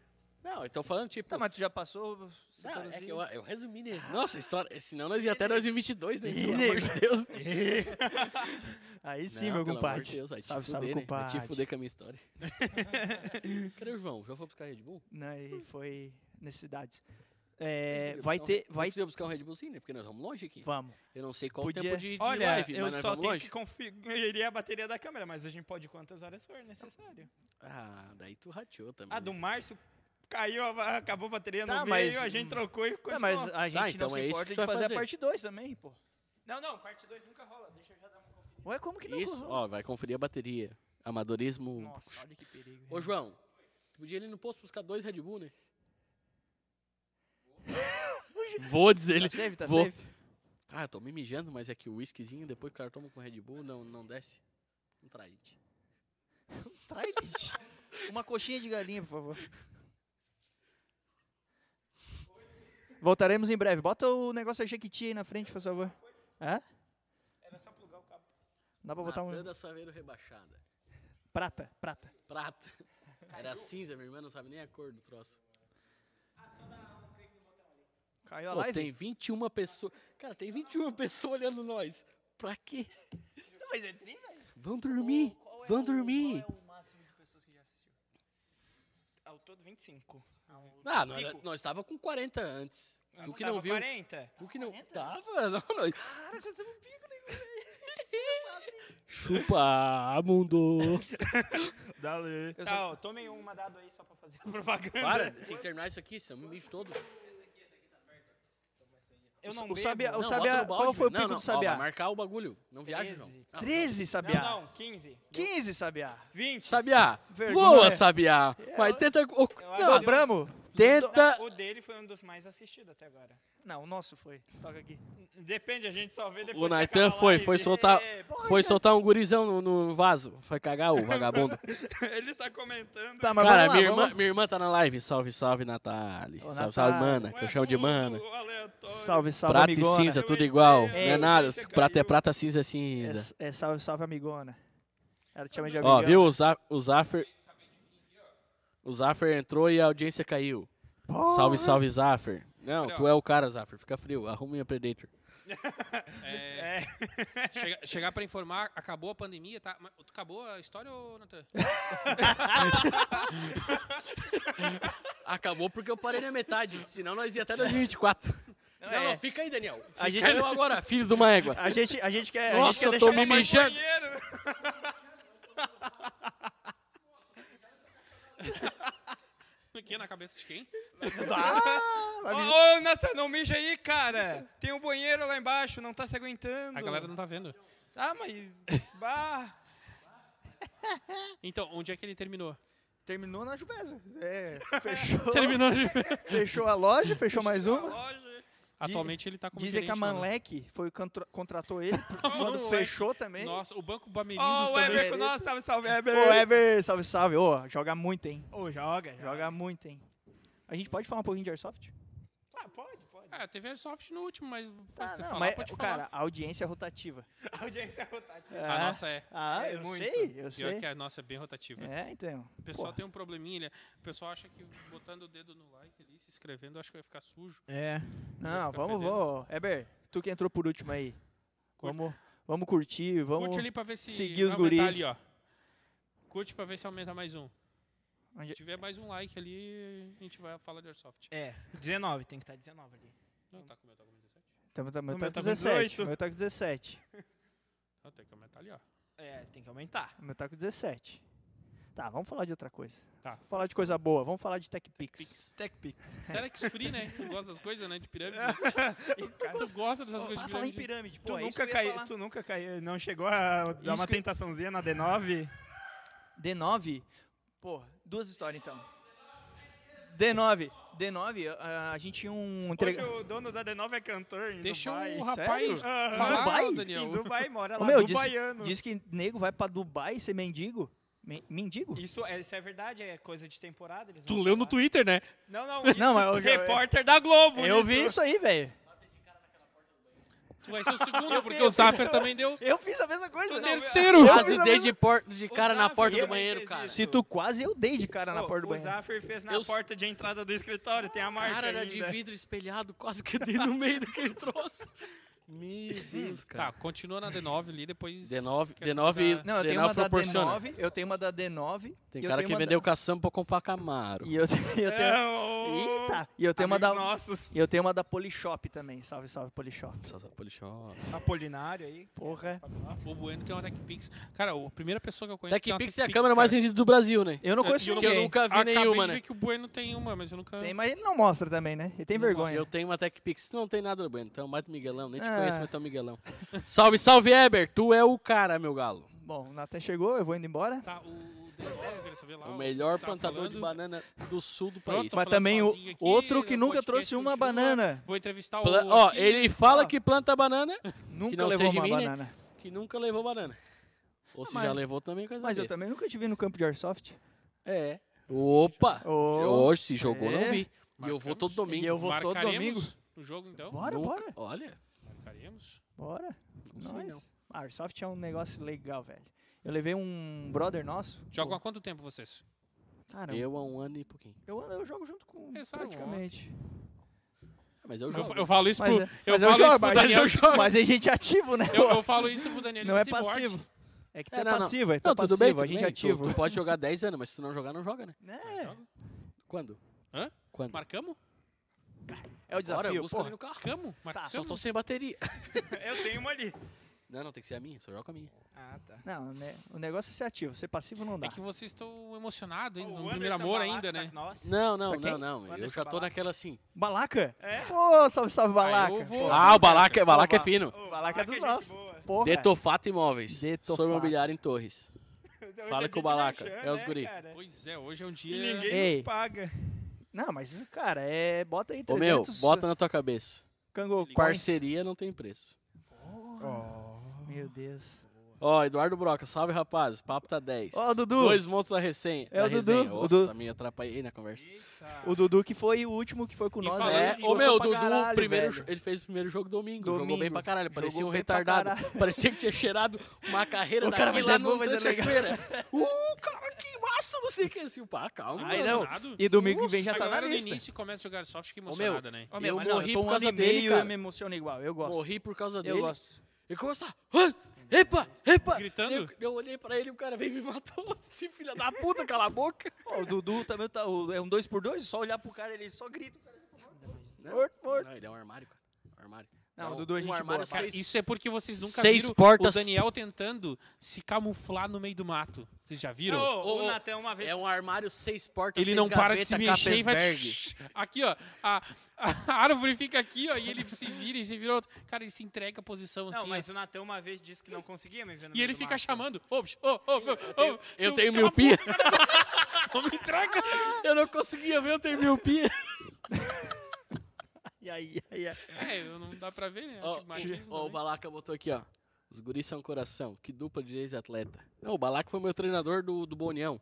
D: Não, eu tô falando, tipo.
C: Tá, mas tu já passou. você tá assim?
D: Não, é
C: traduziu.
D: que eu, eu resumi, né? Nossa, a história. Senão nós ia até 2022, né? Pelo amor de Deus.
C: Aí sim,
D: Não,
C: meu
D: pelo amor de
C: compadre.
D: Deus, vai te
C: Salve,
D: fuder,
C: salve,
D: né? Vai te
C: compadre.
D: fuder com a minha história. Cadê o João? O João foi buscar Red Bull?
C: Não, ele foi necessidades. É,
D: Nós
C: vai ter.
D: podíamos buscar um-
C: Vai,
D: Nós podíamos buscar um Red Bull sim, né? Porque nós vamos longe aqui.
C: vamos. Tá,
D: Eu não sei qual
C: Podia-
D: o tempo de, de
B: Olha,
D: live,
B: eu
D: mas nós
B: só
D: vamos
B: tenho
D: longe.
B: que configurar a bateria da câmera, mas a gente pode ir quantas horas for necessário.
D: Ah, daí tu rateou também.
B: Ah, do Márcio caiu, a- acabou a bateria
C: Tá,
B: no
C: mas-
B: meio, a gente trocou e
C: Tá,
B: continuou.
C: mas a gente
D: então
C: não
D: é
C: se
D: isso
C: importa
D: que
C: de
D: tu vai
C: fazer,
D: fazer.
C: a parte 2 também, pô.
B: Não, não, parte 2 nunca rola. Deixa eu já dar um uma conferida.
C: Ué, como que não
D: Isso, ó, vai conferir a bateria. Amadorismo.
C: Nossa, olha que perigo.
D: Ô, João, tu podia ir ali no posto buscar dois Red Bull, né? Vou dizer ele.
C: Tá safe, tá
D: Vou.
C: safe.
D: Ah, eu tô me mijando, mas é que o whiskyzinho, depois que o cara toma com Red Bull, não, não desce. Um traíte.
C: Trai, bicho. Uma coxinha de galinha, por favor. Voltaremos em breve. Bota o negócio da Jequiti aí na frente, por favor. Hã?
B: Era só plugar o cabo.
C: Dá pra botar
D: Natan
C: um.
D: da Saveiro rebaixada.
C: Prata, prata.
D: Prata. Era cinza, minha irmã não sabe nem a cor do troço.
C: Caiu a
D: Pô,
C: live?
D: tem 21 pessoas. Cara, tem 21 pessoas olhando nós. Pra quê?
C: Mas é tri, velho.
D: Vão dormir. Vão dormir.
C: Qual é o máximo de pessoas que já assistiu?
B: Ao todo 25.
C: é
D: Ah, nós, nós tava com 40 antes.
C: Ah,
D: tu que não viu.
B: 40.
D: Tu que não. Tava? Não, não.
C: Cara, conseguimos um pico, né?
D: Chupa, mundo.
B: Dale.
C: Eu
B: Tá,
C: só-
B: ó, tomem uma dado aí só pra fazer a propaganda.
D: Para, tem que terminar isso aqui, senão eu me mijo todo.
B: Eu não
C: O Sabiá,
B: bebo.
C: o
D: Não,
C: Sabiá,
D: bota no
C: qual
D: balde,
C: foi o
D: velho.
C: pico
D: Não, não,
C: do
D: ó, vai
C: Sabiá?
D: marcar o bagulho. Não viaja,
B: 13.
D: João. Não.
C: 13, Sabiá.
B: Tá. Não, não, 15.
C: 15, Sabiá.
B: 20.
D: Sabiá,
C: Vergonha.
D: voa, Sabiá. Mas tenta. o-
B: acho
D: Não,
C: Dobramos?
D: Tá. Tenta.
B: O dele foi um dos mais assistidos até agora.
C: Não, o nosso foi. Toca aqui.
B: Depende, a gente só vê depois.
D: O
B: que
D: Naitan
B: acabar a
D: foi,
B: live.
D: foi soltar,
C: É, poxa.
D: foi soltar um gurizão no, no vaso. Foi cagar o vagabundo.
B: Ele tá comentando.
C: Tá, mas
D: Cara,
C: vamos lá,
D: minha irmã,
C: vamos-
D: minha irmã tá na live. Salve, salve, Natália.
C: Ô,
D: Salve, salve,
C: Natália.
B: Né,
D: mana. Que eu chamo de mana.
B: O aleatório.
C: Salve, salve,
D: Prata e
C: amigona.
D: cinza,
B: Eu
D: tudo
B: entrei,
D: igual.
B: eu
D: Não é
B: entrei,
D: nada.
B: você
D: Prata é
B: caiu.
D: prata, cinza é
C: É,
D: cinza.
C: é salve, salve, amigona. Ela te chama de
D: Ó,
C: é amigona.
D: viu? O, Za o Zaffer. O Zaffer entrou e a audiência caiu. Salve, salve, Zaffer. Não,
A: Olha,
D: tu
A: ó.
D: é o cara, Zaffer. Fica frio. Arruma minha Predator.
A: É, chega- chegar pra informar, acabou a pandemia, tá? Mas tu acabou a história, tá? ô, Natan?
D: Acabou porque eu parei na metade. Senão nós ia até 2024. Não,
C: é.
D: não, fica aí, Daniel.
C: A
D: Fica
C: gente-
D: eu agora, filho de uma égua.
C: A gente, a gente quer.
D: Nossa,
C: a gente quer
D: eu tô
C: deixar-
D: me mijando.
A: Aqui na cabeça de quem?
B: Ô, ô, Nathan, não mija aí, cara. Tem um banheiro lá embaixo, não tá se aguentando.
A: A galera não tá vendo.
B: Ah, mas. Bah.
A: Então, onde é que ele terminou?
C: Terminou na Juveza. É, fechou,
A: Terminou de...
C: fechou a loja, fechou mais uma.
B: Loja.
A: Atualmente ele tá como
C: Dizem que a
A: gerente lá, né?
C: Manlec foi contr- contratou ele quando fechou também.
A: Nossa, o Banco Bamerindus
B: Ó, o
A: também.
B: Weber com nós. Salve, salve, Weber.
C: Ô, Ever, salve, salve. Ô, joga muito, hein?
B: Ô, joga,
C: Joga muito, hein? A gente pode falar um pouquinho de Airsoft?
B: Ah, pode, pode.
A: Ah, teve Airsoft no último, mas pode
C: Tá,
A: você
C: não,
A: falar,
C: mas,
A: pode falar.
C: cara, a audiência é rotativa.
B: A audiência é rotativa.
A: A nossa é.
C: Ah,
B: é
C: eu
B: muito.
C: sei, eu
A: Pior
C: sei.
A: que a nossa é bem rotativa.
C: É, então.
A: O pessoal
C: Porra.
A: tem um probleminha, ele- o pessoal acha que botando o dedo no like ali, se inscrevendo, acho que vai ficar sujo.
B: É.
A: ficar
C: Não, vamos,
A: fedendo.
C: vamos. Eber, tu que entrou por último aí. Vamos, vamos curtir, vamos.
A: Curte ali pra ver se
C: seguir os
A: vai aumentar
C: guri.
A: ali, ó. Curte pra ver se aumenta mais um.
C: Onde-
D: é?
A: Se tiver mais um like ali, a gente vai falar de Airsoft.
B: É, 19, tem que estar 19 ali.
A: Não, tá com o meu, tá com o meu 17.
C: Tamo, tamo,
B: O
C: tá
B: meu
C: com
B: tá com
C: 17.
B: 18.
C: O meu tá com 17.
A: Não, tem que aumentar ali, ó.
B: É, tem que aumentar.
C: O meu tá com 17. Tá, vamos falar de outra coisa.
A: Tá.
C: Vamos falar de coisa boa, vamos falar de TechPix.
A: Pix.
B: TechPix.
A: Telex Free, né? Tu gosta das coisas, né? De pirâmide. tu gosta dessas coisas
C: Ah,
A: de
C: falar em
A: pirâmide.
C: pirâmide, pô.
B: Tu,
C: é isso
B: nunca
C: que eu ia
B: cai,
C: falar.
B: tu nunca caiu, não chegou a dar
C: Isso
B: uma
C: que-
B: tentaçãozinha na D9?
C: D9, pô, duas histórias então. D9, D9, a, a gente tinha um entrega-
B: Hoje o dono da D9 é cantor em
A: Deixa
B: Dubai.
A: o rapaz
B: Sério?
A: falar,
C: Dubai?
A: Daniel.
B: Em Dubai, mora
C: Ô,
B: lá,
C: meu, diz,
B: dubaiano.
C: diz que nego vai pra Dubai ser mendigo. Men- mendigo?
B: Isso, é, isso é verdade, é coisa de temporada. Eles
A: Tu
B: vão
A: leu
B: falar.
A: no Twitter, né?
B: Não, não.
C: Não, mas eu-
B: repórter da Globo.
C: Eu vi isso aí, velho.
A: Tu vai ser o segundo, porque o Zaffer também deu
C: Eu fiz a mesma coisa.
A: o
C: Não,
A: terceiro.
C: Eu
D: Quase
C: fiz a
D: dei
C: mesma-
D: de, por- de cara na
B: Zaffer
D: porta do
B: também
D: banheiro,
B: fez
D: cara.
B: isso.
C: Se tu quase, eu dei de cara na
B: Pô,
C: porta do
B: o
C: banheiro.
B: Zafir fez na
D: Eu-
B: porta de entrada do escritório, tem a marca
D: Cara, era
B: ainda.
D: de vidro espelhado, quase que eu dei no meio daquele troço. Meu Deus,
A: Tá,
D: cara.
A: continua na D9 ali, depois...
D: D9,
A: quer saber
D: D9
A: da-
C: Não, eu tenho
D: D9
C: uma da
D: proporciona.
C: D9, eu tenho uma da D9.
D: Tem
C: e eu
D: cara
C: tenho
D: que
C: uma
D: vendeu
C: da...
D: cação pra comprar Camaro.
C: E eu, tenho- eu
B: É.
C: tenho...
B: o-
C: Eita! E eu tenho uma da...
B: Amigos nossos.
C: E eu tenho uma da Polishop também. Salve, salve, Polishop.
D: Só- só polishop.
B: Apolinário aí.
C: Porra.
A: Ah, O Bueno tem uma TechPix. Cara, a primeira pessoa que eu conheço tem uma
D: TechPix é a
A: TechPix,
D: câmera mais
A: cara.
D: vendida do Brasil, né?
C: Eu não conheço
D: Que eu
C: ninguém.
D: nunca vi
A: Acabei
D: nenhuma,
A: de ver
D: né?
A: que o Bueno tem uma, mas eu nunca...
C: Tem, mas ele não mostra também, né? Ele tem vergonha.
D: Eu tenho uma TechPix. Tu não tem nada, Bueno. Tu é o Mato Miguelão. Nem te
C: Ah.
D: conheço, mas tu é o Miguelão. salve, salve, Eber. Tu é o cara, meu galo.
C: Bom, o Natan chegou, eu vou indo embora.
A: Tá, o o D9, eu queria saber lá.
D: O
A: o
D: melhor
A: que tu tava
D: plantador de
A: tá falando.
D: banana do sul do
A: Pronto,
D: país.
A: tô
C: Mas
A: falando
C: também o
A: sozinho aqui,
C: outro que
A: o
C: nunca
A: podcast
C: trouxe uma
A: continua.
C: banana.
A: Vou entrevistar o...
D: Pla- Ó,
A: aqui.
D: ele fala
C: Ó.
D: que planta banana,
C: Nunca
D: não
C: levou
D: seja
C: uma
D: em mim, né?
C: banana.
D: que nunca levou banana. Ou se
C: mas-
D: já levou também, coisa
C: Mas eu
D: dele.
C: também nunca te vi no campo de Airsoft.
D: É. Opa!
C: Ô.
D: Hoje se jogou,
C: É.
D: não vi. E eu vou todo
A: Marcamos.
D: domingo.
C: E eu vou todo domingo.
A: Marcaremos o jogo, então?
C: Bora,
D: Nunca-
C: bora,
D: Olha,
A: Marcaremos.
C: bora.
D: não sei não.
C: Nós. Ah, Airsoft é um negócio legal, velho. Eu levei um brother nosso.
A: Jogam há quanto tempo vocês?
C: Cara, eu,
D: Eu é há um ano e pouquinho.
C: eu, jogo junto com
A: Pensaram
C: praticamente.
D: Ah, Mas eu
A: Eu,
D: jogo.
A: eu falo isso pro...
C: Mas,
D: Tipo,
A: Eu,
C: é- mas eu,
A: falo isso
C: jogo,
A: pro
C: mas,
A: Daniel...
D: eu jogo. Tipo
C: mas a gente é ativo, né?
A: Eu, eu falo isso pro Daniel
C: não é
A: Bittencourt.
C: passivo. É que tu é,
D: É, não, não.
C: passivo, é que tu
D: Não,
C: é passivo,
D: tudo bem, tudo
C: a gente
D: bem.
C: é ativo.
D: Tu, tu pode jogar 10 anos, mas se tu não jogar, não joga, né?
C: É,
D: Quando?
A: Hã?
D: Quando?
A: Marcamos?
C: é o
D: Bora, eu
C: desafio,
D: busco
C: porra.
D: ali no carro.
A: Marcamos?
D: Só tô
A: Marcamos?
D: sem bateria.
B: Eu tenho uma ali.
D: Não, não, tem que ser a minha, só joga a minha.
B: Ah, tá.
C: Não, né? o negócio é ser ativo, ser passivo não dá.
A: É
D: tá.
A: que vocês estão emocionados ainda,
B: O
A: no
B: Anderson
A: primeiro um amor
B: Balata
A: ainda,
B: tá
A: né?
B: com nós.
D: Não, não,
C: Pra quem?
D: não, não. Eu
B: Anderson
D: já tô
B: Balaca.
D: naquela assim.
C: Balaca?
B: É.
C: Pô, salve, salve, Balaca.
A: Ah, eu vou-
C: Pô,
D: Ah, o Balaca,
C: Pô,
D: Balaca é
C: Ba-
D: fino.
B: Ô,
C: Balaca é dos
B: gente
C: nossos.
B: boa.
C: Porra.
D: Detofato Imóveis.
C: Detofato.
D: Sou imobiliário em Torres.
B: Hoje
D: Fala
B: é
D: com o
B: dia de
D: Balaca,
B: merchan,
D: é os
B: né,
D: guri.
B: cara?
A: Pois é, hoje é um
B: E
A: dia...
B: ninguém
C: Ei.
B: nos paga.
C: Não, mas, cara, é. Bota aí
D: Ô meu,
C: 300...
D: bota na tua cabeça.
C: Kangol Coins.
D: Parceria não tem preço.
C: Oh, Meu Deus.
D: Ó, Eduardo Broca, salve rapazes, papo tá 10.
C: Ó, Dudu.
D: Dois montos na recém.
C: É
D: na
C: o Dudu,
D: resenha.
C: o
D: Nossa,
C: Dudu.
D: me atrapalhei na conversa.
C: O Dudu que foi o último que foi com
A: E
C: nós.
A: falando
C: né?
A: em-
D: É, ô
C: Gostou
D: meu, o
C: pra
D: Dudu,
C: caralho,
D: primeiro,
C: velho.
D: jo- ele fez o primeiro jogo domingo, jogou
C: Domingo.
D: bem pra caralho, parecia
C: Jogou
D: um
C: bem pra
D: retardado.
C: caralho.
D: Parecia que tinha cheirado uma carreira
C: O cara
D: daquele
C: vai
D: lá
C: ser bom,
D: no
C: vai ser é legal.
D: terça-feira. Uh, cara, que massa, não sei o que. Assim, pá, calma.
C: Ai,
D: mano.
C: não.
A: Emocionado?
C: E domingo que vem já
A: A
C: tá na
A: galera no
C: lista.
A: início começa a jogar soft fica
D: Ô, meu,
A: emocionada, né?
C: Ó,
D: Eu
C: mas não,
D: morri
C: tô
D: por
C: um
D: causa
C: ano e meio
D: dele,
C: e
D: cara.
C: eu me emociono igual. Eu gosto.
D: Morri por causa
C: eu
D: dele.
C: gosto.
D: Ele começa. "Ah, Epa, epa!
A: Gritando?
D: Eu, eu olhei pra ele e o cara veio e me matou. Esse filho da puta, cala a boca.
C: Ó, o Dudu também tá, o- é um dois por dois, só olhar pro cara, ele só grita. o cara já tá morto. Morto, morto.
D: Não, ele é um armário, cara. Um armário.
C: Não,
D: Então,
C: o Dudu é gente
D: um armário
C: boa,
A: Cara,
D: seis,
A: isso é porque vocês nunca
D: Seis
A: viram
D: portas-
A: o Daniel tentando se camuflar no meio do mato. Vocês já viram?
B: Ô,
D: Ô, ô,
B: o Natan uma vez
D: É um armário seis portas,
A: Ele
D: seis
A: não para de
D: gavetas,
A: se mexer e vai.
D: Capesberg.
A: Aqui, ó. A, a árvore fica aqui, ó. E ele se vira e se vira outro. Cara, ele se entrega a posição
B: Não,
A: assim.
B: mas
A: ó.
B: o Natan uma vez disse que não conseguia me ver no
A: E
B: meio
A: ele
B: do
A: fica
B: mato.
A: chamando. Ô, bicho, ô, ô, ô, ô.
D: Eu
A: não
D: tenho
A: cala a
D: miopia.
A: boca, Não me entrega.
D: Eu não conseguia ver, eu tenho miopia.
C: E aí, e aí, e aí.
A: É, não dá pra ver, né? Acho
D: Ó,
A: que machismo
D: ó, o
A: também.
D: Balaca botou aqui, ó. Os guris são coração. Que dupla de ex-atleta. Não, o Balaca foi meu treinador do, do Bonião.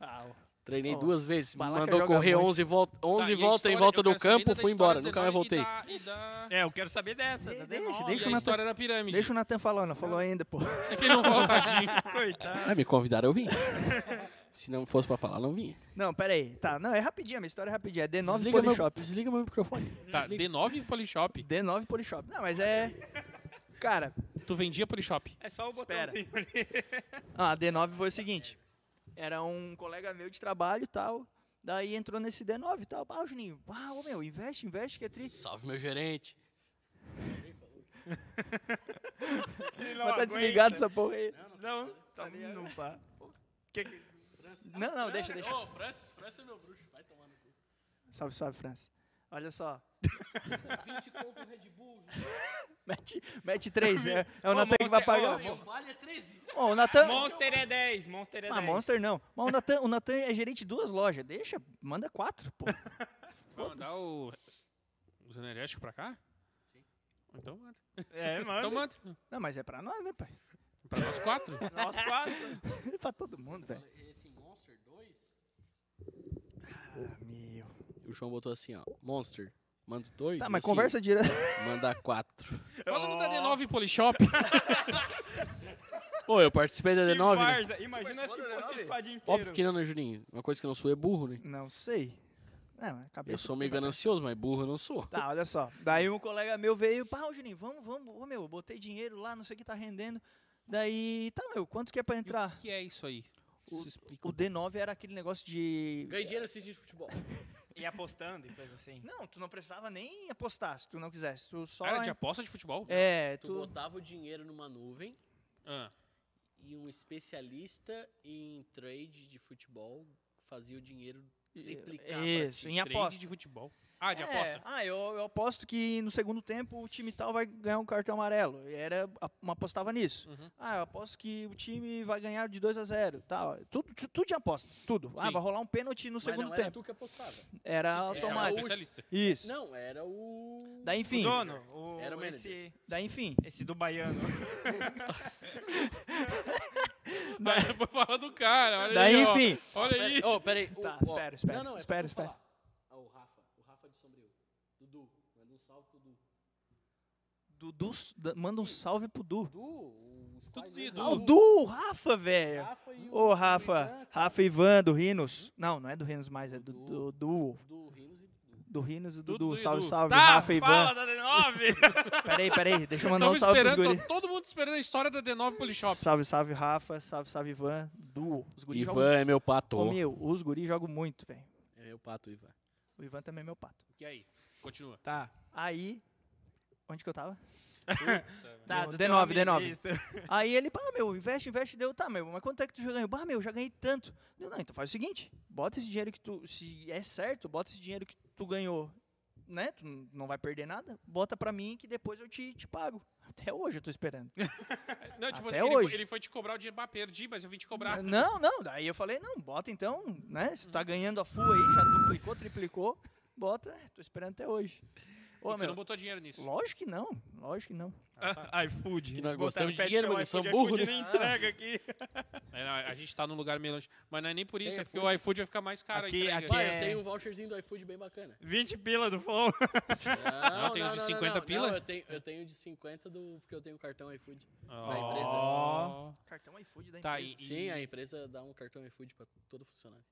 C: Ah, ó.
D: Treinei
C: Ó,
D: duas vezes. Me
C: Balaca
D: mandou
C: joga
D: correr
C: muito.
D: 11 voltas
A: Tá, e a
D: volta em
A: história-
D: volta
A: eu
D: do
A: quero saber
D: campo,
A: da
D: fui
A: história
D: embora.
A: do
D: Nunca
A: Denali
D: mais
A: e
D: voltei.
A: da- e da-
B: É, eu quero saber dessa.
C: De-
B: da
C: deixa,
B: Denol.
A: E
C: deixa.
A: a
C: o Natan-
A: história da pirâmide.
C: Deixa o Natan falar, não falou ainda, pô.
A: É que ele não fala, tadinho.
B: Coitado.
D: Ah, me convidaram, eu vim. Se não fosse pra falar, não vinha.
C: Não, pera aí. Tá, não, é rapidinho, a minha história é rapidinha. É D9
D: Desliga meu,
C: Polishop.
D: desliga meu microfone.
A: Tá,
D: Desliga.
A: D9 e Polishop.
C: D9 Polishop. Não, mas é... Cara,
A: Tu vendia Polishop.
B: É só o
C: Espera.
B: botãozinho ali.
C: Ah, a D9 foi o seguinte. Era um colega meu de trabalho e tal. Daí entrou nesse D9 e tal. Ah, o Juninho, ah, ô meu, investe, investe, que é tri.
D: Salve, meu gerente.
B: Ele não
C: Mas tá
B: aguenta.
C: desligado essa porra aí.
B: Não, tá, não tá. Que que-
C: Não, não, deixa, deixa.
D: Ô, Francis, Francis é meu bruxo. Vai tomar no cu.
C: Salve, salve, França. Olha só.
D: 20 conto Red Bull.
C: Mete, mete 3, é, é
B: Ô,
C: o Natan que vai
B: Monster,
C: pagar.
B: ô,
D: o vale é 13.
C: Ó, o Natan...
B: Monster é 10, Monster é 10.
C: Ah, Monster não. Mas o Natan, o Natan é gerente de duas lojas. Deixa, manda quatro, pô.
A: Vai mandar o... os energéticos pra cá? Sim. Então manda.
B: É,
A: Então
B: mano.
A: manda.
C: Não, mas é pra nós, né, pai?
A: Pra nós quatro.
B: Nós quatro.
C: É pra todo mundo, velho.
D: Esse Monster 2.
C: Ah, meu.
D: O João botou assim, ó. Monster. Manda dois.
C: Tá,
D: e
C: mas
D: assim,
C: conversa direto.
D: Manda quatro.
A: Falando
C: tá
A: da D9 Polishop.
D: Ô, eu participei da
B: Que
D: D9, né?
B: farsa. Imagina se fosse o squad inteiro.
D: Óbvio que não, né, Juninho? Uma coisa que eu não sou é burro, né?
C: Não sei. Não, a cabeça
D: Eu sou meio ganancioso, mas burro eu não sou.
C: Tá, olha só. Daí um colega meu veio, pá, ô Juninho, vamos, vamos. Ô meu, eu botei dinheiro lá, não sei o que tá rendendo. Daí, tá, meu, quanto que é pra
A: E O
C: entrar?
A: que que é isso aí? Isso explica.
C: O D9 era aquele negócio de.
D: Ganhei dinheiro assistindo futebol.
B: E apostando e coisa assim.
C: Não, tu não precisava nem apostar se tu não quisesse. Tu só.
A: Era de aposta de futebol?
C: É,
D: Tu,
C: tu.
D: botava o dinheiro numa nuvem
A: Ah.
D: e um especialista em trade de futebol fazia o dinheiro triplicar.
C: Isso, em um aposta.
A: Trade de futebol. Ah, de
C: É,
A: aposta.
C: Ah, eu, eu aposto que no segundo tempo o time tal vai ganhar um cartão amarelo. E Era, a- uma apostava nisso.
A: Uhum.
C: Ah, eu aposto que o time vai ganhar de 2 a 0 tal. Tudo, tu- tudo de aposta, tudo. Ah,
A: Sim.
C: vai rolar um pênalti no
D: Mas não
C: segundo
D: era
C: tempo.
D: tu que apostava.
C: Era
D: Sim, era
A: Chamava
D: o-
A: o
C: automático.
A: especialista.
C: Isso.
D: Não, era o.
C: Daí,
B: O
C: enfim.
B: dono, o,
D: Era o
B: esse,
C: Daí, enfim.
B: esse do baiano.
A: Vou falar do cara. Olha
C: Daí,
A: aí, ó.
C: enfim.
A: Olha aí.
D: Peraí, oh, peraí. O-
C: Tá,
D: ó,
C: espera, espera,
D: Não, não, é pra
C: espera,
D: tu
C: espera.
D: falar. Ah, o Rafa, o Rafa de Sombrio. Dudu, manda um salve pro Dudu.
C: Dudu, s- da- manda um salve pro Du.
D: Dudu, o squad
A: Dudu,
D: mesmo,
A: Dudu.
C: Ah, o Du, o Rafa, velho.
D: Rafa e o
C: É. Ô,
D: o Ivan,
C: Rafa.
D: cara,
C: Rafa e Ivan, do Rinos. Não, não é do Rinos mais, é do do
D: Dudu.
C: Duo.
D: Do Rinos e Dudu.
C: Do Rinos e do
A: Dudu
C: Dudu.
A: e
C: Salve,
A: Du.
C: salve,
B: Tá,
C: Rafa e
B: fala
C: Ivan.
B: da D9.
C: Peraí, peraí, deixa eu mandar um
A: Estamos
C: salve pros
A: esperando,
C: guris.
A: tô- todo mundo esperando a história da D9 Polishop.
C: Salve, salve, Rafa. Salve, salve, Ivan. Duo. Os guris jogam...
D: Ivan é meu pato.
C: Ô, meu, os guris jogam muito, velho.
D: É meu pato, Ivan.
C: O Ivan também é meu pato.
A: E aí? Continua.
B: tá,
C: Aí... Onde que eu tava?
B: tá.
C: Bom,
B: do
C: D9, D9.
B: Isso.
C: Aí ele, pá, meu, investe, investe. Deu, tá, meu, mas quanto é que tu já ganhou? Bah, meu, já ganhei tanto. Deu, não, então faz o seguinte, bota esse dinheiro que tu, se é certo, bota esse dinheiro que tu ganhou, né? Tu não vai perder nada, bota pra mim que depois eu te, te pago. Até hoje eu tô esperando.
A: Não, tipo,
C: Até
A: ele, foi-
C: hoje.
A: ele foi te cobrar o dinheiro. Ah, perdi, mas eu vim te cobrar.
C: Não, não. Daí eu falei, não, bota então, né? Se tu tá ganhando a full aí, já duplicou, triplicou, bota. é, Tô esperando até hoje. Ô,
A: E tu
C: meu,
A: não botou dinheiro nisso.
C: lógico que não, lógico que não.
B: iFood.
D: Que nós
B: Botaram
D: gostamos de
B: pede
D: dinheiro,
B: pelo
D: mas
B: iFood,
D: são burro,
B: iFood
D: né?
B: nem entrega aqui.
A: É, não, a gente tá num lugar meio longe. Mas não é nem por isso,
D: Tem
A: é porque o iFood vai ficar mais caro. a
B: Aqui-
A: entrega.
B: aqui
D: Pai,
B: é-
D: eu tenho um voucherzinho do iFood bem bacana.
B: 20 pila do Flow.
D: Não,
A: tem uns de 50
D: não,
A: pila?
D: Não, eu tenho, eu tenho de 50 do, porque eu tenho um cartão iFood da
A: Ó.
D: empresa.
C: Cartão um iFood da
A: Tá aí. E-
D: Sim, a empresa dá um cartão iFood pra todo funcionário.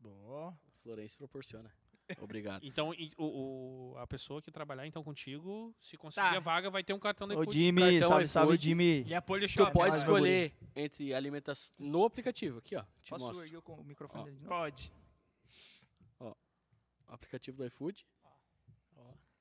B: Boa.
D: A Florence proporciona. Obrigado.
A: Então, e- o, o- a pessoa que trabalhar então contigo, se conseguir
B: Tá.
A: a vaga, vai ter um cartão do
C: Ô,
A: iFood.
C: Jimmy,
D: cartão
C: salve,
D: iFood.
C: salve, Jimmy.
B: E a Polio
D: Tu
B: Shop.
D: pode
B: né?
D: escolher entre alimentação no aplicativo aqui, ó. Te
C: Posso
D: mostro.
C: erguer o com- o microfone
D: Ó.
C: dele de novo?
B: Pode.
D: Aplicativo do iFood.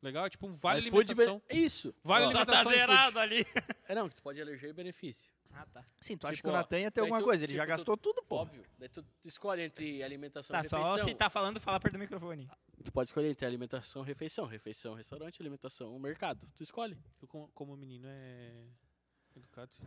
A: Legal, é tipo um vale
D: iFood
A: alimentação.
D: be- Isso.
A: Vale
D: Ó,
B: Só tá
A: alimentação e
B: zerado ali.
D: É não, que tu pode eleger benefício.
B: Ah, tá.
C: Sim, é, tu acha
D: Tipo,
C: que o
D: ó,
C: Natan ia ter
D: daí
C: alguma
D: tu-
C: coisa, ele
D: tipo,
C: já
D: tu-
C: gastou tudo, pô.
D: Óbvio. Daí tu escolhe entre alimentação
B: Tá,
D: e refeição.
B: só se tá falando, fala perto do microfone.
D: Tu pode escolher entre alimentação, refeição. Refeição, restaurante, alimentação, mercado. Tu escolhe.
A: Eu, como, como menino, é. Educado. sim.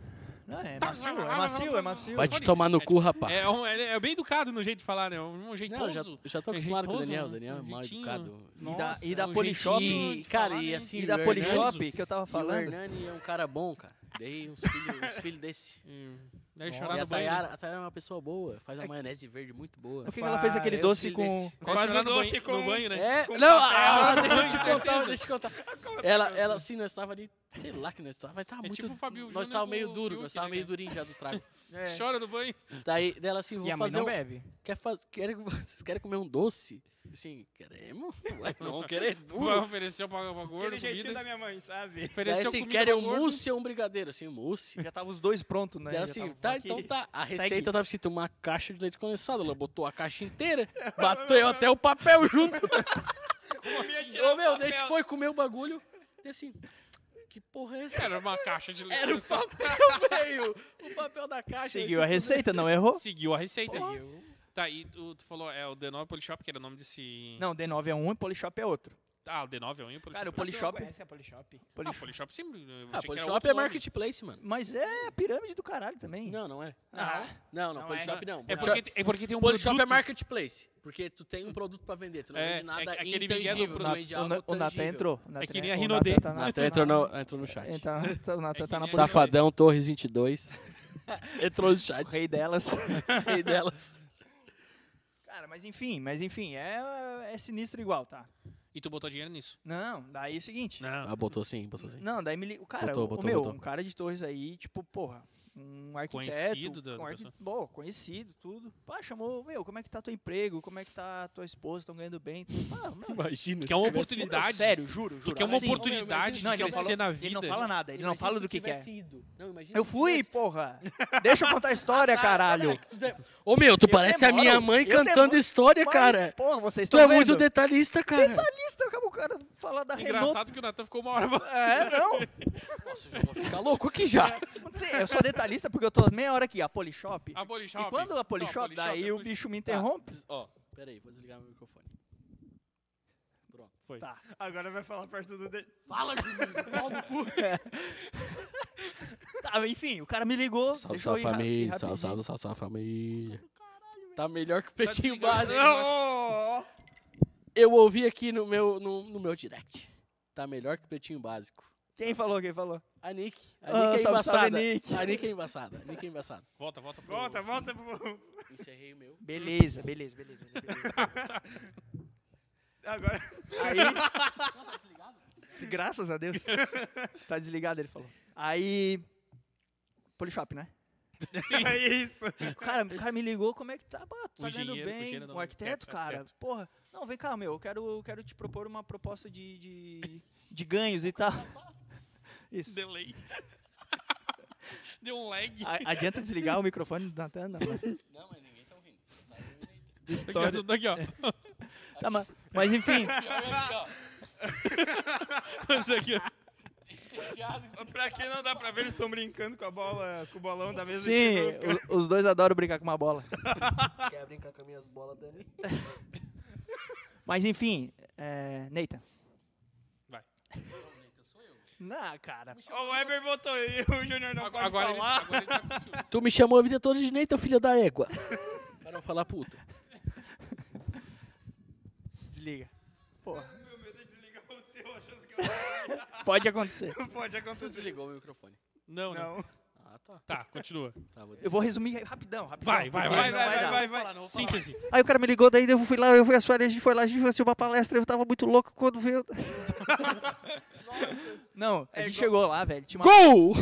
C: Não, é macio, é macio, é macio.
D: Vai
A: te
D: te
A: Pode-
D: tomar
A: tomar no
D: no
A: é cu,
D: cu,
A: tipo-
D: rapaz.
A: É, um, é, é bem educado no jeito de falar, né? Um, um
D: Não, já,
A: jeitoso.
D: já tô
A: É
D: acostumado com
A: jeitoso,
D: o Daniel. O
A: né?
D: Daniel é
A: Um
D: mal
A: jeitinho.
D: educado.
C: E da, e
A: Nossa,
C: da
A: um
C: Polishop,
A: jeitinho.
D: E,
A: de
D: cara,
A: falar,
D: e
A: né?
D: assim,
C: e da
D: o Hernani-
C: Polishop que eu tava
D: E o
C: falando.
D: Hernani é um cara bom, cara. Dei uns filhos filho desse.
A: Hum, Deve
B: Nossa.
A: chorar
D: E a
A: no banho.
D: Tayara, a Tayara é uma pessoa boa, faz uma maionese verde muito boa.
C: Por que, que ela fez aquele
D: Eu
C: doce
D: sei
C: com...
D: desse.
A: Pode
B: Quase
A: chorar no
B: doce
A: banho,
B: com-
A: no banho, né?
D: É,
B: Com
D: não,
B: papel.
D: ah, deixa eu te
A: Com
D: contar,
A: certeza.
D: deixa eu te contar. Ela, ela, sim, nós tava ali, sei lá que nós tava, mas tava
A: É
D: muito,
A: tipo o Fabio
D: nós
A: Júnior
D: tava
A: com
D: meio
A: o
D: duro,
A: Fiuk,
D: nós tava
A: né,
D: meio
A: cara?
D: durinho já do trago.
B: É.
A: Chora no banho.
D: Daí, dela assim,
B: E
D: vou
B: a mãe
D: fazer
B: não
D: um,
B: bebe.
D: quer faz, quer, vocês querem comer um doce? Assim, queremos? Ué, não queremos.
A: Vai oferecer pra, pra gordo
B: Aquele jeitinho da
A: comida.
B: minha mãe, sabe?
D: Daí,
A: Ofereceu
D: assim,
A: comida
D: querem
A: pra
D: um
A: gordo.
D: mousse ou um brigadeiro? Assim, mousse?
C: Já tava os dois prontos, né?
D: Ela
C: Já
D: assim,
C: tava
D: tá,
C: aqui.
D: então tá. A
C: Segue.
D: receita tava escrito uma caixa de leite condensado. Ela botou a caixa inteira, bateu até o papel junto. Ô, meu, daí a gente foi comer o bagulho. E assim, que porra é essa?
A: Era uma caixa de leite.
D: Era o
A: condensado.
D: papel, velho. O papel da caixa.
C: Seguiu
D: assim,
C: a receita, não errou?
A: Seguiu a receita.
B: Seguiu.
A: Tá, e tu, tu falou, é o D9 Polishop, que era o nome desse...
C: Não, D9 é um e Polishop é outro.
A: Ah, o D9 é um e o Polishop.
C: Cara,
A: é
C: o
A: outro.
C: Poli- Polishop?
B: Conhece a Polishop?
A: Ah, Polishop sempre... eu achei
D: Ah,
A: que era
D: Polishop
A: outro
D: é
A: nome.
D: marketplace, mano.
C: Mas é a pirâmide do caralho também.
D: Não, não é.
B: Ah.
D: Não, não,
B: Não
D: Polishop não.
A: É
D: Polishop-
A: porque, é porque tem um
D: Polishop é
A: produto.
D: marketplace. Porque tu tem um produto pra vender. Tu não
A: É,
D: vende nada
A: é- é aquele Miguel do
D: intangível. Tu
C: Na-
D: vende
C: o,
D: algo
C: Na- o Natan
D: tangível.
C: entrou. O Natan-
A: É que nem a
C: o
A: Rinodê.
C: Natan tá na-
D: Natan entrou no, entrou no chat.
C: Entra- tá- O Natan tá na
A: É que-
C: Polishop.
D: Safadão Torres 22. entrou no chat.
C: O rei delas.
D: rei delas.
C: Cara, mas enfim, mas enfim, é, é sinistro igual, tá?
A: E tu botou dinheiro nisso?
C: Não, daí é o seguinte.
A: Não.
D: Ah, botou sim, botou sim.
C: Não, daí me liga. O cara,
D: Botou,
C: o-
D: botou,
C: o meu,
D: botou.
C: um cara de torres aí, tipo, porra, um arquiteto.
A: Conhecido da-
C: um
A: da
C: arqui-
A: pessoa.
C: Bom, conhecido, tudo. Pá, chamou, meu, como é que tá teu emprego? Como é que tá tua esposa? Estão ganhando bem? Tudo. Pá, meu,
D: Imagina.
A: Que é uma
D: se tivesse-
A: oportunidade.
C: Sério, juro, juro.
A: Porque é uma
C: assim,
A: oportunidade
C: Não,
A: de
C: ele não
A: crescer
C: falou-
A: na vida.
C: Ele não fala nada, ele não
D: Imagina
C: fala
D: se
C: do que, que é.
D: tivesse ido. Não, imagina
C: Eu
D: se
C: fui,
D: tivesse-
C: porra! Deixa eu contar a história, caralho!
D: Ô meu, tu
C: Eu
D: parece a
C: demoro,
D: minha mãe
C: eu
D: cantando
C: demoro.
D: história,
C: Mas,
D: cara.
C: Porra, vocês
D: Tu
C: estão
D: é
C: vendo?
D: muito detalhista, cara.
C: detalhista, acaba o cara falar da Renault.
A: É Engraçado que o Natan ficou uma hora...
C: É, não.
D: Nossa, eu vou ficar louco aqui já.
C: Não sei, Eu sou detalhista porque eu tô meia hora aqui, a Polishop.
A: A Ah, Polishop.
C: E quando
A: Não,
C: a Polishop, Tá. daí
A: é
C: o bicho me interrompe.
D: Ó, peraí, vou desligar meu microfone. Pronto.
A: Foi.
C: Tá.
B: Agora vai falar perto do... De...
D: Fala, Juninho. pau no cu.
C: Tá, enfim, o cara me ligou.
D: Salve,
C: deixou eu
D: salve
C: ir ra- ir
D: família.
C: rapidinho.
D: Salve, salve, salve, salve família. Tá melhor que o
A: Tá
D: pretinho
A: desligado.
D: básico.
A: Não!
D: Eu ouvi aqui no meu, no, no meu direct. Tá melhor que o pretinho básico.
C: Quem falou, quem falou?
D: A Nick. A
C: Ah,
D: Nick
C: salve,
D: é
C: salve,
D: embaçada.
C: Nick.
D: A Nick é embaçada. A Nick é embaçada.
A: Volta, volta pro...
B: Volta, volta pro...
D: Encerrei o meu.
C: Beleza, beleza, beleza. beleza.
B: Agora...
C: Aí, graças a Deus. Tá desligado, ele falou. Aí, Polishop, né?
B: é isso.
C: O cara, o cara me ligou, como é que tá? Bah, tu tá
A: O
C: ganhando
A: engenheiro, o
C: bem,
A: engenheiro não,
C: um arquiteto,
A: arquiteto,
C: cara.
A: arquiteto.
C: Porra, não, vem cá, meu, eu quero, quero te propor uma proposta de, de, de ganhos e tal. Isso.
A: Delay. Deu um lag.
C: A- Adianta desligar o microfone do Natan? Não, tá. mas-
D: Não, mas ninguém tá ouvindo. Tá
A: História. Daqui, ó.
C: Tá, mas, mas enfim,
A: Mas aqui, ó.
B: Pra quem não dá pra ver, eles estão brincando com a bola, com o bolão da mesa.
C: sim,
B: de sinuca.
C: o- os dois adoram brincar com uma bola.
D: Quer brincar com as minhas bolas, Dani?
C: Mas enfim, é, Neita.
A: Vai.
D: sou eu.
C: Não, cara.
B: O Weber botou e o Júnior não pode
A: Agora ele,
B: falar.
A: agora ele tá com ciúmes.
D: Tu me chamou a vida toda de Ney, teu filho da égua. Pra não falar puta.
C: Desliga. Pô,
B: Meu medo é desligar o teu achando que
C: pode acontecer.
B: eu pode
D: Tu
B: acontecer.
D: desligou o microfone.
A: Não, não.
B: Não.
D: Ah, tá.
A: Tá, continua.
D: Tá, vou
C: Eu vou resumir rapidão, rapidão.
A: Vai, vai,
C: porque
B: Vai,
A: vai.
C: não
B: vai,
C: dar.
B: vai, vai,
D: falar,
B: vai.
D: não vou falar.
A: Síntese.
C: Aí o cara me ligou, daí eu fui lá, eu fui a Soares, a gente foi lá, a gente assistiu uma palestra, eu tava muito louco quando veio. Não,
A: É
C: a gente chegou lá, velho. Tinha uma
D: Gol!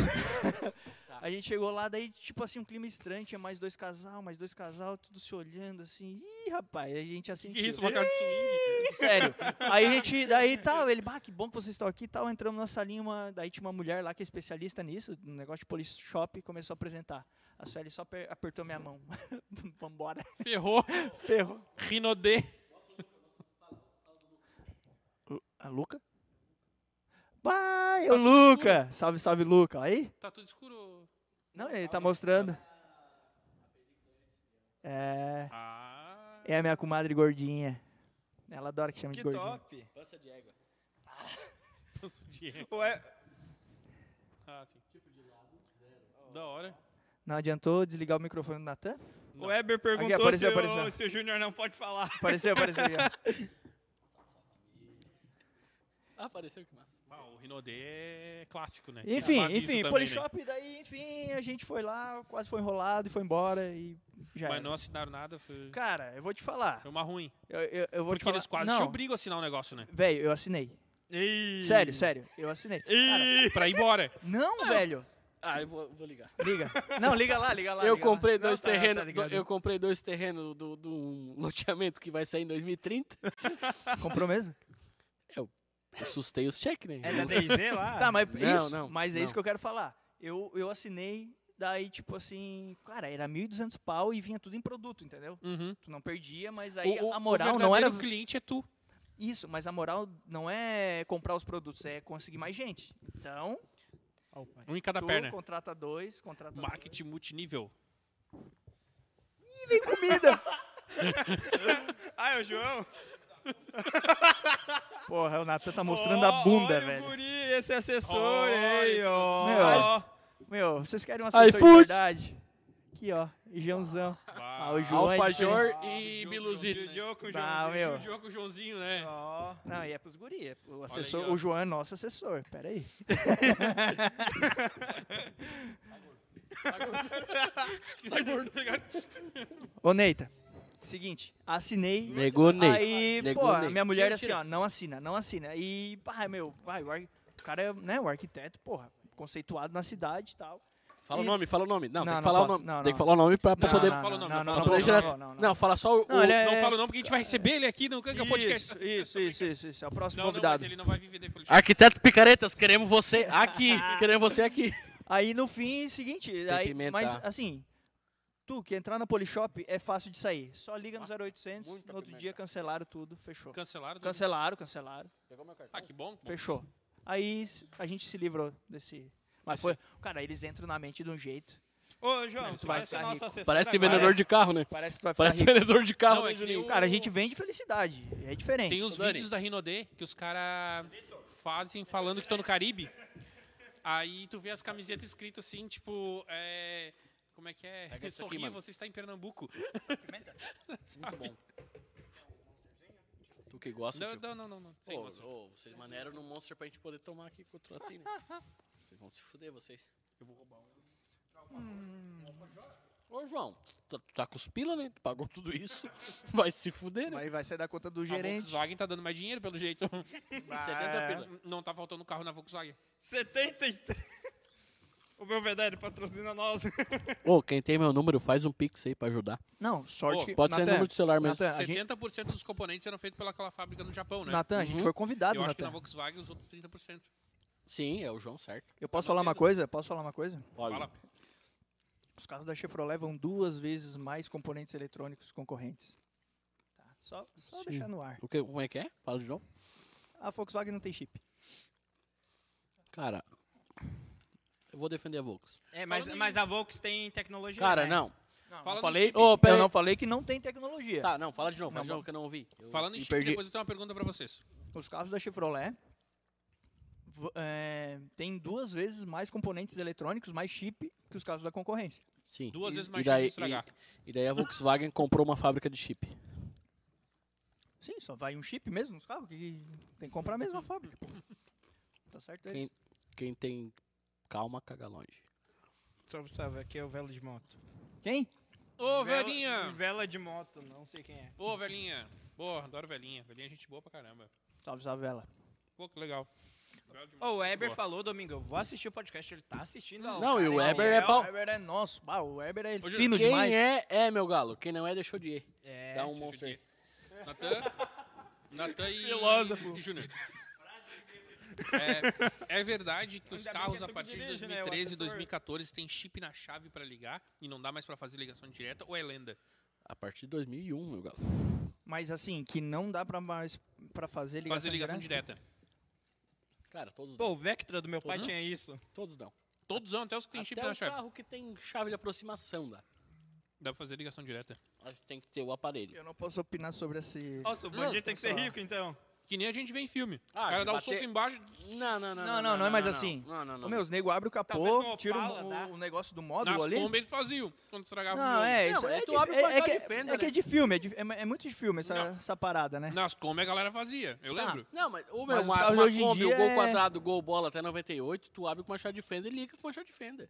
C: A gente chegou lá, daí, tipo assim, um clima estranho, tinha mais dois casal, mais dois casal, tudo se olhando assim. Ih, rapaz, a gente assim.
A: Que isso, uma cara de swing?
C: Sério. Aí a gente, daí tal, ele, ah, que bom que vocês estão aqui e tal. Entramos na salinha, uma, daí tinha uma mulher lá que é especialista nisso, um negócio de polishop, e começou a apresentar. A Sueli só aper- apertou minha mão. Vambora.
A: Ferrou.
C: Ferrou.
A: Rinodê.
C: A Ah, Luca? Vai, o Luca! Salve, salve, Luca. Aí?
A: Tá tudo escuro.
C: Não, ele tá mostrando. É.
A: Ah.
C: É a minha comadre gordinha. Ela adora que chame
B: Que
C: de gordinha.
B: top.
D: Pança de égua.
A: Nossa, Diego.
B: Ué,
A: Ah, sim. Da hora.
C: Não adiantou desligar o microfone do Natan?
B: o Weber perguntou
C: Aqui, apareceu,
B: se,
C: apareceu.
B: O, se o Júnior não pode falar.
C: Apareceu, apareceu. aí, ó.
D: Ah, apareceu que massa.
A: Ah, o Rinodê é clássico, né?
C: enfim,
A: Faz isso
C: enfim,
A: também, né?
C: Polishop, daí, enfim, a gente foi lá, quase foi enrolado e foi embora e já
A: Mas
C: era.
A: não assinaram nada, foi,
C: Cara, eu vou te falar.
A: foi uma ruim.
C: Eu, eu, eu vou te
A: Porque
C: falar.
A: eles quase te
C: não,
A: obrigam a assinar um negócio, né?
C: velho, eu assinei.
B: Ih.
C: Sério, sério, eu assinei. Cara,
A: Pra ir embora.
C: não, velho.
D: Ah, eu vou, vou ligar.
C: Liga. Não, liga lá, liga lá.
D: Eu
C: liga lá.
D: comprei dois
B: tá, tá
D: terrenos.
B: ligado.
D: do- eu comprei dois terrenos do, do um loteamento que vai sair em 2030.
C: Comprou mesmo?
D: Eu sustei os cheques, né?
B: É da DayZ lá?
C: Tá, mas
D: Não,
C: isso,
D: não,
C: mas é
D: não.
C: isso que eu quero falar. Eu, eu assinei, daí tipo assim, cara, era 1.200 pau e vinha tudo em produto, entendeu?
A: Uhum.
C: Tu não perdia, mas aí
A: O- o-
C: a
A: o
C: moral não era
A: verdadeiro cliente é tu.
C: isso, mas a moral não é comprar os produtos, é conseguir mais gente. Então,
B: Ó, o pai.
A: Um em cada
C: tu
A: perna.
C: contrata dois, contrata
A: Marketing multinível.
C: dois. comida.
B: Ah, é o João?
C: Porra, o Natan tá mostrando
B: Ó,
C: a bunda,
B: olha
C: velho.
B: O guri, esse é assessor,
A: Olha
B: aí,
A: esse
B: ó.
C: assessor.
B: Ó.
C: Meu, vocês querem uma
D: Ai,
C: assessor de
D: fute.
C: verdade? Aqui, ó, Joãozão. Ah, o João é
D: Alfajor
A: diferente.
D: e
A: Ah,
D: Biluzito.
B: Judiou com o
C: Tá,
B: Joãozinho.
C: meu.
A: Jogo com o Joãozinho, né?
B: Ó.
C: Não, e é pros guri. é o, assessor,
A: aí, ó.
C: o João é nosso assessor. Pera aí.
A: Sai gordo, tá ligado?
C: Ô, Neita. Seguinte, assinei.
D: Negou, Ney.
C: Aí,
D: Negou,
C: pô, a
D: Ney.
C: minha mulher
A: Tira,
C: assim,
A: tira.
C: ó, não assina, não assina. E, pá, meu, vai, o, ar- o cara é, né, o arquiteto, porra, conceituado na cidade e tal.
D: Fala o
C: E-
D: nome, fala o nome. Não,
C: Não,
D: tem que
C: não
D: falar o
C: posso.
D: nome.
C: Não,
D: Tem
C: não.
D: que falar o nome pra, pra
A: Não,
D: poder.
A: não, não,
C: não,
A: não,
D: pra
A: não,
D: poder
A: não,
D: gerar-
C: não, não, não.
D: fala só o.
C: Não, ele é-
A: Não fala o nome porque a gente vai receber ele aqui no Canca Podcast.
C: Isso, isso, isso, isso, isso. É o próximo
A: Não, não, mas
C: convidado.
A: ele não vai viver depois.
D: Arquiteto Picaretas, queremos você aqui. queremos você aqui.
C: Aí no fim, seguinte, aí,
D: pimenta.
C: mas assim, tu que entrar na Polishop é fácil de sair. Só liga
A: Ah,
C: no 0800, no
D: muita
C: outro
D: pimenta.
C: dia cancelaram tudo, fechou.
A: Cancelaram? tudo?
C: Cancelaram, cancelaram,
D: Pegou meu cartão?
A: Ah, que bom.
C: fechou. Aí s- a gente se livrou desse. Mas foi, cara, eles entram na mente de um jeito.
B: Ô, João, tu
C: vai
B: vai ser
C: ficar
B: nosso
C: rico.
B: assessor
D: Parece
B: agora.
D: vendedor de carro, né?
C: Parece que tu vai ficar
D: Parece
C: rico.
D: vendedor de carro,
A: Não,
D: né,
A: é que nem
D: Juninho?
A: o-
C: Cara, a gente vende felicidade, é diferente.
A: Tem os
D: Dani.
A: vídeos da Rinodê que os caras fazem falando que estão no Caribe. Aí tu vê as camisetas escritas assim, tipo. é, Como é que é?
D: Pega essa aqui,
A: Sorria,
D: mano.
A: você está em Pernambuco.
D: Muito bom. Tu que gosta,
A: Não,
D: tio.
A: não, não, não. não. Sem
D: Ô,
A: emoção.
D: ô, vocês manearam no Monster pra gente poder tomar aqui com o trocinho. Vocês vão se fuder, vocês. Eu vou roubar um. Ô, João, tu tá, tá com os pila, né? Tu pagou tudo isso. Vai se fuder, né?
C: Vai, vai sair da conta do
A: A
C: gerente.
A: Volkswagen tá dando mais dinheiro, pelo
D: É.
A: jeito.
D: 70 pila.
A: Não tá faltando carro na Volkswagen.
B: 73. O Belvedere patrocina nós.
D: Ô, quem tem meu número, faz um pix aí pra ajudar.
C: Não, sorte
A: Pô,
C: que.
D: pode ser
C: Natan,
D: número de celular mesmo.
C: Natan, a gente,
A: 70% dos componentes eram feitos pelaquela fábrica no Japão, né?
C: Natan, a gente
D: Uhum.
C: foi convidado,
A: Eu acho que na
C: Natan.
A: Volkswagen os outros 30%.
D: Sim, é o João, certo?
C: Eu posso falar uma coisa? Posso falar uma coisa?
D: Olha.
A: Fala.
C: Os carros da Chevrolet vão duas vezes mais componentes eletrônicos concorrentes. Tá, Só, só
D: Sim.
C: deixar no ar.
D: O que, como é que é? Fala de novo.
C: A Volkswagen não tem chip.
D: Cara, eu vou defender a Vox.
B: É, mas,
A: Falando em-
B: mas a Volks tem tecnologia.
D: Cara,
B: né?
D: não.
C: Não,
A: Fala
C: eu
A: do
C: falei,
A: chip.
D: Ô, pera
C: eu
D: aí.
C: não falei que não tem tecnologia.
D: Tá, não, fala de novo, fala
C: Não,
D: de novo
C: mas-
D: que eu não ouvi. Eu
A: Falando em
D: me
A: chip, depois eu tenho uma pergunta pra vocês.
C: Os carros da Chevrolet v- é, tem duas vezes mais componentes eletrônicos, mais chip, que os carros da concorrência.
D: Sim.
A: Duas
D: e,
A: vezes
D: e
A: mais chance
D: daí,
A: de estragar.
D: E, e daí a Volkswagen comprou uma fábrica de chip.
C: Sim, só vai um chip mesmo nos carros, que tem que comprar mesmo a fábrica. Tá certo
D: Quem,
C: eles.
D: quem tem calma, caga longe.
B: Só observa, aqui é o Vela de Moto.
C: Quem?
A: Ô,
B: Vela-
A: velhinha!
B: Vela de Moto, não sei quem é.
A: Ô, velhinha! Boa, adoro velhinha. Velhinha é gente boa pra caramba.
C: Salve, salve ela.
A: Pô, que legal.
B: Ô, o Eber
A: Boa.
B: falou, Domingo, eu vou assistir o podcast, ele tá assistindo. ó,
D: Não, e
B: cara
D: o
B: é
D: Eber
B: fiel.
D: é bom.
C: O Weber é nosso. Bah, o Weber é
A: Ô, Júlio,
C: fino
D: quem
C: demais.
D: é, é, meu galo. Quem não é, deixou de ir.
B: É,
D: Dá um
A: Deixa eu
D: monstro aí.
A: ver. Natan. Natan e.
B: Filósofo.
A: E Júnior. É, é verdade que os
B: Ainda bem
A: carros
B: que é
A: a
B: tu que
A: partir de
B: dirige, né, o
A: 2013 e
B: assessor.
A: 2014 têm chip na chave pra ligar e não dá mais pra fazer ligação direta ou é lenda?
D: A partir de 2001, meu galo.
C: Mas assim, que não dá pra, mais, pra fazer ligação
A: Fazer ligação direta.
D: Cara, todos
B: Pô,
D: dão.
B: o Vectra do meu pai
D: Uhum.
B: tinha isso.
D: Todos dão.
A: Todos anos, até os que têm
D: Até
A: chip na
D: o
A: chave.
D: carro que tem chave de aproximação dá.
A: Dá pra fazer ligação direta.
D: Mas tem que ter o aparelho.
C: Eu não posso opinar sobre esse...
B: Nossa, o bandido tem que ser
C: só.
B: rico, então.
A: Que nem a gente vê em filme.
D: Ah,
A: o cara
D: de
A: dá o
D: bater-
A: soco embaixo.
D: Não, não, não.
C: Não, não, não, é mais assim.
D: Não, não, não.
C: Ô, meu, os nego abre o
B: Talvez
C: capô,
B: no
C: tira
B: Opala,
C: o,
B: dá.
C: o negócio Tá do módulo
A: Nas
C: ali.
A: combas eles faziam quando estragavam o
C: Não,
A: miolo.
C: é isso.
D: Não, é
C: é,
D: tu
C: de-
D: abre o
C: é- é
D: portal
C: que,
D: de fenda,
C: é que
D: né?
C: é de filme, é, de- é ma- é muito de filme essa,
A: Não.
C: essa parada, né?
A: Nas combas a galera fazia, eu
C: Tá.
A: lembro.
D: Não, mas, ô,
C: Mas
D: meu,
C: os
D: uma,
C: carros
D: uma
C: de hoje em
D: Kombi, o
C: dia
D: gol
C: é-
D: quadrado, gol bola até 98, tu abre com uma chave de fenda e liga com uma chave de fenda.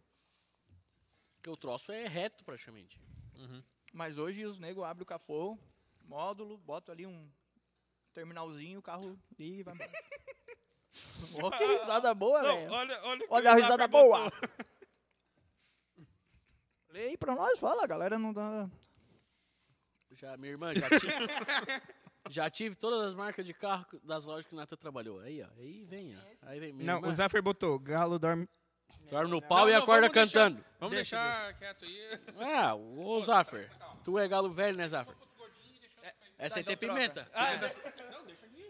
D: Porque o troço é reto, praticamente.
C: Mas hoje os nego abrem o capô, módulo, bota ali um terminalzinho, o carro e vai embora. Ó, que risada boa,
B: Não,
C: velho.
B: olha, olha, o que
C: Olha a
B: o
C: risada
B: Zapper
C: boa.
B: botou.
C: Lê aí pra nós, fala, a galera não dá...
D: Já, minha irmã, já tive, já tive todas as marcas de carro que- das lojas que o Nathan trabalhou. Aí, ó, aí vem, ó. Aí vem,
C: Uhum.
D: minha
B: Não,
D: irmã,
B: o Zaffer botou, galo dorme...
D: dorme no pau e
A: Não, não,
D: acorda
A: vamos deixar-
D: cantando.
A: Vamos
B: Deixa,
A: deixar quieto aí.
D: Ah, ô Zaffer, tu é galo velho, né, Zaffer? Essa aí tem
C: então
D: pimenta.
A: Não, deixa aqui.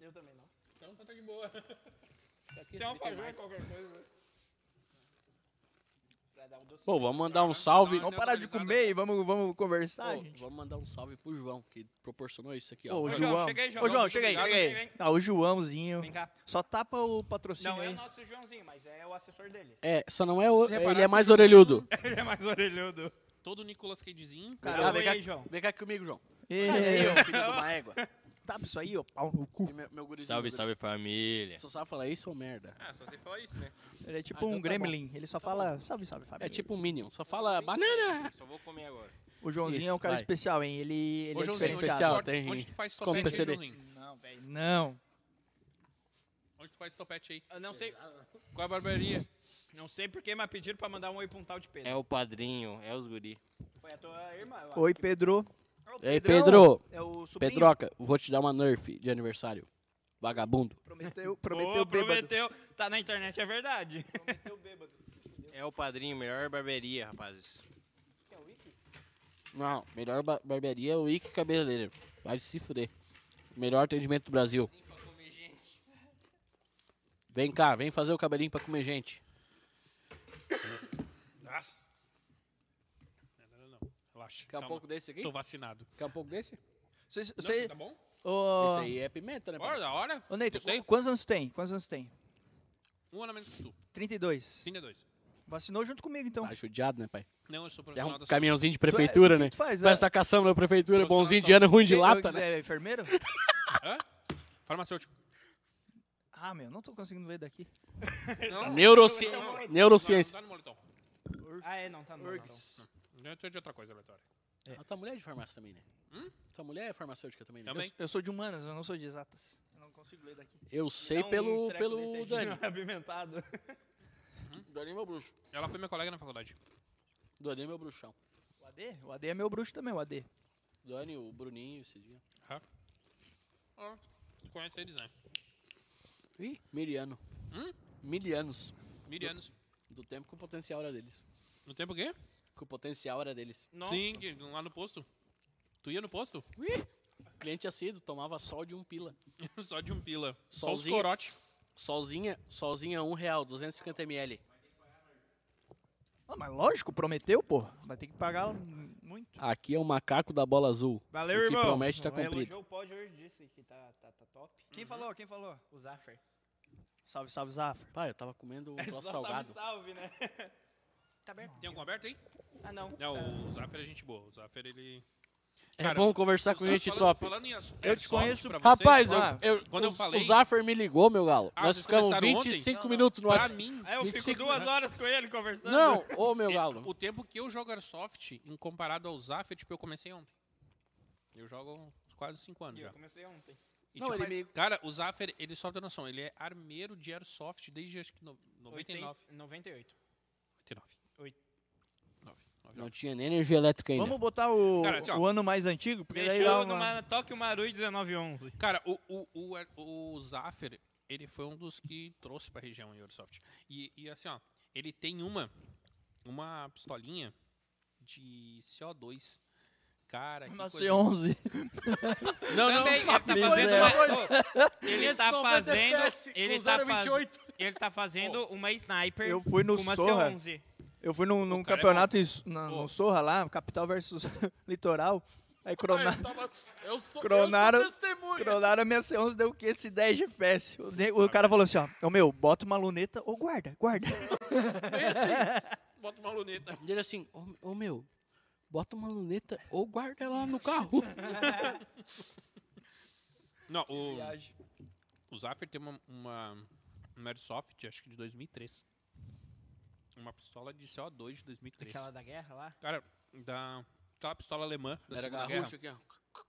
B: Eu também não.
A: Então tá de boa.
B: Tem uma fazer Então qualquer coisa. Pra dar um doce.
D: Pô, vamos mandar um salve.
A: Não,
C: Vamos parar de
A: Neutralizada.
C: comer e vamos, vamos conversar,
D: Pô,
C: Tá, gente.
D: vamos mandar um salve pro João, que proporcionou isso aqui, ó.
C: Ô,
D: Pra-
B: João,
C: João.
B: chega aí, João.
C: Ô, João, chega aí,
B: Obrigado,
C: chega aí.
B: vem, vem.
C: Ah, o Joãozinho.
B: Vem cá.
C: Só tapa o patrocínio
B: Não é
C: aí.
B: o nosso Joãozinho, mas é o assessor deles.
D: É, só não é o...
A: Se reparar
D: Ele é
A: que
D: mais
A: o João-
D: orelhudo.
B: Ele é mais orelhudo.
A: Todo Nicolas Cagezinho.
D: Vem
B: Cara,
D: cá, vem
B: oi
D: cá,
B: aí, João.
D: vem cá comigo, João.
C: Ê,
D: Sai daí, ô filho de uma égua.
C: tapa isso aí, ó, pau no cu.
D: E Meu, meu gurizinho,
E: Salve,
D: meu
E: salve família.
D: gurizinho. Só sabe falar isso ou merda? É
A: Ah, só sei falar isso, né?
C: Ele é tipo
D: Ah, então
C: um
D: tá
C: gremlin. Ele só fala, salve, salve, Fábio.
D: É tipo um Minion, só fala banana.
A: Só vou comer agora.
C: O Joãozinho
D: Isso,
C: é um cara
D: vai.
C: especial, hein? Ele, ele
A: Ô,
C: é
A: Joãozinho,
C: diferenciado.
D: especial,
A: onde,
D: tem-
A: onde tu faz
D: como
A: topete aí,
D: PCD.
A: Joãozinho?
C: Não, velho, não.
A: Onde tu faz topete aí?
B: Eu não sei,
A: Qual é a barbearia?
B: não sei porque, mas pediram pra mandar um oi pra um tal de Pedro.
E: É o padrinho, é os guri.
B: Foi a tua irmã. eu acho.
C: Oi, Pedro.
D: Ei,
C: Pedrão.
D: Pedro.
C: É o sobrinho.
D: Pedroca, vou te dar uma Nerf de aniversário. Vagabundo.
C: Prometeu,
B: Ô,
C: prometeu bêbado.
B: prometeu. Tá na internet, é verdade.
E: É o padrinho, melhor barbearia, rapazes.
D: Não, melhor ba- barbearia é o Ike Cabeleireiro. Vai se fuder. Melhor atendimento do Brasil. Vem cá, vem fazer o cabelinho pra comer gente.
A: Nossa. Não, não, não. não. Relaxa.
D: Quer um
A: Calma.
D: pouco desse aqui?
A: Tô vacinado.
D: Quer um pouco desse?
C: Vocês-
A: Não,
C: vocês-
A: Tá bom?
C: Ô,
D: Esse aí é pimenta, né?
A: Bora,
D: pai?
A: da hora.
C: ô, Neito,
A: Gostei.
C: quantos anos tu tem? Quantos anos tu tem?
A: Um ano a menos que tu.
C: 32.
A: 32.
C: Vacinou junto comigo, então.
D: Tá judiado, né, pai?
A: Não, eu sou
D: É
A: profissional
D: um
A: da
D: caminhãozinho de
C: é-
D: prefeitura,
C: o que
D: né?
C: tu faz? é?
D: Faz essa cação na prefeitura,
A: Profissional
D: bonzinho
A: da
D: de ano ruim de
C: Quem-
D: lata,
C: eu-
D: né?
C: É enfermeiro?
A: Hã? Farmacêutico.
C: Ah, meu, não tô conseguindo ler daqui.
A: Não,
D: Neuroci...
A: Não,
D: Neurociência.
A: tá no moletom.
B: Ah, é, não, tá no não,
A: Eu tô de outra coisa aleatória.
D: A tua mulher é de farmácia também, né?
C: Hum?
D: Tua mulher é farmacêutica também, né?
A: Também.
C: Eu sou de humanas, eu não sou de exatas. Eu não consigo ler daqui.
D: Eu sei
B: Dá um
D: pelo,
B: treco desse
D: pelo
B: aqui,
D: Dani.
B: não é Apimentado.
D: Dani é meu bruxo.
A: Ela foi minha colega na faculdade.
D: Dani meu bruxão.
C: O AD? O AD é meu bruxo também, o AD.
D: Dani, o Bruninho, esse dia.
A: Hã? Ah, tu conhece eles, né?
D: Ih, miliano.
A: Hum?
D: Milianos.
A: Mirianos.
D: Do tempo que o potencial era deles.
A: No tempo o quê?
D: Que o potencial era deles.
B: Nossa.
A: Sim, que- lá no posto. Tu ia no posto?
D: Cliente assíduo, tomava sol de um pila.
A: Só de um pila. Só os
D: Sozinho?
A: corote.
D: Sozinha, sozinha, um real, 250ml.
C: Ah, mas lógico, prometeu, pô. Vai ter que pagar mu- muito.
D: Aqui é o macaco da bola azul.
B: Valeu,
D: o que
B: irmão.
D: promete tá
B: Vai
D: cumprido.
B: elogiar o pódio hoje disso. preço e que tá, tá, tá top.
C: Quem falou? Quem falou?
B: O Zaffer.
C: Salve, salve, Zafra.
D: Pai, eu tava comendo um troço
B: Só salve,
D: salgado.
B: salve, né? tá aberto?
A: Tem algum aberto aí?
B: Ah, não.
A: Não, o Zafir é gente boa. O Zafir, ele...
D: É
A: Cara,
D: bom conversar com
A: Falando-
D: gente
A: falando-
D: top.
A: Falando em assunto,
C: Eu te
A: soft
C: conheço-
A: pra vocês,
D: Rapaz, eu,
C: ah,
D: eu,
A: quando eu
D: o-
A: falei-
D: o Zaffer me ligou, meu galo.
A: Ah,
D: Nós
A: vocês
D: ficamos
A: começaram ontem?
D: 25
C: Não, não.
D: minutos no É?
A: pra
D: WhatsApp.
A: mim,
B: Aí É, eu fico
D: 25
B: duas horas com ele conversando.
D: Não, ô meu
A: é-
D: galo.
A: o tempo que eu jogo Airsoft, em comparado ao Zafir, tipo, eu comecei ontem. Eu jogo há uns quase 5 anos
B: E Eu
A: já.
B: comecei ontem.
A: E,
D: Não,
A: tipo,
D: ele
A: mas- Cara, o Zafir, ele só tem noção, ele é armeiro de Airsoft desde acho que no- 99.
B: 98.
A: 99.
B: Oito.
A: 9.
D: Não tinha nem energia elétrica ainda.
C: Vamos botar o,
A: Cara, assim, ó.
C: o ano mais antigo, porque daí dá
B: Deixou no
C: uma...
B: Mar- Tóquio Marui 1911.
A: Cara, o, o, o, Air- o Zafir, ele foi um dos que trouxe pra região em Airsoft. E, e assim, ó, ele tem uma, uma pistolinha de CO2. Cara, que
C: uma
A: coisa-
C: C11.
A: Não, não, é,
B: Também, ele tá
A: mas-
B: fazendo.
D: é.
C: Miséria.
B: uma- Ô, Ele tá
D: 590 FPS
B: fazendo.
D: com
B: Ele tá, faz,
D: 0,28.
B: ele tá fazendo uma sniper.
C: eu fui no
B: com uma
C: Sorra.
B: C11.
C: Eu fui num, num
A: cara é
C: campeonato em- na-
A: Ô.
C: no Sorra lá, Capital versus Litoral. Aí crona-
D: Eu, tava- eu sou,
C: cronaram,
D: eu sou testemunha.
C: cronaram a minha C11, deu 510 FPS. O, ne- o cara falou assim, ó, ô meu, bota uma luneta ou guarda, guarda.
D: Bem assim.
A: Bota uma luneta.
D: E Ele assim, ô ô, meu, bota uma luneta ou guarda ela no carro.
A: Não, o, o Zafir tem uma, uma, uma Airsoft, acho que de 2003. Uma pistola de CO2 de 2003.
B: Aquela da guerra lá.
A: Cara, da, aquela pistola alemã da
D: Era
A: Segunda
D: garrucho
A: Guerra.
D: aqui, ó.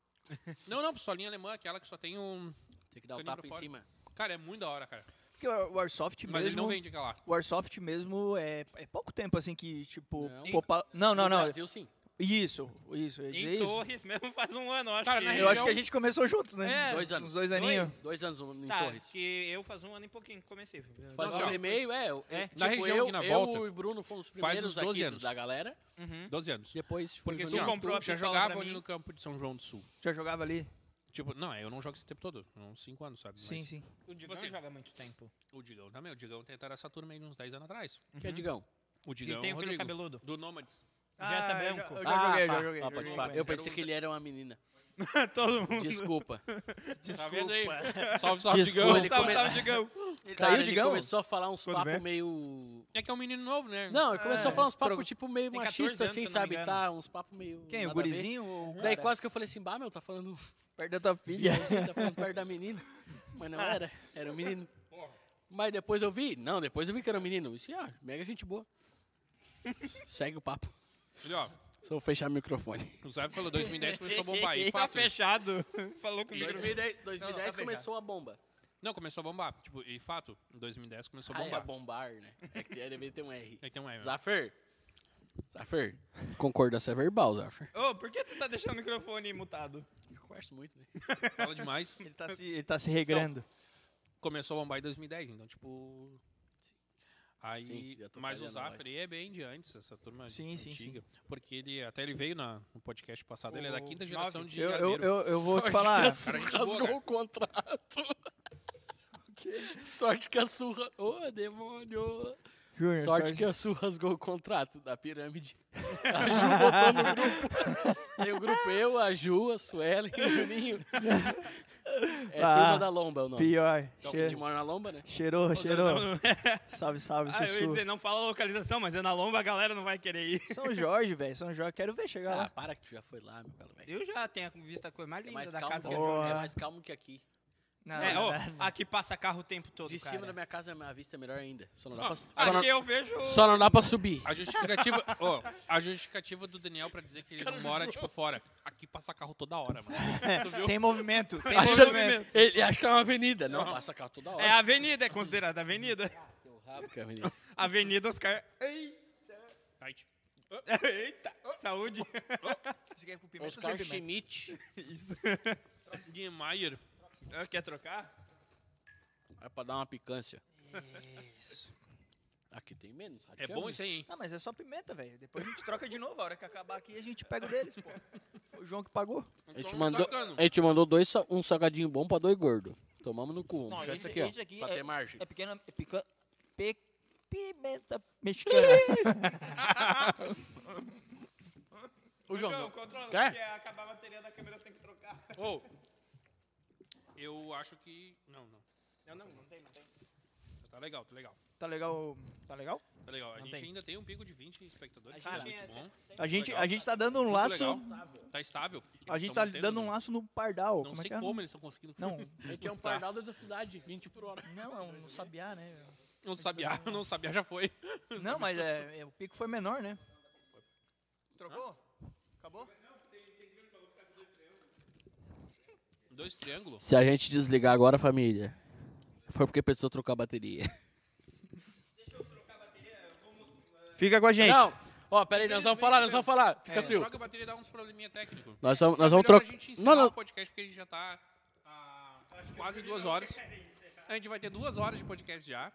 A: Não, não, pistolinha alemã, aquela que só tem um...
D: Tem que dar o
A: Canibro
D: tapa em
A: fora.
D: cima.
A: Cara, é muito da hora, cara.
C: Porque o o Airsoft
A: Mas ele
C: mesmo...
A: não vende aquela lá.
C: o Airsoft mesmo é, é pouco tempo assim que, tipo,
D: Não.
C: popa- não. não, não,
D: No Brasil, sim.
C: Isso, isso, eu ia dizer
B: Em
C: isso.
B: Torres mesmo faz um ano, eu acho.
A: Cara,
B: que
A: na
C: Eu
A: região-
C: acho que a gente começou junto, né?
B: É,
D: Dois anos.
C: Uns dois aninhos.
D: Dois anos no- em
B: Tá,
D: Torres.
B: que eu faz um ano e pouquinho que comecei.
D: Faz
A: Não,
D: um
A: ó,
D: ano e meio, é. eu-
B: é.
D: tipo,
A: Na região
D: eu,
A: aqui na
D: eu
A: volta,
D: e o Bruno fomos os
A: faz
D: primeiros
A: uns 12
D: aqui
A: anos.
D: da galera.
B: Uhum.
A: 12 anos.
D: Depois foi
A: Porque
D: o
A: assim,
D: Juninho.
A: ó,
B: comprou a
A: já
B: pistola
A: jogava
B: pra
A: ali
B: mim.
A: no campo de São João do Sul.
C: Já jogava ali?
A: Tipo, não, eu não jogo esse tempo todo. Uns 5 anos, sabe?
C: Sim,
A: Mas
C: sim.
B: O Digão
A: Você.
B: joga muito tempo.
A: O Digão também. O Digão tentaram essa turma aí uns 10 anos atrás.
D: Que é Digão.
A: O
B: E
A: Digão é
B: tem
A: o
B: o filho
A: Rodrigo,
B: cabeludo.
A: Do Nômades.
B: Jetta
C: eu
B: Branco.
C: já- Eu já joguei,
D: tá.
C: já joguei.
D: Ah,
C: já
D: pode
C: joguei.
D: falar.
A: com
D: Eu
A: ele.
D: pensei que ele era uma menina.
B: Todo mundo.
D: Desculpa.
A: Tá vendo aí? Salve, salve,
D: Desculpa,
A: Digão.
D: ele
B: Salve,
D: come-
B: salve, Digão.
C: Ele
D: Cara,
C: caiu,
D: ele
C: Digão?
D: começou a falar uns
B: Quando
D: papos
B: vem?
D: meio...
A: É que é um menino novo, né?
D: Não, ele começou a falar uns papos,
C: Pro-
D: tipo, meio
B: Tem 14
D: machista,
B: anos,
D: assim,
B: se eu não me
D: sabe?
B: engano.
D: Tá, uns papos meio...
C: Quem?
D: nada
C: O
D: a ver.
C: gurizinho? ou o
D: Daí
C: cara?
D: quase que eu falei assim, bah, meu, tá falando...
C: Perto da tua filha.
D: tá falando perto da menina. Mas não era, era um menino. Mas depois eu vi, não, depois eu vi que era um menino. Isso, ah, mega gente boa. Segue o papo.
A: Ele, ó,
D: Só vou fechar o microfone.
A: o Zé falou 2010 começou a bombar. E
B: Tá
A: fato, né?
B: fechado. Falou comigo.
D: 2010,
C: Não, não, tá
D: começou a bomba.
A: Não, começou a bombar. Tipo, e fato, em 2010 começou a
D: Ah, é,
A: bombar.
D: bombar, né? É que já deve ter um R.
A: Aí tem um M.
D: Zafer. Zafer. Concordância verbal, Zafer.
B: Ô, por que tu tá deixando o microfone mutado?
D: Eu converso muito, né?
A: Fala demais.
C: Ele tá se, ele tá se regrando.
A: Começou a bombar em 2010, então, tipo... Aí,
D: Sim, já tô
A: mas o
D: fazendo
A: Zafre é bem de antes, essa turma
C: Sim, sim,
A: antiga. Porque ele, até ele veio na, no podcast passado, ele é da
B: O
A: quinta
B: nove.
A: geração de
C: Eu, eu,
A: gameiro.
C: eu, eu vou te falar.
A: Cara, gente boa,
D: rasgou
A: cara.
D: o contrato. Sorte que a surra. Ô, demônio!
C: Júnior,
D: Sorte que a Su rasgou o contrato da pirâmide. A Ju botou no grupo. Tem o grupo eu, a Ju, a Suelen e o Juninho. É
C: Ah,
D: turma da Lomba é o nome.
C: Pior.
D: Então, a
C: Cheiro-
D: gente mora na Lomba, né?
C: Cheirou, cheirou. Salve, salve,
B: Ah, eu ia dizer,
C: Sussu.
B: não fala a localização, mas é na lomba, a galera não vai querer ir.
C: São Jorge, velho. São Jorge. Quero ver chegar
D: Ah,
C: lá.
D: para que tu já foi lá, meu galo, velho.
B: Eu já tenho visto a coisa mais
D: É
B: linda
D: mais,
B: da
D: calmo
B: casa.
D: que,
C: eu-
B: da-
C: Boa.
D: é mais calmo que aqui.
C: Não,
B: É,
C: não,
B: ó,
C: não.
B: aqui passa carro o tempo todo,
D: De
B: cara.
D: cima da minha casa, a vista é melhor ainda. Só não dá
A: Ah,
D: pra,
B: Aqui
D: só não,
B: eu vejo...
D: só não dá pra subir.
A: A justificativa, ó, a justificativa do Daniel pra dizer que ele não mora, tipo, fora. Aqui passa carro toda hora, mano. Tu viu?
C: Tem movimento, tem
B: Ah,
D: Acha,
C: movimento.
D: ele acha que é uma avenida. Não, passa carro toda hora.
B: É a avenida, é considerada avenida.
D: Teu rabo que é avenida.
B: Avenida Oscar...
A: Tight.
B: Eita, saúde.
C: Você quer com pimenta
D: Oscar Schmidt.
B: Isso.
A: Niemeyer. Ah,
B: Quer trocar?
D: É pra dar uma picância. Aqui tem menos.
A: É bom isso aí, hein?
C: Ah, mas é só pimenta, velho. Depois a gente troca de novo. A hora que acabar aqui, a gente pega o deles, pô. Foi o João que pagou.
D: A gente
A: Então,
D: mandou,
A: tacando.
D: a gente mandou dois, sa- um salgadinho bom pra dois gordos. Tomamos no cu. Um.
C: Não,
D: Puxa
C: esse-
D: esse aqui, ó.
C: esse aqui
D: pra
C: é-
D: ter margem.
C: É pequena... É pica, pe, pimenta mexicana.
D: Ô, João, não.
B: controla,
D: Quer?
A: é
B: porque acabar a bateria da câmera, tem que trocar.
D: Ô,
A: acho que. Não, não.
B: Não, não, não tem, não tem.
A: Tá legal, tá legal.
C: Tá legal? Tá legal?
A: Tá legal. A
B: Não
A: gente
B: tem.
A: ainda tem um pico de 20 espectadores.
B: A
A: Isso é
B: gente
A: muito
B: é-
A: bom.
C: A gente, a
A: legal.
C: gente tá dando um
A: Muito
C: laço.
A: legal. Tá estável.
C: A
A: Eles
C: gente
A: tão
C: tá
A: mantendo,
C: dando um
A: né?
C: laço no pardal.
A: Não
C: como é
A: sei
C: que é?
A: como eles estão conseguindo.
C: Não,
D: A gente é um
A: Tá.
D: pardal da cidade, 20 por hora.
C: não, é um sabiá, né?
A: Não sabiá, não sabiá já foi.
C: Não, mas é, é, o pico foi menor, né? Trocou? Acabou?
A: Dois triângulos.
D: Se a gente desligar agora, família, foi porque precisou trocar a bateria.
C: Fica com a gente.
D: Não, ó, peraí, nós vamos falar, nós vamos falar. Fica
C: É.
D: frio. Tá
A: Troca a bateria dá uns probleminha técnico.
D: Nós vamos,
A: É
D: nós vamos
A: melhor
D: trocar.
A: a gente encerrar
D: Não,
A: o
D: não.
A: podcast porque a gente já tá há quase duas horas. A gente vai ter duas horas de podcast já.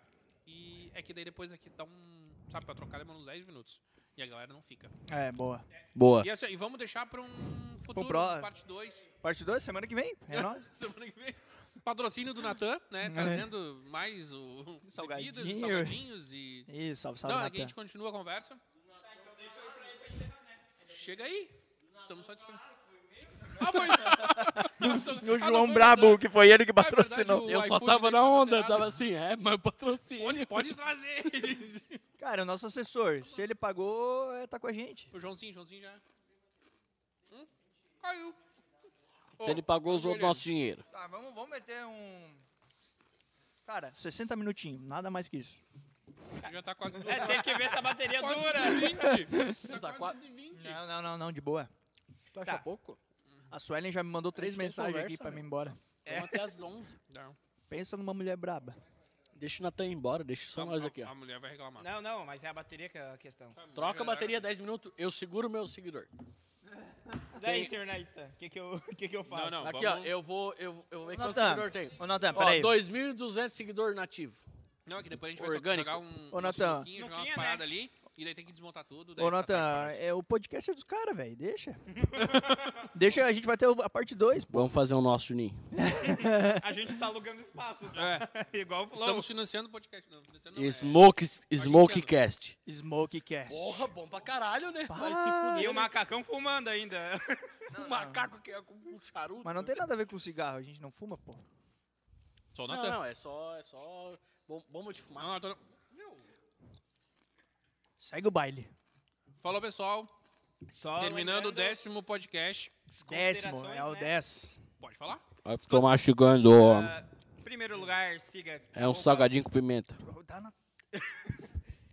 A: E é que daí depois aqui dá um. Sabe, pra trocar demora uns 10 minutos. E a galera não fica.
C: É, boa.
D: Boa.
A: E, assim, e vamos deixar pra um futuro,
C: pro-
A: parte 2,
C: Parte 2, semana que vem. É nóis.
A: semana que vem. Patrocínio do Natan, né? Trazendo mais o
C: É. Salgadinho.
A: bebidas, e salgadinhos e.
C: Ih, salve, salve,
A: Não, aqui a
C: Natan.
A: gente continua a conversa. Chega aí. Estamos só disponíveis. Ah, um foi.
C: O João Brabo, que foi ele que
A: é verdade,
C: patrocinou.
A: o-
D: Eu só
A: iFood
D: tava
A: dele
D: na onda,
A: patrocinado.
D: tava assim, é, mas patrocínio.
A: Pode trazer.
C: Cara, o nosso assessor, se ele pagou, é, tá com a gente.
A: o Joãozinho, Joãozinho já. Hum? Caiu.
D: Se ele pagou,
A: os
D: usou o nosso dinheiro.
C: Tá, vamos, vamos meter um... Cara, 60 minutinhos, nada mais que isso.
A: Já tá quase.
B: É, tem que ver se a bateria
A: quase
B: dura.
A: 120.
D: Tá
A: Tá
D: qua-
A: quase 120.
C: Não, não, não, não, de boa.
D: Tu acha pouco?
C: A Suelen já me mandou três
D: gente tem
C: mensagens
D: conversa,
C: aqui pra
D: né?
C: mim ir embora.
D: Vamos até as 11.
A: Não.
C: Pensa numa mulher braba.
D: Deixa o Natan ir embora, deixa só nós
A: A-
D: aqui,
A: A
D: ó.
A: mulher vai reclamar.
B: Não, não, mas é a bateria que é a questão.
A: Tá
D: Troca a bateria 10 minutos, eu seguro o meu seguidor.
B: Daí, senhor Naita, o que, que, eu- que, que eu faço?
A: Não, não.
D: Aqui, ó,
A: vamos...
D: eu vou, eu, eu vou ver quantos
C: Natan,
D: seguidor tem.
C: ô Natan,
D: Ó,
C: peraí.
D: 2.200 seguidor nativo.
A: Não, é que depois a gente
D: Orgânico.
A: vai to- jogar um.
C: Ô,
A: um
C: Natan.
A: suquinho, jogar umas
B: Suquinho, né?
A: paradas ali. E daí tem que desmontar tudo. daí
C: Ô,
A: fica
C: Natan,
A: tarde demais.
C: é, o podcast é dos caras, velho. Deixa. Deixa, a gente vai ter o- a parte 2.
D: Vamos fazer o nosso, Juninho.
B: A gente tá alugando espaço.
A: É,
B: Igual o Flow.
A: estamos financiando o podcast. Não, financiando não, é-
D: Smoke, Smokecast.
C: Smokecast.
D: Porra, bom pra caralho, né? Vai se
B: E
D: fuder.
B: o macacão fumando ainda.
D: um macaco que é com um charuto.
C: Mas não tem nada a ver com cigarro, a gente não fuma, pô.
A: Só o
D: Não,
A: Natan.
D: não, é só, é só bom- bomba de
A: Não,
D: fumaça.
A: Natan. Meu.
C: Segue o baile.
A: Falou, pessoal.
B: Só
A: Terminando o
B: lembrando,
A: décimo podcast.
C: Décimo, é o
B: né?
C: 10.
A: Pode falar?
D: Vai ficar mastigando.
A: É,
B: ah, Em primeiro lugar, siga.
A: tá
D: É um
B: arroba-
D: salgadinho com pimenta.
C: Tá na-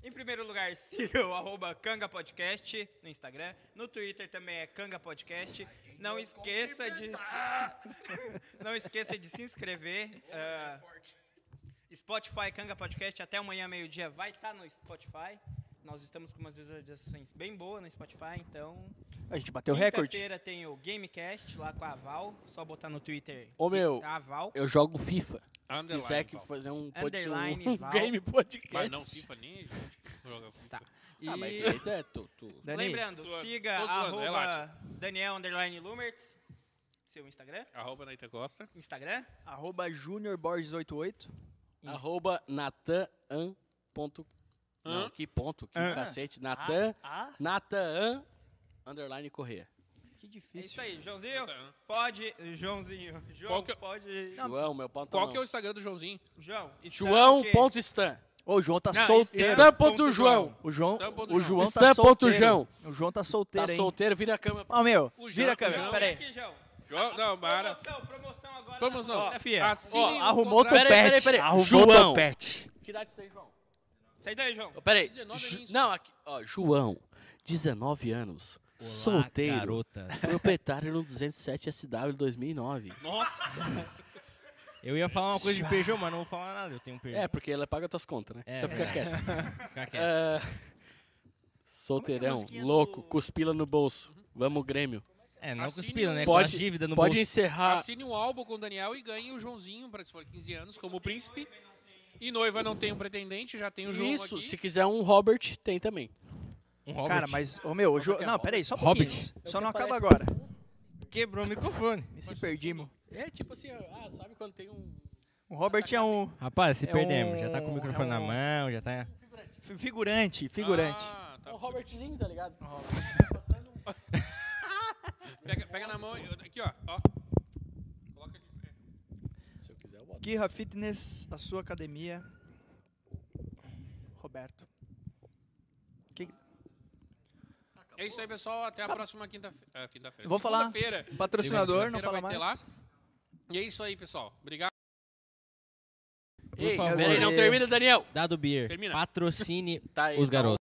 B: Em primeiro lugar, siga o arroba Canga Podcast no Instagram. No Twitter também é Canga Podcast. Não esqueça de. Não esqueça de se inscrever. ah, Spotify Canga Podcast, até amanhã, meio-dia, vai estar no Spotify. Nós estamos com umas visualizações bem boas no Spotify, então.
C: A gente bateu o recorde.
B: Quinta-feira tem o Gamecast lá com a Val. Só botar no Twitter.
D: Ô, meu.
B: A Val.
D: Eu jogo FIFA. Se
A: Underline,
D: quiser que
A: Val.
D: fazer
C: É
D: um, pod-
B: Underline,
D: um
B: Val.
D: game
A: Mas
D: podcast.
A: não, FIFA nem a gente joga FIFA.
B: Tá.
D: Ah, mas
B: E-
D: direito é tu. tu.
C: Dani,
B: Lembrando,
A: Zoando.
B: siga
A: Tô zoando,
B: arroba
A: relaxa.
B: Daniel underline Lumertz, seu Instagram.
A: Arroba Naita Costa.
B: Instagram.
C: arroba juniorborges88.
D: Arroba natan.an. Ponto... Não, que ponto, que cacete. Natan.
C: Ah, ah.
D: Natan. Underline Corrêa.
C: Que
B: É
C: difícil.
B: isso aí, Joãozinho.
A: Tá.
B: Pode. Joãozinho. João,
A: Qual que é-
B: pode.
D: João, meu ponto
A: Qual
D: não.
A: que é o Instagram do Joãozinho?
B: João. está o quê?
D: João.stan.
C: Ô, o João tá
B: Não,
C: solteiro.
B: Instagram.
D: Stan.joão.
C: O João,
A: Stan ponto João.
C: o João tá
D: Stan ponto
C: solteiro.
D: João.
C: O João tá solteiro,
D: Tá
C: hein?
D: solteiro, vira a câmera.
C: Ó, meu,
A: O João-
C: vira a
A: o
C: câmera,
A: João-
C: peraí.
B: Aqui, João.
A: João? Não, para.
B: Promoção, promoção agora. tá
A: Promoção.
B: na fotografia.
A: Assine
D: Ó,
A: o
C: Arrumou
A: contrato.
D: Peraí, peraí,
C: topete.
D: peraí.
C: Arrumou
D: João.
C: topete.
D: Que idade você tem, João? é
B: Sai daí, João.
D: Ô, Peraí.
A: 19
D: Ju-
A: aninhos.
D: Não, aqui. Ó, João, 19 anos. solteiro.
F: garotas.
D: Proprietário no 207 SW 2009.
F: Eu ia falar uma coisa de Peugeot, mas não vou falar nada. Eu tenho um Peugeot.
D: É, porque ela paga tuas contas, né?
F: É,
D: então fica
F: verdade.
D: quieto.
F: Fica
C: é
F: quieto.
D: Ah, solteirão,
C: musiquinha
D: louco,
C: do-
D: cuspila no bolso. Vamos, Grêmio.
F: É, não
A: assine
F: cuspira, né? Com
D: Pode-
F: as dívidas no
D: Pode
F: bolso. Assim,
D: encerrar.
A: Assine um álbum com o Daniel e ganhe o Joãozinho, pra se for 15 anos, como príncipe. E noiva não tem um pretendente, já tem o João
D: Isso,
A: aqui.
D: se quiser um Robert, tem também.
F: Um Robert.
C: Cara, mas, ô, meu, o João... Não, peraí, só um
F: Hobbit.
C: pouquinho. Só não
D: Parece-
C: acaba agora.
F: Quebrou o microfone.
C: Me se perdimos.
D: É tipo assim, ah, sabe quando tem um.
C: O Robert é um
F: Rapaz, se
C: É
F: perdemos.
C: um-
F: Já tá com o microfone
C: é
F: na
C: um-
F: mão, já tá...
C: fi- figurante, figurante.
A: Ah, tá.
D: Um Robertzinho, tá um ligado?
A: Pega, pega na mão. Aqui, ó. ó. Coloca de pé.
D: Se eu quiser. quiser, eu boto.
C: Guirra Fitness, a sua academia. Roberto. Que-
A: É isso aí, pessoal. Até a próxima quinta-feira. Ah, quinta-feira.
C: Vou falar.
A: Segunda-feira.
C: Patrocinador, não
A: Segunda-feira
C: fala
A: vai
C: mais.
A: ter lá. E é isso aí, pessoal. Obrigado.
D: Ei,
F: favor.
D: peraí, não termina, Daniel.
F: Dado Beer.
A: Termina.
F: Patrocine
D: Tá aí,
F: os
D: tá
F: garotos.